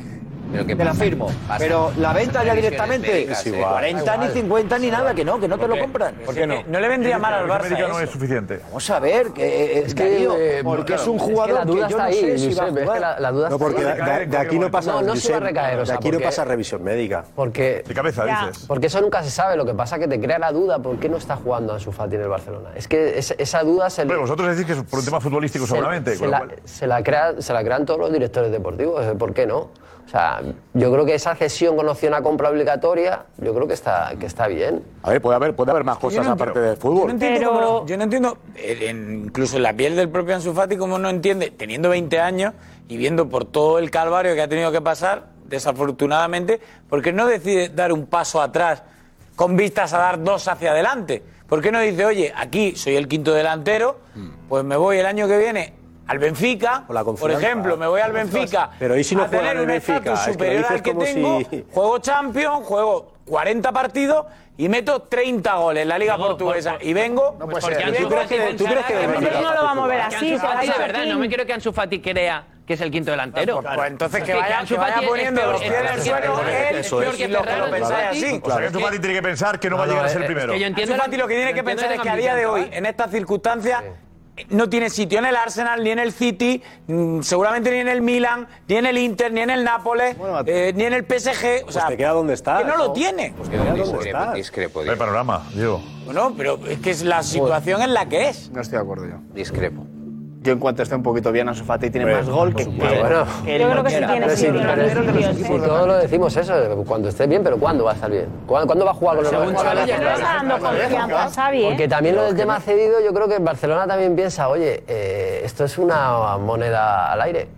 Speaker 9: Pero que
Speaker 23: Te la
Speaker 9: pasa-
Speaker 23: firmo.
Speaker 9: pasa-
Speaker 23: Pero la venta ya
Speaker 9: pasan
Speaker 23: directamente,
Speaker 9: revisiones médicas, eh.
Speaker 23: 40 ni 50 ni nada, que no, que no te lo compran.
Speaker 3: ¿Por qué no?
Speaker 23: le vendría mal al
Speaker 10: La
Speaker 23: Barça
Speaker 10: América no
Speaker 23: eso.
Speaker 10: es suficiente.
Speaker 23: Vamos a ver, que es que
Speaker 24: eh,
Speaker 23: porque es un jugador
Speaker 24: la duda
Speaker 23: que
Speaker 24: está
Speaker 23: yo no
Speaker 24: ahí,
Speaker 23: sé si va a
Speaker 24: Josep, es
Speaker 23: jugar.
Speaker 24: que la, la duda
Speaker 23: No,
Speaker 24: está
Speaker 23: porque
Speaker 24: ahí.
Speaker 23: de- de- de aquí no pasa,
Speaker 24: no, no se va a
Speaker 23: Josep,
Speaker 24: recaer, o sea,
Speaker 23: de aquí no
Speaker 24: porque-
Speaker 23: pasa
Speaker 14: Revisión médica.
Speaker 24: Porque,
Speaker 14: De cabeza, Ya. dices.
Speaker 24: Porque eso nunca se sabe. Lo que pasa es que te crea la duda por qué no está jugando Ansu Fati en el Barcelona. Es que es- esa duda se le-
Speaker 10: Pero vosotros decís que es por un tema futbolístico,
Speaker 24: se-
Speaker 10: seguramente.
Speaker 24: Se
Speaker 10: con lo
Speaker 24: la,
Speaker 10: cual-
Speaker 24: se la crea- se la crean todos los directores deportivos. eh, ¿Por qué no? O sea, yo creo que esa cesión con opción a compra obligatoria, yo creo que está, que está bien.
Speaker 3: A
Speaker 23: pues,
Speaker 3: ver, puede haber, puede haber más
Speaker 31: Yo
Speaker 3: cosas
Speaker 31: no
Speaker 3: aparte
Speaker 31: entiendo-
Speaker 3: del fútbol.
Speaker 31: Yo no entiendo,
Speaker 3: Pero-
Speaker 31: cómo no- yo no entiendo, eh, en- incluso en la piel del propio Ansu Fati, cómo no entiende, teniendo 20 años y viendo por todo el calvario que ha tenido que pasar, desafortunadamente, porque no decide dar un paso atrás con vistas a dar dos hacia adelante. ¿Por qué no dice, oye, aquí soy el quinto delantero, pues me voy el año que viene al Benfica, por
Speaker 21: confianza.
Speaker 31: ejemplo, me voy al Benfica
Speaker 21: Pero ¿y si no
Speaker 31: a tener
Speaker 21: juegan en
Speaker 31: un
Speaker 21: Benfica?
Speaker 31: estatus
Speaker 21: Es que lo
Speaker 31: superior
Speaker 21: dices
Speaker 31: al que
Speaker 21: como
Speaker 31: tengo,
Speaker 21: si-
Speaker 31: juego Champions, juego 40 partidos y meto 30 goles en la Liga Portuguesa y vengo. pues, eh, No
Speaker 21: puede ser. ¿Tú crees que- tú crees que de verdad?
Speaker 31: no lo va a mover
Speaker 9: Porque
Speaker 31: así?
Speaker 9: Ansu
Speaker 31: se va a
Speaker 9: Fati, de
Speaker 31: ir
Speaker 9: verdad,
Speaker 31: aquí.
Speaker 9: no me quiero que Ansu Fati crea que es el quinto delantero.
Speaker 31: Pues, pues, entonces
Speaker 9: Es
Speaker 31: que vaya-
Speaker 9: Ansu
Speaker 31: que vaya
Speaker 9: Fati es
Speaker 31: poniendo
Speaker 9: peor-
Speaker 31: los pies en el
Speaker 9: es
Speaker 31: suelo,
Speaker 9: peor-
Speaker 31: él,
Speaker 9: es
Speaker 31: peor
Speaker 9: peor
Speaker 31: si
Speaker 9: que
Speaker 31: lo- que lo
Speaker 9: Ferran,
Speaker 31: pensáis
Speaker 9: claro.
Speaker 31: así.
Speaker 10: O sea, que Ansu Fati tiene que pensar que no va a
Speaker 9: No, no,
Speaker 10: llegar a ser
Speaker 9: es-
Speaker 10: el
Speaker 9: es
Speaker 10: primero.
Speaker 9: que yo entiendo
Speaker 31: Ansu Fati lo que tiene
Speaker 9: lo
Speaker 31: que
Speaker 9: entiendo
Speaker 31: pensar
Speaker 9: de
Speaker 31: es que a día de hoy, en estas circunstancias, eh, no tiene sitio en el Arsenal, ni en el City, mm, seguramente ni en el Milan, ni en el Inter, ni en el Nápoles, eh, ni en el PSG. O sea,
Speaker 14: te queda donde está.
Speaker 31: que no lo
Speaker 14: ¿no?
Speaker 31: tiene.
Speaker 14: Pues te queda donde
Speaker 9: Ah.
Speaker 14: está.
Speaker 9: Discrepo,
Speaker 10: No hay panorama, Diego.
Speaker 31: Bueno, pero es que es la situación en la que es.
Speaker 25: No estoy de acuerdo yo.
Speaker 9: Discrepo.
Speaker 25: Yo en cuanto esté un poquito bien Ansu Fati tiene más gol que, que,
Speaker 24: Yo creo que sí tiene sitio,
Speaker 25: el
Speaker 24: pero
Speaker 25: delantero de los
Speaker 24: si
Speaker 25: equipos de
Speaker 24: todos lo decimos eso, cuando esté bien, pero ¿cuándo va a estar bien? ¿Cuándo, cuándo va a jugar con el
Speaker 27: Según
Speaker 24: Barcelona?
Speaker 27: Xavi, ya no está dando confianza, Xavi, ¿eh?
Speaker 24: Porque también lo del tema cedido, yo creo que Barcelona también piensa, oye, eh, esto es una moneda al aire.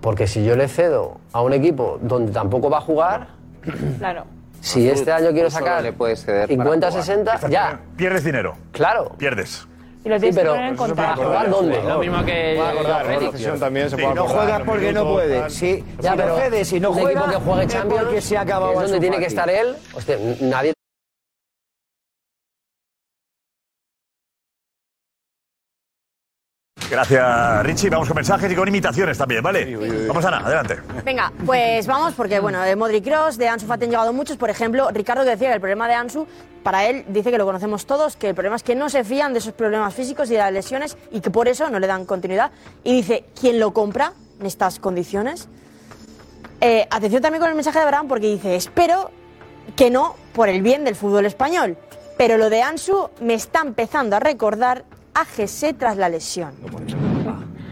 Speaker 24: Porque si yo le cedo a un equipo donde tampoco va a jugar,
Speaker 27: Claro.
Speaker 24: si este año quiero
Speaker 9: Pues solo
Speaker 24: sacar
Speaker 9: le puedes ceder para
Speaker 24: 50,
Speaker 9: jugar.
Speaker 24: 60, ya.
Speaker 10: Pierdes dinero.
Speaker 24: Claro.
Speaker 10: Pierdes.
Speaker 27: Y lo
Speaker 24: Sí,
Speaker 27: tienes que
Speaker 24: pero-
Speaker 27: poner en
Speaker 24: Eso se puede
Speaker 27: contra.
Speaker 24: acordar, ¿dónde?
Speaker 27: Lo mismo
Speaker 9: que-
Speaker 27: Puede
Speaker 9: acordar,
Speaker 27: Félix.
Speaker 9: ¿no?
Speaker 27: Afición
Speaker 23: también
Speaker 10: se puede
Speaker 23: no
Speaker 10: acordar,
Speaker 23: juegas
Speaker 10: los
Speaker 23: porque no
Speaker 10: minutos,
Speaker 23: puedes.
Speaker 10: tal.
Speaker 23: Si,
Speaker 24: Ya,
Speaker 23: si
Speaker 24: pero
Speaker 23: no cedes, si no
Speaker 24: un
Speaker 23: juegas,
Speaker 24: equipo que juegue Champions,
Speaker 23: porque se ha acabado
Speaker 24: que es
Speaker 23: Ansu
Speaker 24: donde tiene
Speaker 23: Fati.
Speaker 24: que estar él. Hostia, nadie
Speaker 10: Gracias, Richie. Vamos con mensajes y con imitaciones también, ¿vale? Vamos, Ana, adelante.
Speaker 11: Venga, pues vamos, porque bueno, de Modric Cross, de Ansu Fati han llegado muchos. Por ejemplo, Ricardo que decía que el problema de Ansu, para él, dice que lo conocemos todos, que el problema es que no se fían de esos problemas físicos y de las lesiones y que por eso no le dan continuidad. Y dice, ¿quién lo compra en estas condiciones? Eh, atención también con el mensaje de Abraham, porque dice, espero que no por el bien del fútbol español. Pero lo de Ansu me está empezando a recordar a Gesé tras la lesión.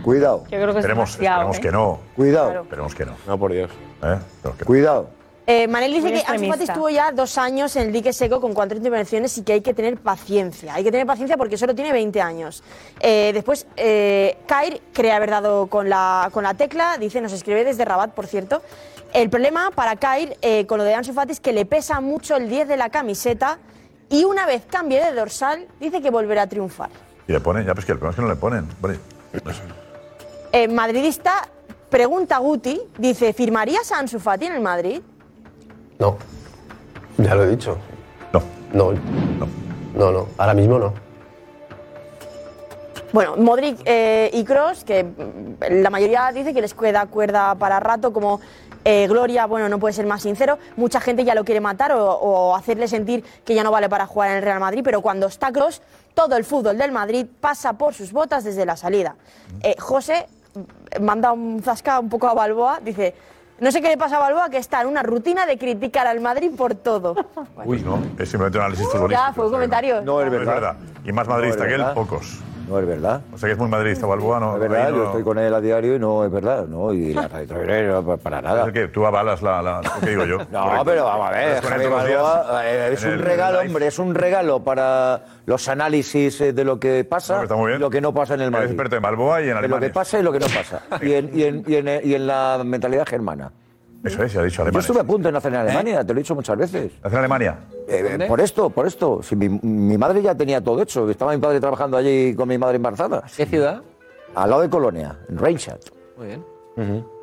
Speaker 23: Cuidado.
Speaker 27: Yo creo que es
Speaker 10: Esperemos,
Speaker 27: demasiado,
Speaker 10: esperemos
Speaker 27: ¿eh?
Speaker 10: que no.
Speaker 23: Cuidado.
Speaker 10: Esperemos que no. No,
Speaker 3: por Dios.
Speaker 10: ¿Eh?
Speaker 23: Cuidado.
Speaker 11: Eh, Manel dice
Speaker 27: Muy
Speaker 11: que
Speaker 27: extremista.
Speaker 11: Ansu Fati estuvo ya dos años en el dique seco con cuatro intervenciones y que hay que tener paciencia. Hay que tener paciencia porque solo tiene 20 años. Eh, después, eh, Kair cree haber dado con la, con la tecla, dice, nos escribe desde Rabat, por cierto. El problema para Kair eh, con lo de Ansu Fati es que le pesa mucho el 10 de la camiseta y una vez cambie de dorsal, dice que volverá a triunfar.
Speaker 10: Y le ponen, ya, pues que el problema es que no le ponen. Bueno, pues,
Speaker 11: Eh, madridista pregunta a Guti, dice, ¿firmarías a Ansu Fati en el Madrid?
Speaker 24: Ya lo he dicho.
Speaker 9: No.
Speaker 24: No, no, ahora mismo no.
Speaker 11: Bueno, Modric eh, y Cross, que mm, la mayoría dice que les queda cuerda para rato, como eh, Gloria, bueno, no puede ser más sincero. Mucha gente ya lo quiere matar o, o hacerle sentir que ya no vale para jugar en el Real Madrid, pero cuando está Cross, todo el fútbol del Madrid pasa por sus botas desde la salida. Eh, José mm, manda un zasca un poco a Balboa, dice. No sé qué le pasa a Balboa, que está en una rutina de criticar al Madrid por todo.
Speaker 10: Uy, Pues no, es simplemente un análisis futbolístico.
Speaker 11: ya, fue un comentario.
Speaker 10: No es verdad. Y más madridista
Speaker 23: No es
Speaker 10: que él,
Speaker 23: verdad.
Speaker 10: pocos.
Speaker 23: No es verdad.
Speaker 10: Pues, O sea que es muy madridista, Balboa, ¿no?
Speaker 23: Es verdad,
Speaker 10: ahí no-
Speaker 23: yo estoy con él a diario y no es verdad, ¿no?
Speaker 10: *laughs*
Speaker 23: Y la radio Traoré no pa- para nada.
Speaker 10: Es que tú avalas la, la- lo que digo yo.
Speaker 23: *laughs* No, pero vamos a ver, Javi Balboa, eh, es un regalo, hombre, es un regalo para los análisis eh, de lo que pasa y lo que no pasa en el Madrid.
Speaker 10: experto en Balboa y en
Speaker 23: De lo que
Speaker 10: alemanes.
Speaker 23: pasa y lo que no
Speaker 10: *laughs*
Speaker 23: pasa. Y en, y en- y en- y en la mentalidad germana.
Speaker 10: Eso es, se ha dicho
Speaker 23: Yo
Speaker 10: alemanes.
Speaker 23: estuve a punto de nacer en Alemania, te lo he dicho muchas veces.
Speaker 10: ¿Nacer ¿Eh? en Alemania?
Speaker 23: por esto, por esto. Si mi, mi madre ya tenía todo hecho. Estaba mi padre trabajando allí con mi madre embarazada.
Speaker 5: ¿Qué ciudad?
Speaker 23: Al lado de Colonia, en Reinstadt.
Speaker 5: Muy bien.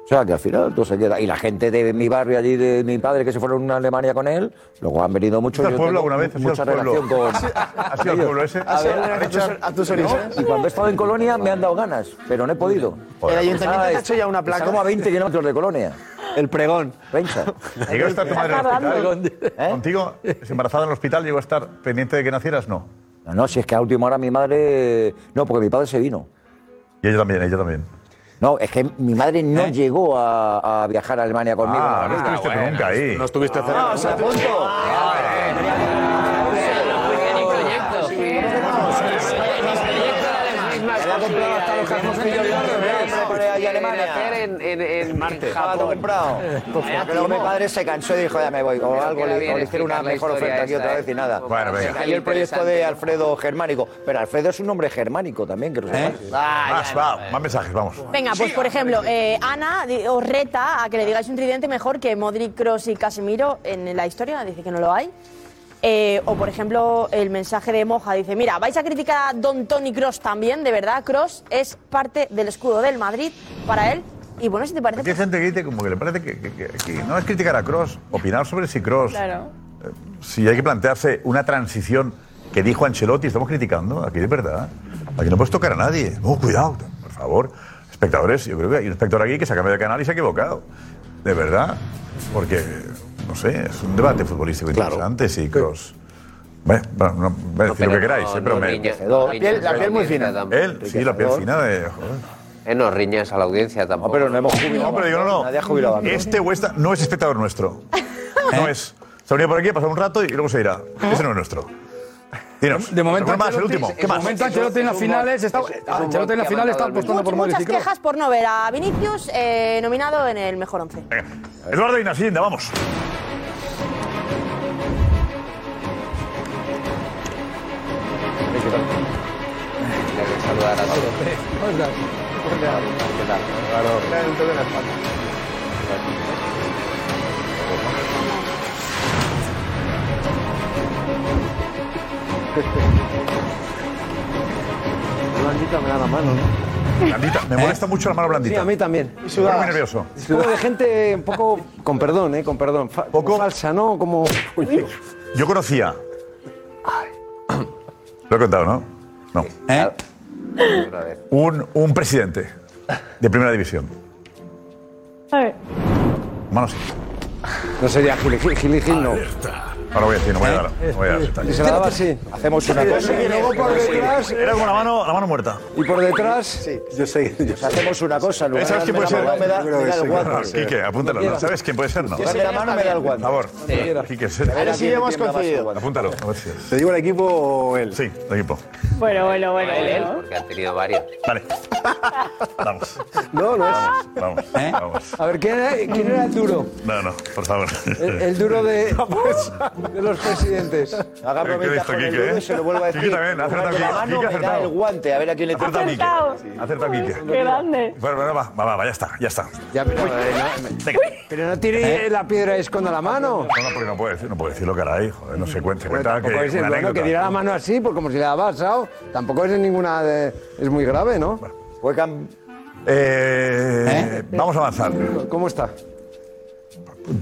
Speaker 23: O sea, que al final todo se queda. Y la gente de mi barrio allí, de mi padre, que se fueron a Alemania con él, luego han venido muchos.
Speaker 10: ¿Has ido al pueblo
Speaker 23: yo tengo
Speaker 10: alguna vez? ¿Has ido
Speaker 23: Mucha
Speaker 10: al pueblo?
Speaker 23: relación con.
Speaker 10: *laughs* ¿Has- has ido al
Speaker 23: ellos.
Speaker 10: pueblo ese?
Speaker 23: A
Speaker 10: ¿Has
Speaker 23: ver,
Speaker 10: ido a
Speaker 23: a
Speaker 10: tus-
Speaker 23: ver,
Speaker 10: a tus
Speaker 23: ¿no?
Speaker 10: orígenes?
Speaker 23: Y cuando he estado en Colonia me han dado ganas, pero no he podido.
Speaker 10: Joder. El ayuntamiento
Speaker 23: Está-
Speaker 25: te ha hecho ya una
Speaker 23: está
Speaker 25: placa.
Speaker 23: como a 20 kilómetros de Colonia. El pregón.
Speaker 10: *laughs*
Speaker 23: Pensa.
Speaker 10: ¿Llegó a estar tu madre en el hospital? ¿Contigo? ¿Es embarazada en el hospital? ¿Llegó a estar pendiente de que nacieras? No.
Speaker 23: No, no, si es que a última hora mi madre. No, porque mi padre se vino.
Speaker 10: Y ella también, ella también.
Speaker 23: No, es que mi madre no llegó a, a viajar a Alemania conmigo.
Speaker 10: ¿Eh? Ah, no estuviste tú nunca ahí. No estuviste
Speaker 9: Ah,
Speaker 10: cerca.
Speaker 23: No, o sea, punto.
Speaker 9: En, en, en Marte.
Speaker 23: comprado. Pero mi padre se cansó y dijo, ya me voy. O
Speaker 9: Creo
Speaker 23: algo
Speaker 9: que le
Speaker 23: le, o le
Speaker 9: viene
Speaker 23: hicieron una
Speaker 9: explicar la
Speaker 23: mejor
Speaker 9: historia
Speaker 23: oferta aquí
Speaker 9: esta,
Speaker 23: otra
Speaker 9: ¿eh?
Speaker 23: vez y nada.
Speaker 9: Bueno, venga.
Speaker 23: Salió el proyecto de Alfredo Germánico. Pero Alfredo es un nombre germánico también,
Speaker 10: ¿Eh?
Speaker 23: que lo sepáis.
Speaker 10: Más, va, más mensajes, vamos.
Speaker 11: Venga, pues por ejemplo, eh, Ana di- os reta a que le digáis un tridente mejor que Modric, Cross y Casemiro en la historia, dice que no lo hay. Eh, o por ejemplo, el mensaje de Moja dice, mira, vais a criticar a Don Tony Cross también, de verdad, Cross es parte del escudo del Madrid para él. Y bueno, si te parece...
Speaker 10: Aquí hay gente que dice como que le parece que, que- que- que no es criticar a Cross, opinar sobre si Cross,
Speaker 27: Claro.
Speaker 10: si hay que plantearse una transición que dijo Ancelotti, estamos criticando, aquí de verdad, aquí no puedes tocar a nadie, no, cuidado, por favor, espectadores, yo creo que hay un espectador aquí que se ha cambiado de canal y se ha equivocado, de verdad, porque, no sé, es un debate futbolístico interesante, si Cross... Bueno, bueno, no, voy a decir lo que
Speaker 9: pero
Speaker 10: queráis,
Speaker 9: no,
Speaker 10: eh, pero
Speaker 9: no
Speaker 10: me...
Speaker 9: riñas, no La piel- la riñas, piel muy no fina. riñas tampoco.
Speaker 10: Él, sí, la piel
Speaker 9: Enriquecedor.
Speaker 10: fina de... joder.
Speaker 9: Eh, no riñas a la audiencia tampoco.
Speaker 10: No, pero no hemos jubilado. No, pero digo, no, no.
Speaker 9: Nadie ha jubilado antes.
Speaker 10: Este o esta no es espectador nuestro. Ah, No
Speaker 7: ¿Eh?
Speaker 10: es. Se ha venido por aquí, ha pasado un rato y luego se irá. Ese no es nuestro. Dinos.
Speaker 7: Ah. De momento,
Speaker 10: ¿Alguno más, el
Speaker 7: Ancelotti-
Speaker 10: último.
Speaker 7: de
Speaker 10: ¿Qué más?
Speaker 7: momento Ancelotti en las finales está, Ancelotti en las finales está apostando por Modric
Speaker 11: Muchas
Speaker 7: y Kroos.
Speaker 11: quejas por no ver a Vinicius eh, nominado en el mejor once.
Speaker 10: Eduardo Inasinda, vamos.
Speaker 9: Saludar a todos.
Speaker 28: Blandita me da la mano, ¿no? ¿Eh?
Speaker 10: Blandita, me molesta mucho la mano blandita.
Speaker 28: Sí, a mí también.
Speaker 10: Y sudabas. Muy nervioso.
Speaker 28: Es como de gente un poco, con perdón, ¿eh? Con perdón. fa- como falsa, ¿no? Como...
Speaker 23: *laughs*
Speaker 10: Yo conocía. Lo he contado, ¿no? No.
Speaker 28: ¿Eh?
Speaker 10: Un, un presidente de primera división. Mano sí.
Speaker 28: No sería Gil, Gil, Gil, Gil, no.
Speaker 10: Ahora voy a decir, no voy a dar. no voy a dar
Speaker 28: Y
Speaker 10: detalles.
Speaker 28: se la daba así. Hacemos una cosa.
Speaker 10: Y luego por detrás- Era como la mano, la mano muerta.
Speaker 28: Y por detrás... Sí,
Speaker 23: yo sé. Hacemos una cosa. en lugar
Speaker 10: ¿Sabes
Speaker 23: de
Speaker 10: quién puede
Speaker 23: darme
Speaker 10: ser?
Speaker 23: la mano, Me da, me da el
Speaker 10: No,
Speaker 23: guante.
Speaker 10: Quique, apúntalo. ¿no? ¿Sabes quién puede ser? No.
Speaker 23: Que se le da mano, me da el
Speaker 10: Por
Speaker 23: guante.
Speaker 10: favor.
Speaker 23: Sí.
Speaker 10: Quique, es
Speaker 23: A ver si
Speaker 10: él.
Speaker 23: hemos coincidido.
Speaker 10: Apúntalo. ¿Te digo el equipo o él? Sí, el equipo.
Speaker 27: Bueno, bueno, bueno. bueno.
Speaker 9: Porque han tenido varios.
Speaker 10: Vale. Vamos.
Speaker 28: No, no es.
Speaker 10: Vamos, vamos.
Speaker 28: A ver, ¿quién era, quién era el duro?
Speaker 10: No, no, por favor.
Speaker 18: El, el duro
Speaker 23: *laughs*
Speaker 18: de,
Speaker 28: ¡uh!
Speaker 18: de los presidentes.
Speaker 23: Haga
Speaker 10: ¿Qué ha
Speaker 23: promesa
Speaker 10: visto
Speaker 23: con el
Speaker 10: Quique,
Speaker 23: dedo
Speaker 10: eh?
Speaker 23: y se lo vuelvo a decir.
Speaker 10: Quique también, ha acertado
Speaker 23: Con la
Speaker 10: Quique.
Speaker 23: mano
Speaker 10: Quique ha
Speaker 23: me da
Speaker 10: acertado.
Speaker 23: el guante, a ver a quién le
Speaker 10: Acerta
Speaker 23: toca.
Speaker 10: Quique. Acerta Quique.
Speaker 27: grande.
Speaker 10: Bueno, bueno, va, va, va, va, ya está, ya está.
Speaker 18: Ya, pero, pero no
Speaker 23: ¿Eh?
Speaker 18: tire la piedra y esconda la mano.
Speaker 10: No, no, porque no puede, decir- no puede decirlo, caray. Joder, eh, no se cuenta. Se
Speaker 18: Pero
Speaker 10: cuenta que,
Speaker 18: tampoco es
Speaker 10: una
Speaker 18: bueno, que
Speaker 10: anécdota.
Speaker 18: tirara la mano así, pues como si le ha pasado. Tampoco es ninguna. de- es muy grave, ¿no?
Speaker 10: Eh, Vamos a avanzar.
Speaker 18: ¿Cómo está?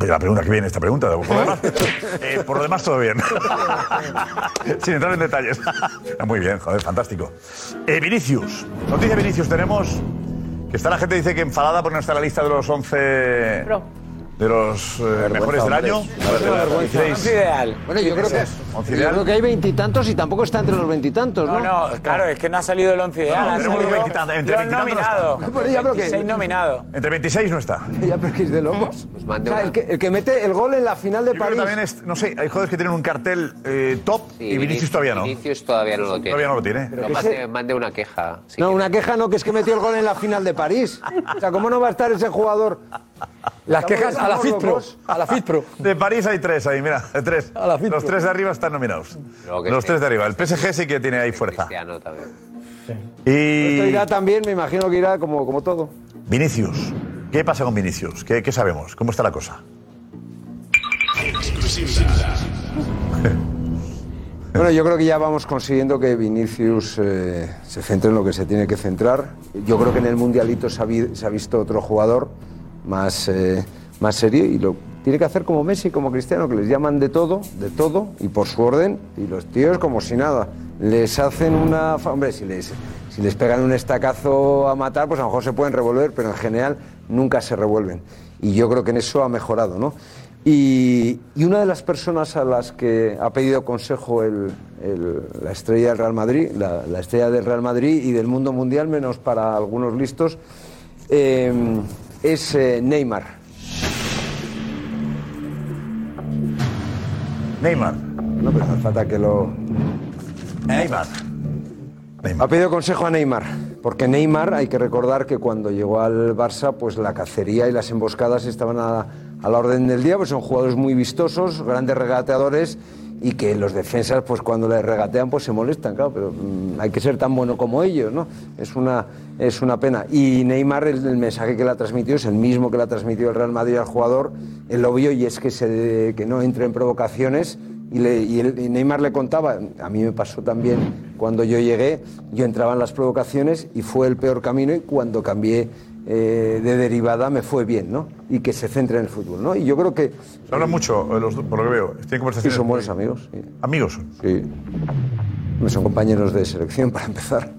Speaker 10: La pregunta, que viene esta pregunta. Por
Speaker 18: *laughs*
Speaker 10: lo demás, eh, por lo demás todo bien. *laughs* Sin entrar en detalles. *laughs* Está Muy bien, joder, fantástico. Eh, Vinicius. Noticia de Vinicius tenemos. Que está la gente dice que enfadada por no estar en la lista de los 11 de los eh, mejores del año.
Speaker 18: Bueno, yo creo que,
Speaker 10: Once
Speaker 18: yo
Speaker 10: ideal.
Speaker 18: creo que hay veintitantos y, tampoco está entre los veintitantos, ¿no?
Speaker 31: No, no, claro, es que no ha salido el 11 ideal.
Speaker 18: No,
Speaker 31: han
Speaker 18: tenemos
Speaker 31: salido
Speaker 18: los 20, entre
Speaker 31: los
Speaker 18: 20 no está.
Speaker 31: nominados.
Speaker 18: Por ello hablo que-
Speaker 31: 26 nominados.
Speaker 10: Entre 26 no está.
Speaker 18: Ya, pero que es de lobos. O sea, el, que, el que mete el gol en la final de
Speaker 10: Yo creo
Speaker 18: París.
Speaker 10: que también es, no sé, hay jugadores que tienen un cartel eh, top y Vinicius todavía no.
Speaker 9: Vinicius todavía no lo tiene.
Speaker 10: Todavía no lo tiene.
Speaker 9: No,
Speaker 18: que
Speaker 9: mande-
Speaker 18: ese-
Speaker 9: mande una queja. sí.
Speaker 18: No, una queja no, que es que metió el gol en la final de París. O sea, ¿cómo no va a estar ese jugador?
Speaker 7: Las
Speaker 10: quejas a la FITPro,
Speaker 18: A la FITPRO.
Speaker 10: *laughs* De París hay tres ahí, mira, tres. Los tres de arriba están nominados.
Speaker 9: que
Speaker 10: Los
Speaker 9: sí.
Speaker 10: tres de arriba. El PSG sí que tiene ahí fuerza.
Speaker 9: Cristiano también.
Speaker 10: Y
Speaker 18: Esto irá también, me imagino que irá como, como todo.
Speaker 10: Vinicius. ¿Qué pasa con Vinicius? ¿Qué, qué sabemos? ¿Cómo está la cosa?
Speaker 18: Bueno, yo creo que ya vamos consiguiendo que Vinicius eh, se centre en lo que se tiene que centrar. Yo creo que en el Mundialito se ha, vi- se ha visto otro jugador más, eh, más serio y lo tiene que hacer como Messi, como Cristiano, que les llaman de todo, de todo, y por su orden, y los tíos como si nada. Les hacen una... fa- Hombre, si les, si les pegan un estacazo a matar, pues a lo mejor se pueden revolver, pero en general nunca se revuelven. Y yo creo que en eso ha mejorado, ¿no? Y, y una de las personas a las que ha pedido consejo el- el- la estrella del Real Madrid, la, la estrella del Real Madrid y del mundo mundial, menos para algunos listos, eh, es eh, Neymar.
Speaker 10: Neymar.
Speaker 18: No, pero hace falta que lo.
Speaker 10: Neymar.
Speaker 18: Ha pedido consejo a Neymar, porque Neymar, hay que recordar que cuando llegó al Barça, pues la cacería y las emboscadas estaban a, a la orden del día, pues son jugadores muy vistosos, grandes regateadores y que los defensas, pues cuando les regatean, pues se molestan, claro, pero mm, hay que ser tan bueno como ellos, ¿no? Es una, es una pena. Y Neymar, el, el mensaje que le ha transmitido es el mismo que le ha transmitido el Real Madrid al jugador, el obvio, y es que, se, que no entre en provocaciones y, le- y el- y Neymar le contaba, a mí me pasó también cuando yo llegué, yo entraba en las provocaciones y fue el peor camino y cuando cambié eh, de derivada me fue bien, ¿no? Y que se centre en el fútbol, ¿no? Y yo creo que...
Speaker 10: Se hablan mucho, eh, los dos, por lo que veo. Tienen
Speaker 18: Sí,
Speaker 10: conversaciones.
Speaker 18: son buenos amigos. sí.
Speaker 10: ¿Amigos?
Speaker 18: Sí. Hombre, Son compañeros de selección, para empezar.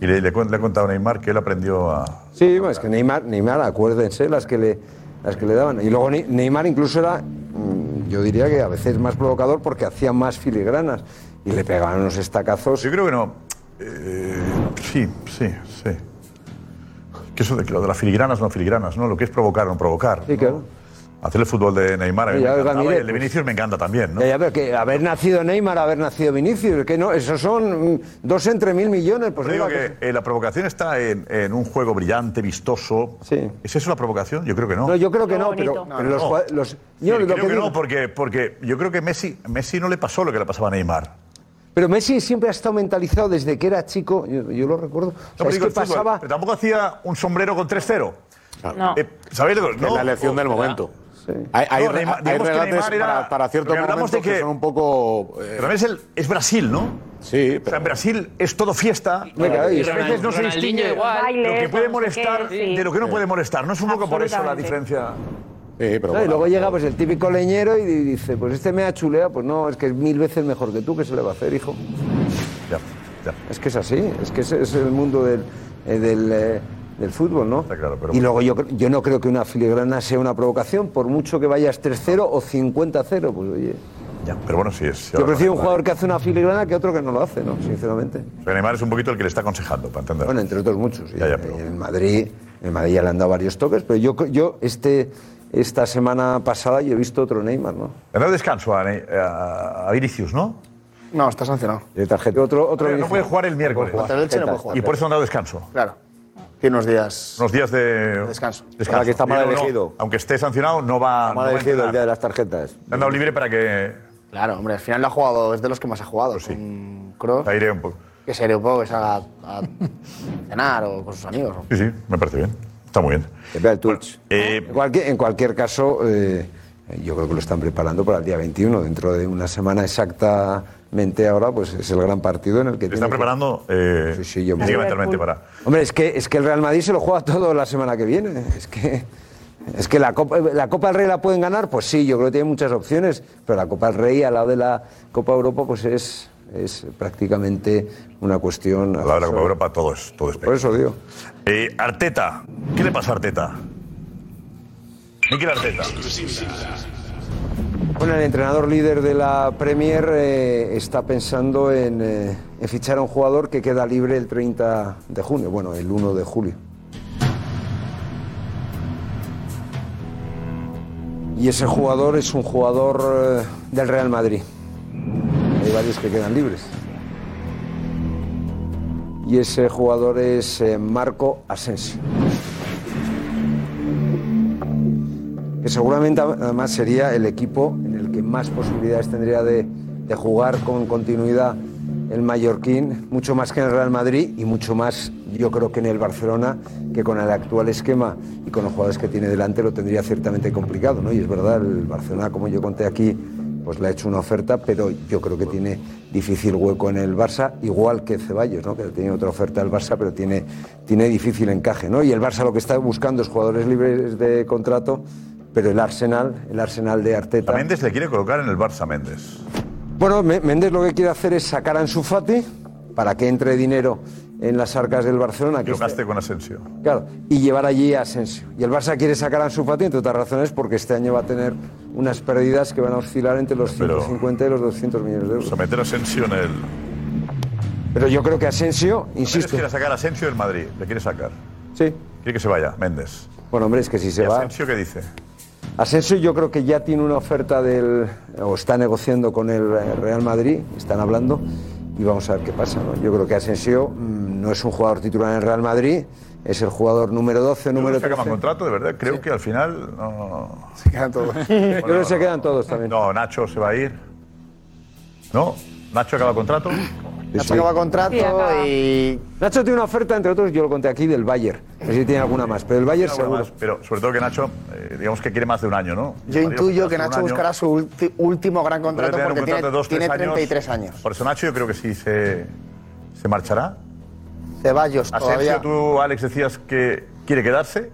Speaker 10: Y le, le cuen- le ha contado a Neymar que él aprendió a.
Speaker 18: Sí, bueno, es que Neymar, Neymar, acuérdense las que le, las que le daban. Y luego Ne- Neymar incluso era, mm, yo diría que a veces más provocador porque hacía más filigranas y le pegaban unos estacazos.
Speaker 10: Yo creo que no. Eh, sí, sí, sí. Que eso de, que lo de las filigranas, no filigranas, ¿no? Lo que es provocar, no provocar. Sí,
Speaker 18: claro.
Speaker 10: Hacer el fútbol de Neymar a mí
Speaker 18: Ya,
Speaker 10: me
Speaker 18: oiga,
Speaker 10: encantaba,
Speaker 18: mire,
Speaker 10: y el de
Speaker 18: pues-
Speaker 10: Vinicius me encanta también, ¿no?
Speaker 18: Ya, ya, pero que haber nacido Neymar, haber nacido Vinicius, que no, esos son mm, dos entre mil millones. Pues
Speaker 10: Pero digo
Speaker 18: oiga,
Speaker 10: que eh, la provocación está en, en un juego brillante, vistoso. ¿Es eso la provocación? Yo creo que no.
Speaker 18: pues, No, yo creo que no, pero, pero los, jua- los- yo
Speaker 10: Sí,
Speaker 18: lo
Speaker 10: creo
Speaker 18: que
Speaker 10: que,
Speaker 18: digo-
Speaker 10: no, porque, porque yo creo que Messi, Messi no le pasó lo que le pasaba a Neymar.
Speaker 18: pero Messi siempre ha estado mentalizado desde que era chico, yo, yo lo recuerdo. O sea,
Speaker 10: No, pero
Speaker 18: es
Speaker 10: digo
Speaker 18: que
Speaker 10: el fútbol,
Speaker 18: pasaba.
Speaker 10: pero tampoco hacía un sombrero con 3-0.
Speaker 27: No.
Speaker 10: Eh, ¿Sabéis? lo que-
Speaker 3: Es
Speaker 10: No,
Speaker 3: la elección del momento. Hay, hay,
Speaker 10: No,
Speaker 3: re-
Speaker 10: Neymar-
Speaker 3: hay
Speaker 10: digamos que
Speaker 3: regates
Speaker 10: Neymar era-
Speaker 3: para, para ciertos
Speaker 10: porque hablamos
Speaker 3: momentos
Speaker 10: de
Speaker 3: que,
Speaker 10: que-
Speaker 3: son un poco... eh,
Speaker 10: Pero también es, el- es Brasil, ¿no? Sí. O sea, en Brasil es todo fiesta.
Speaker 18: Venga,
Speaker 10: y
Speaker 18: ahí.
Speaker 10: a veces no se
Speaker 18: Ronaldinho
Speaker 10: distingue
Speaker 18: igual.
Speaker 10: lo que puede
Speaker 18: Bailes, no sé qué,
Speaker 10: molestar
Speaker 18: sí.
Speaker 10: de lo que no puede molestar. ¿No es un poco por eso la
Speaker 18: Absolutamente.
Speaker 10: diferencia?
Speaker 3: Sí, pero
Speaker 18: ¿no? y luego llega pues el típico leñero y di- dice, pues este me ha chuleado, pues no, es que es mil veces mejor que tú, ¿qué se le va a hacer, hijo?
Speaker 10: Ya, ya.
Speaker 18: Es que es así, es que ese es el mundo del, eh, del, eh, del fútbol, ¿no? y luego yo, cre- yo no creo que una filigrana sea una provocación, por mucho que vayas 3-0 o 50-0, pues oye.
Speaker 10: Ya, pero bueno, sí. es.
Speaker 18: Yo prefiero un jugador que hace una filigrana que otro que no lo hace, ¿no? Sinceramente.
Speaker 10: O sea, Neymar es un poquito el que le está aconsejando, para entender.
Speaker 18: Bueno, entre otros muchos. En Madrid, en Madrid ya le han dado varios toques, pero yo, yo este, esta semana pasada yo he visto otro Neymar, ¿no?
Speaker 10: Le han dado descanso a, Ne- a- a Vinicius, ¿no?
Speaker 18: No, está sancionado. De tarjeta. Otro, otro
Speaker 10: Pero no
Speaker 18: Vinicius.
Speaker 10: puede jugar el miércoles.
Speaker 18: Contra el Elche no puede jugar.
Speaker 10: Y por eso han dado descanso.
Speaker 18: Claro.
Speaker 25: Tiene unos días.
Speaker 10: Unos días de
Speaker 25: Descanso.
Speaker 10: descanso.
Speaker 25: Para que está mal
Speaker 10: Libre o no,
Speaker 25: elegido.
Speaker 10: aunque esté sancionado, no va.
Speaker 25: mal elegido el día de
Speaker 10: las tarjetas. Le han dado libre para que. Pues
Speaker 25: Claro, hombre, al final lo ha jugado, es de los que más ha jugado. Con Kroos.
Speaker 10: Aire un poco.
Speaker 25: Que se aire un poco, que salga
Speaker 10: *laughs*
Speaker 25: a, a cenar o con sus amigos.
Speaker 10: Sí, sí, me parece bien. Está muy bien. eh,
Speaker 18: en, cualquier, en cualquier caso, eh, yo creo que lo están preparando para el día 21. Dentro de una semana exactamente ahora, pues es el gran partido en el que...
Speaker 10: Están
Speaker 18: tiene que-
Speaker 10: preparando. Eh,
Speaker 18: Sí, sí, yo me-
Speaker 10: mentalmente para.
Speaker 18: Hombre, es que, es que el Real Madrid se lo juega todo la semana que viene. Es que, es que la, Copa, la Copa del Rey la pueden ganar, pues sí, yo creo que tiene muchas opciones, pero la Copa del Rey al lado de la Copa Europa, pues es, es prácticamente una cuestión. Al
Speaker 10: lado de la Copa Europa todo es, todo
Speaker 18: Por eso digo.
Speaker 10: Eh, Arteta. ¿Qué le pasa a Arteta? Mikel Arteta.
Speaker 18: Bueno, el entrenador líder de la Premier eh, está pensando en, eh, en fichar a un jugador que queda libre el 30 de junio, bueno, el 1 de julio. Y ese jugador es un jugador eh, del Real Madrid. Hay varios que quedan libres. Y ese jugador es eh, Marco Asensio. que seguramente además sería el equipo en el que más posibilidades tendría de, de jugar con continuidad el mallorquín, mucho más que en el Real Madrid y mucho más yo creo que en el Barcelona, que con el actual esquema y con los jugadores que tiene delante lo tendría ciertamente complicado, ¿no? Y es verdad, el Barcelona, como yo conté aquí, pues le ha hecho una oferta, pero yo creo que tiene difícil hueco en el Barça, igual que Ceballos, ¿no? que tiene otra oferta el Barça, pero tiene, tiene difícil encaje. ¿no? Y el Barça lo que está buscando es jugadores libres de contrato, pero el Arsenal, el Arsenal de Arteta...
Speaker 10: A Méndez le quiere colocar en el Barça Méndez.
Speaker 18: Bueno, Me- Méndez lo que quiere hacer es sacar a Ansu Fati para que entre dinero en las arcas del Barcelona. Que
Speaker 10: Lo
Speaker 18: este-
Speaker 10: gaste con Asensio.
Speaker 18: Claro, y llevar allí a Asensio. Y el Barça quiere sacar a Ansu Fati, entre otras razones, porque este año va a tener unas pérdidas que van a oscilar entre los
Speaker 10: Pero-
Speaker 18: 150 y los 200 millones de euros.
Speaker 10: O sea, meter a Asensio en el.
Speaker 18: Pero yo creo que Asensio,
Speaker 10: Méndez quiere sacar a Asensio del Madrid. Le quiere sacar.
Speaker 18: Sí.
Speaker 10: Quiere que se vaya, Méndez.
Speaker 18: Bueno, hombre, es que si se
Speaker 10: ¿Y
Speaker 18: va...
Speaker 10: Asensio qué dice?
Speaker 18: Asensio yo creo que ya tiene una oferta del o está negociando con el eh, Real Madrid, están hablando y vamos a ver qué pasa. ¿no? Yo creo que Asensio mm, no es un jugador titular en el Real Madrid, es el jugador número 12, número
Speaker 10: Creo que acaba
Speaker 18: 13.
Speaker 10: contrato, de verdad. Creo que al final. No, no, no.
Speaker 18: Se quedan *laughs* todos. Yo creo que se quedan todos también.
Speaker 10: No, Nacho se va a ir. ¿No? ¿Nacho acaba
Speaker 18: *clears throat*
Speaker 10: contrato?
Speaker 18: Nacho
Speaker 25: acaba contrato Sí, acaba.
Speaker 18: y... Nacho tiene una oferta, entre otros, yo lo conté aquí, del Bayern. No sé si tiene alguna más, pero el Bayern
Speaker 10: Alguna
Speaker 18: seguro.
Speaker 10: más, pero sobre todo que Nacho, eh, digamos que quiere más de un año, ¿no?
Speaker 25: Yo intuyo que
Speaker 10: Más de un
Speaker 25: Nacho
Speaker 10: año.
Speaker 25: buscará su ulti- último gran
Speaker 10: Puede
Speaker 25: contrato
Speaker 10: tener
Speaker 25: porque
Speaker 10: un
Speaker 25: tiene,
Speaker 10: contrato de dos,
Speaker 25: tiene
Speaker 10: tres
Speaker 25: 33 años.
Speaker 10: Por eso Nacho yo creo que sí se, se marchará.
Speaker 25: Ceballos
Speaker 10: Asensio,
Speaker 25: todavía.
Speaker 10: tú, Alex, decías que quiere quedarse.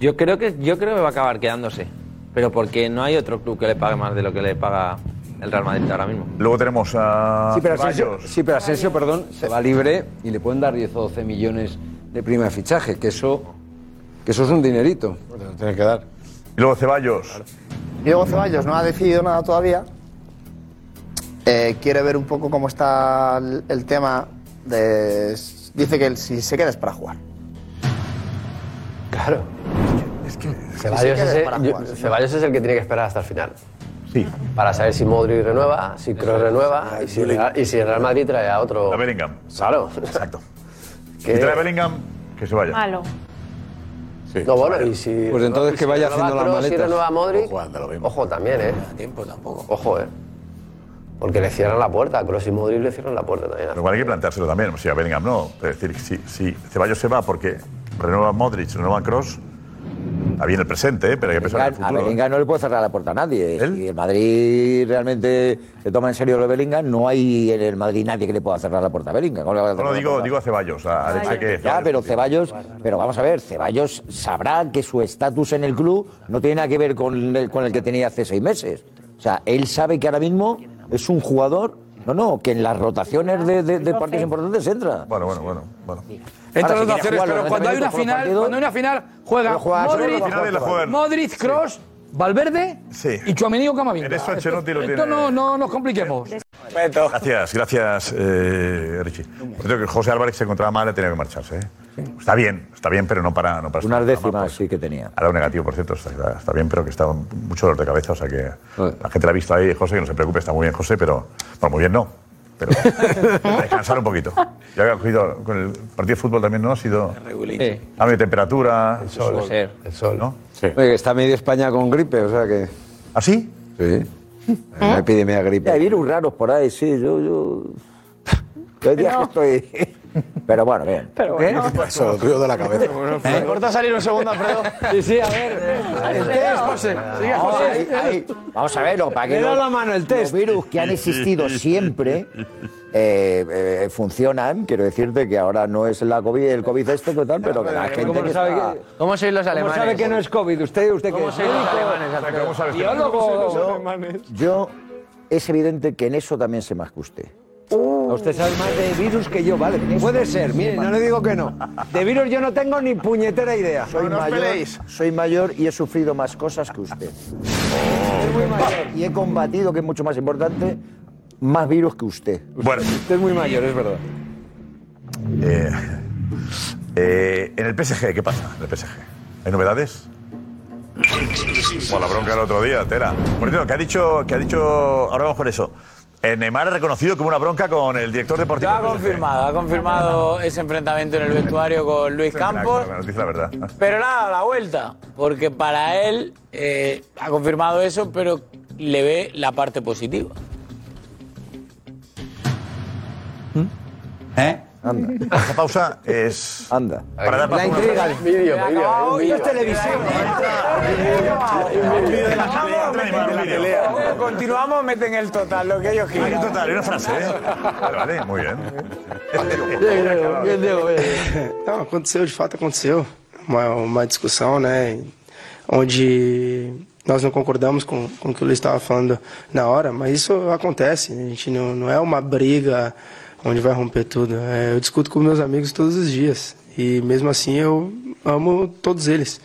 Speaker 5: Yo creo que yo creo que va a acabar quedándose, pero porque no hay otro club que le pague más de lo que le paga el Real Madrid ahora mismo.
Speaker 10: Luego tenemos a
Speaker 18: Sí, pero Asensio, sí, pero Asensio, perdón, se va libre y le pueden dar 10 o 12 millones de prima de fichaje, que eso, que eso es un dinerito.
Speaker 10: Tiene que dar. Y luego Ceballos.
Speaker 25: Diego Ceballos no ha decidido nada todavía. Eh, quiere ver un poco cómo está el, el tema. De, dice que el- si se queda es para jugar.
Speaker 24: Claro.
Speaker 25: Sí,
Speaker 24: Ceballos
Speaker 25: sí,
Speaker 24: es,
Speaker 25: que
Speaker 24: el,
Speaker 25: para
Speaker 24: yo-
Speaker 25: jugar, sí.
Speaker 24: Ceballos es el que tiene que esperar hasta el final.
Speaker 10: Sí.
Speaker 24: Para saber si Modric renueva, si Kroos renueva y si, Real- y si el Real Madrid trae a otro. A
Speaker 10: Bellingham.
Speaker 24: Claro.
Speaker 10: Exacto.
Speaker 24: Que-
Speaker 10: Si trae a Bellingham, que se vaya.
Speaker 27: Malo.
Speaker 24: No, *laughs* bueno, y si.
Speaker 18: Pues entonces
Speaker 24: y
Speaker 18: que vaya
Speaker 24: renueva
Speaker 18: haciendo las
Speaker 24: Kroos, Si
Speaker 18: maletas.
Speaker 24: renueva Modric. Ojo, también, ¿eh? tiempo tampoco. Ojo, ¿eh? Porque le cierran la puerta. Kroos y Modric le cierran la puerta también.
Speaker 10: Pero igual hay que planteárselo también. Si a Bellingham no. Es decir, si, si Ceballos se va porque renueva Modric, renueva Cross, está bien el presente, ¿eh? pero hay que pensar en el
Speaker 23: Bellingham- a
Speaker 10: futuro. ¿eh?
Speaker 23: Bellingham no le puede cerrar la puerta a nadie. Si el Madrid realmente se toma en serio lo de Bellingham, no hay en el Madrid nadie que le pueda cerrar la puerta a Bellingham. ¿Cómo le va a
Speaker 10: No,
Speaker 23: cerrar
Speaker 10: no,
Speaker 23: la
Speaker 10: digo,
Speaker 23: puerta?
Speaker 10: digo a Ceballos. A Alex hay que.
Speaker 23: Ya, pero Ceballos, pero vamos a ver, Ceballos sabrá que su estatus en el club no tiene nada que ver con el, con el que tenía hace seis meses. O sea, él sabe que ahora mismo es un jugador, no, no, que en las rotaciones de, de- de partidos importantes entra.
Speaker 10: Bueno, bueno, bueno. bueno.
Speaker 7: Entre
Speaker 23: Ahora,
Speaker 7: las
Speaker 23: si quiere
Speaker 7: opciones,
Speaker 23: jugar los
Speaker 7: pero cuando
Speaker 23: 90
Speaker 7: hay una
Speaker 23: minutos por
Speaker 7: final,
Speaker 23: partido,
Speaker 7: cuando hay una final juega
Speaker 23: Pero juega-
Speaker 7: Modric,
Speaker 23: la final la juegan.
Speaker 7: Modric, Cross, Valverde y Chuamení o Camavinga.
Speaker 10: En eso Ancelotti lo
Speaker 7: esto
Speaker 10: tiene-
Speaker 7: no, no nos compliquemos.
Speaker 10: Gracias, gracias, eh, Richie. Por cierto, que José Álvarez se encontraba mal y tenía que marcharse. ¿eh? Está bien, está bien, pero no para. No para
Speaker 23: Unas
Speaker 10: estar
Speaker 23: décimas
Speaker 10: mal, pues.
Speaker 23: sí que tenía.
Speaker 10: Ha dado negativo, por cierto, está, está bien, pero que está un- mucho dolor de cabeza. O sea que la gente la ha visto ahí, José, que no se preocupe, está muy bien, José, pero. Bueno, muy bien no.
Speaker 18: *laughs*
Speaker 10: pero para descansar un poquito. Ya había cogido con el partido de fútbol también, ¿no? Ha sido
Speaker 18: Sí.
Speaker 10: cambio de temperatura, el sol,
Speaker 18: El sol.
Speaker 10: ¿no?
Speaker 18: Oye, que está medio España con gripe, o sea que.
Speaker 10: ¿Ah, sí?
Speaker 23: ¿Eh?
Speaker 18: Sí. Hay Una epidemia de gripe.
Speaker 23: Hay virus raros por ahí, sí. Yo, *laughs* yo. Yo hay días que estoy. *laughs* Pero bueno, bien.
Speaker 27: Pero bueno.
Speaker 23: ¿Eh? ¿Qué pasó? Lo tuyo de la cabeza. ¿Eh?
Speaker 25: ¿Me importa salir un segundo, *laughs* Alfredo? Sí, sí, a ver. El test, José.
Speaker 6: Ah.
Speaker 25: Sigue,
Speaker 23: No,
Speaker 25: José.
Speaker 23: ahí- ahí- vamos a verlo. Para que
Speaker 25: Le da
Speaker 23: los-
Speaker 25: la mano el
Speaker 23: Los
Speaker 25: test.
Speaker 23: virus que han *laughs* existido siempre eh, eh, funcionan. Quiero decirte que ahora no es la COVID, el COVID esto que tal, pero que la gente
Speaker 28: ¿Cómo
Speaker 23: que
Speaker 28: sabe
Speaker 23: está-
Speaker 28: que-
Speaker 5: ¿Cómo sois los
Speaker 28: ¿Cómo sabe que no es COVID? ¿Usted, usted que
Speaker 23: ¿Cómo
Speaker 28: es
Speaker 23: sois los
Speaker 28: médico?
Speaker 23: alemanes, Alfredo? ¿Cómo sabes que no?
Speaker 28: Biólogo.
Speaker 23: ¿Cómo sois los alemanes? Yo, es evidente que en eso también se más que usted.
Speaker 28: Usted sabe más de virus que yo, vale. Puede ser, mire, no le digo que no. De virus yo no tengo ni puñetera idea.
Speaker 23: Soy, mayor, soy mayor y he sufrido más cosas que usted. Soy muy mayor y he combatido, que es mucho más importante, más virus que usted.
Speaker 10: Bueno.
Speaker 23: Usted es muy mayor, es verdad.
Speaker 10: Eh, eh, en el PSG, ¿qué pasa? En el PSG. ¿Hay novedades? Bueno, la bronca del otro día, Tera. Por cierto, que ha dicho, que ha dicho, ahora vamos con eso. Eh, Neymar ha reconocido como una bronca con el director deportivo.
Speaker 31: Ya ha
Speaker 10: del PSG.
Speaker 31: confirmado, ha confirmado ese enfrentamiento en el vestuario con Luis Campos.
Speaker 10: Nos dice la verdad.
Speaker 31: Pero nada, la vuelta, porque para él eh, ha confirmado eso, pero le ve la parte positiva.
Speaker 10: ¿Eh? Anda. Esa pausa es.
Speaker 23: Anda.
Speaker 10: Para dar paso a una frase.
Speaker 25: vídeo, vídeo. Esto es televisión.
Speaker 31: Continuamos, meten el total, lo que ellos quieran.
Speaker 10: total, hay una frase, ¿eh? Vale, vale, muy bien.
Speaker 32: Não, aconteceu, de fato aconteceu. Uma, uma discussão, né? Onde nós não concordamos com, com o que o Luiz estava falando na hora, mas isso acontece. A gente não, não é uma briga onde vai romper tudo. É, eu discuto com meus amigos todos os dias. E mesmo assim eu amo todos eles.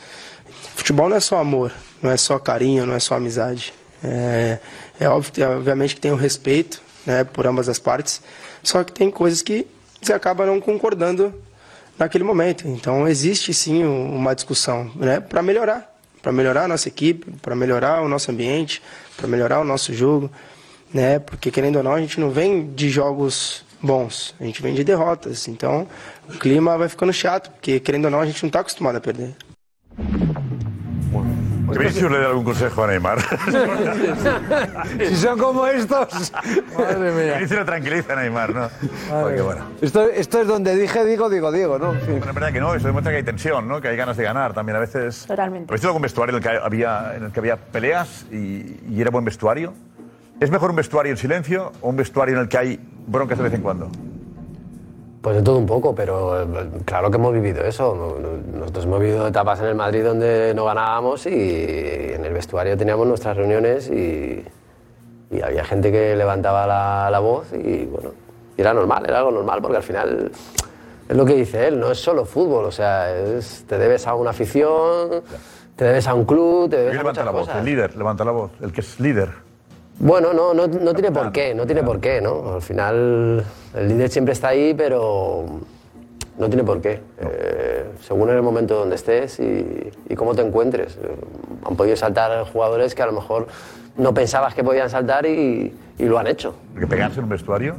Speaker 32: Futebol não é só amor, não é só carinho, não é só amizade. É, é óbvio, que- obviamente que tem o respeito, né, por ambas as partes. Só que tem coisas que você acaba não concordando naquele momento. Então existe sim um- uma discussão, né, para melhorar, para melhorar a nossa equipe, para melhorar o nosso ambiente, para melhorar o nosso jogo, né? Porque querendo ou não, a gente não vem de jogos bons, a gente vem de derrotas. Então o clima vai ficando chato, porque querendo ou não, a gente não está acostumado a perder.
Speaker 10: Vinicius le da algún consejo a Neymar.
Speaker 28: *laughs* Si son
Speaker 10: *laughs*
Speaker 28: como estos. Madre mía.
Speaker 10: Vinicius le tranquiliza a Neymar, ¿no? Porque bueno.
Speaker 28: Esto, esto es donde dije, digo, digo, digo, ¿no?
Speaker 10: Bueno, es verdad que no, eso demuestra que hay tensión, ¿no? Que hay ganas de ganar también a veces.
Speaker 27: Totalmente.
Speaker 10: ¿Habéis algún vestuario en el que había, en el que había peleas y, y era buen vestuario? ¿Es mejor un vestuario en silencio o un vestuario en el que hay broncas de vez en cuando?
Speaker 24: Pues de todo un poco, pero eh, claro que hemos vivido eso. Nosotros hemos vivido etapas en el Madrid donde no ganábamos y en el vestuario teníamos nuestras reuniones y, y había gente que levantaba la, la voz y bueno, y era normal, era algo normal porque al final es lo que dice él, no es solo fútbol, o sea, es- te debes a una afición, te debes a un club, te debes a
Speaker 10: levanta
Speaker 24: muchas
Speaker 10: la voz, ¿eh?
Speaker 24: cosas.
Speaker 10: el líder, levanta la voz, el que es líder.
Speaker 24: Bueno, no, no, no tiene por qué, no tiene por qué, ¿no? Al final el líder siempre está ahí, pero no tiene por qué. Eh, según el momento donde estés y, y cómo te encuentres. Eh, Han podido saltar jugadores que a lo mejor no pensabas que podían saltar y, y lo han hecho.
Speaker 10: ¿Que pegarse en un vestuario?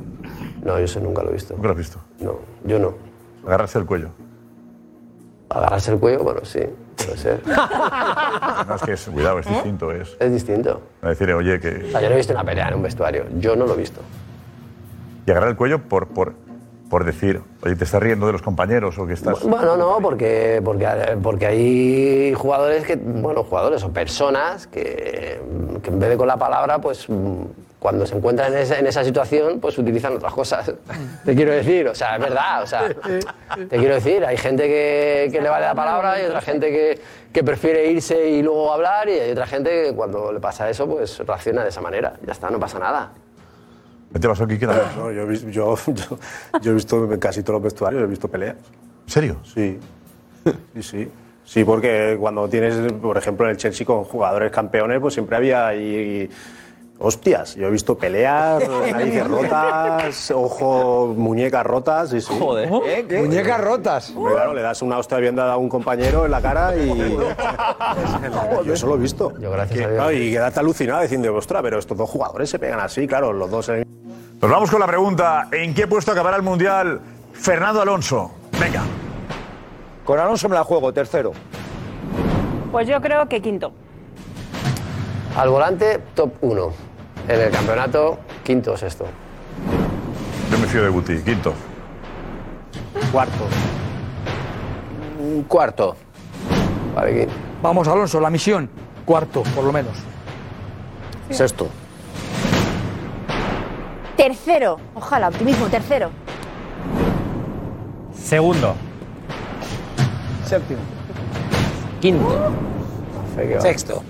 Speaker 24: No, yo eso nunca lo he visto.
Speaker 10: ¿Nunca lo has visto?
Speaker 24: No, yo no.
Speaker 10: Agarrarse el cuello.
Speaker 24: Agarrarse el cuello, bueno, sí, puede ser.
Speaker 10: *laughs* No, es que es, cuidado, es distinto. Es,
Speaker 24: es distinto.
Speaker 10: A decir, oye,
Speaker 24: O
Speaker 10: que.
Speaker 24: sea, yo no he visto una pelea en un vestuario, yo no lo he visto.
Speaker 10: Y agarrar el cuello por, por, por decir, oye, te estás riendo de los compañeros o que estás.
Speaker 24: Bueno, no, porque, porque, porque hay jugadores que, bueno, jugadores o personas que, que en vez de con la palabra, pues mm, cuando se encuentran en esa, en esa situación, pues utilizan otras cosas. Te quiero decir, o sea, es verdad, o sea, te quiero decir, hay gente que, que le vale la palabra y otra gente que, que prefiere irse y luego hablar y hay otra gente que cuando le pasa eso, pues reacciona de esa manera. Ya está, no pasa nada.
Speaker 10: ¿Qué te pasó aquí?
Speaker 14: No, yo, he vis- yo, *laughs* yo, yo he visto en casi todos los vestuarios, he visto peleas.
Speaker 10: ¿En serio?
Speaker 14: Sí. *laughs* Sí, sí. Sí, porque cuando tienes, por ejemplo, en el Chelsea con jugadores campeones, pues siempre había ahí. Hostias, yo he visto peleas,
Speaker 9: *laughs*
Speaker 14: narices rotas, ojo, muñecas rotas, sí, sí.
Speaker 18: Joder. ¿Eh? ¿Qué? Muñecas
Speaker 14: rotas. claro, le das una hostia bien dada a un compañero en la cara
Speaker 24: *laughs*
Speaker 14: y. Yo eso lo he visto.
Speaker 24: Yo gracias a Dios.
Speaker 14: Claro, y quedaste alucinado diciendo, ostras, pero estos dos jugadores se pegan así, claro, los dos en el
Speaker 10: Nos vamos con la pregunta, ¿en qué puesto acabará el Mundial Fernando Alonso? Venga.
Speaker 23: Con Alonso me la juego, tercero.
Speaker 27: Pues yo creo que quinto.
Speaker 24: Al volante, top 1. En el campeonato, quinto o sexto.
Speaker 10: Yo me fío de Guti, quinto.
Speaker 24: Cuarto. Cuarto. Vale,
Speaker 7: Vamos, Alonso, la misión. Cuarto, por lo menos.
Speaker 23: Sexto.
Speaker 11: Tercero. Ojalá, optimismo, tercero.
Speaker 29: Segundo.
Speaker 7: Séptimo.
Speaker 5: Quinto.
Speaker 29: Sexto.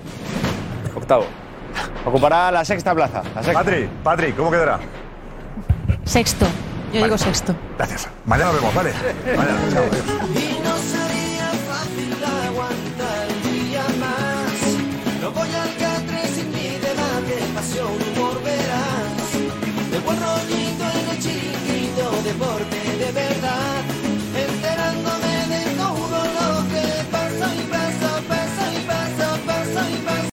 Speaker 29: Octavo. Ocupará la sexta plaza. La sexta.
Speaker 10: Patri, Patri, ¿cómo quedará?
Speaker 12: Sexto. Yo digo sexto.
Speaker 10: Gracias. Mañana nos vemos, ¿vale? Mañana, chao, adiós.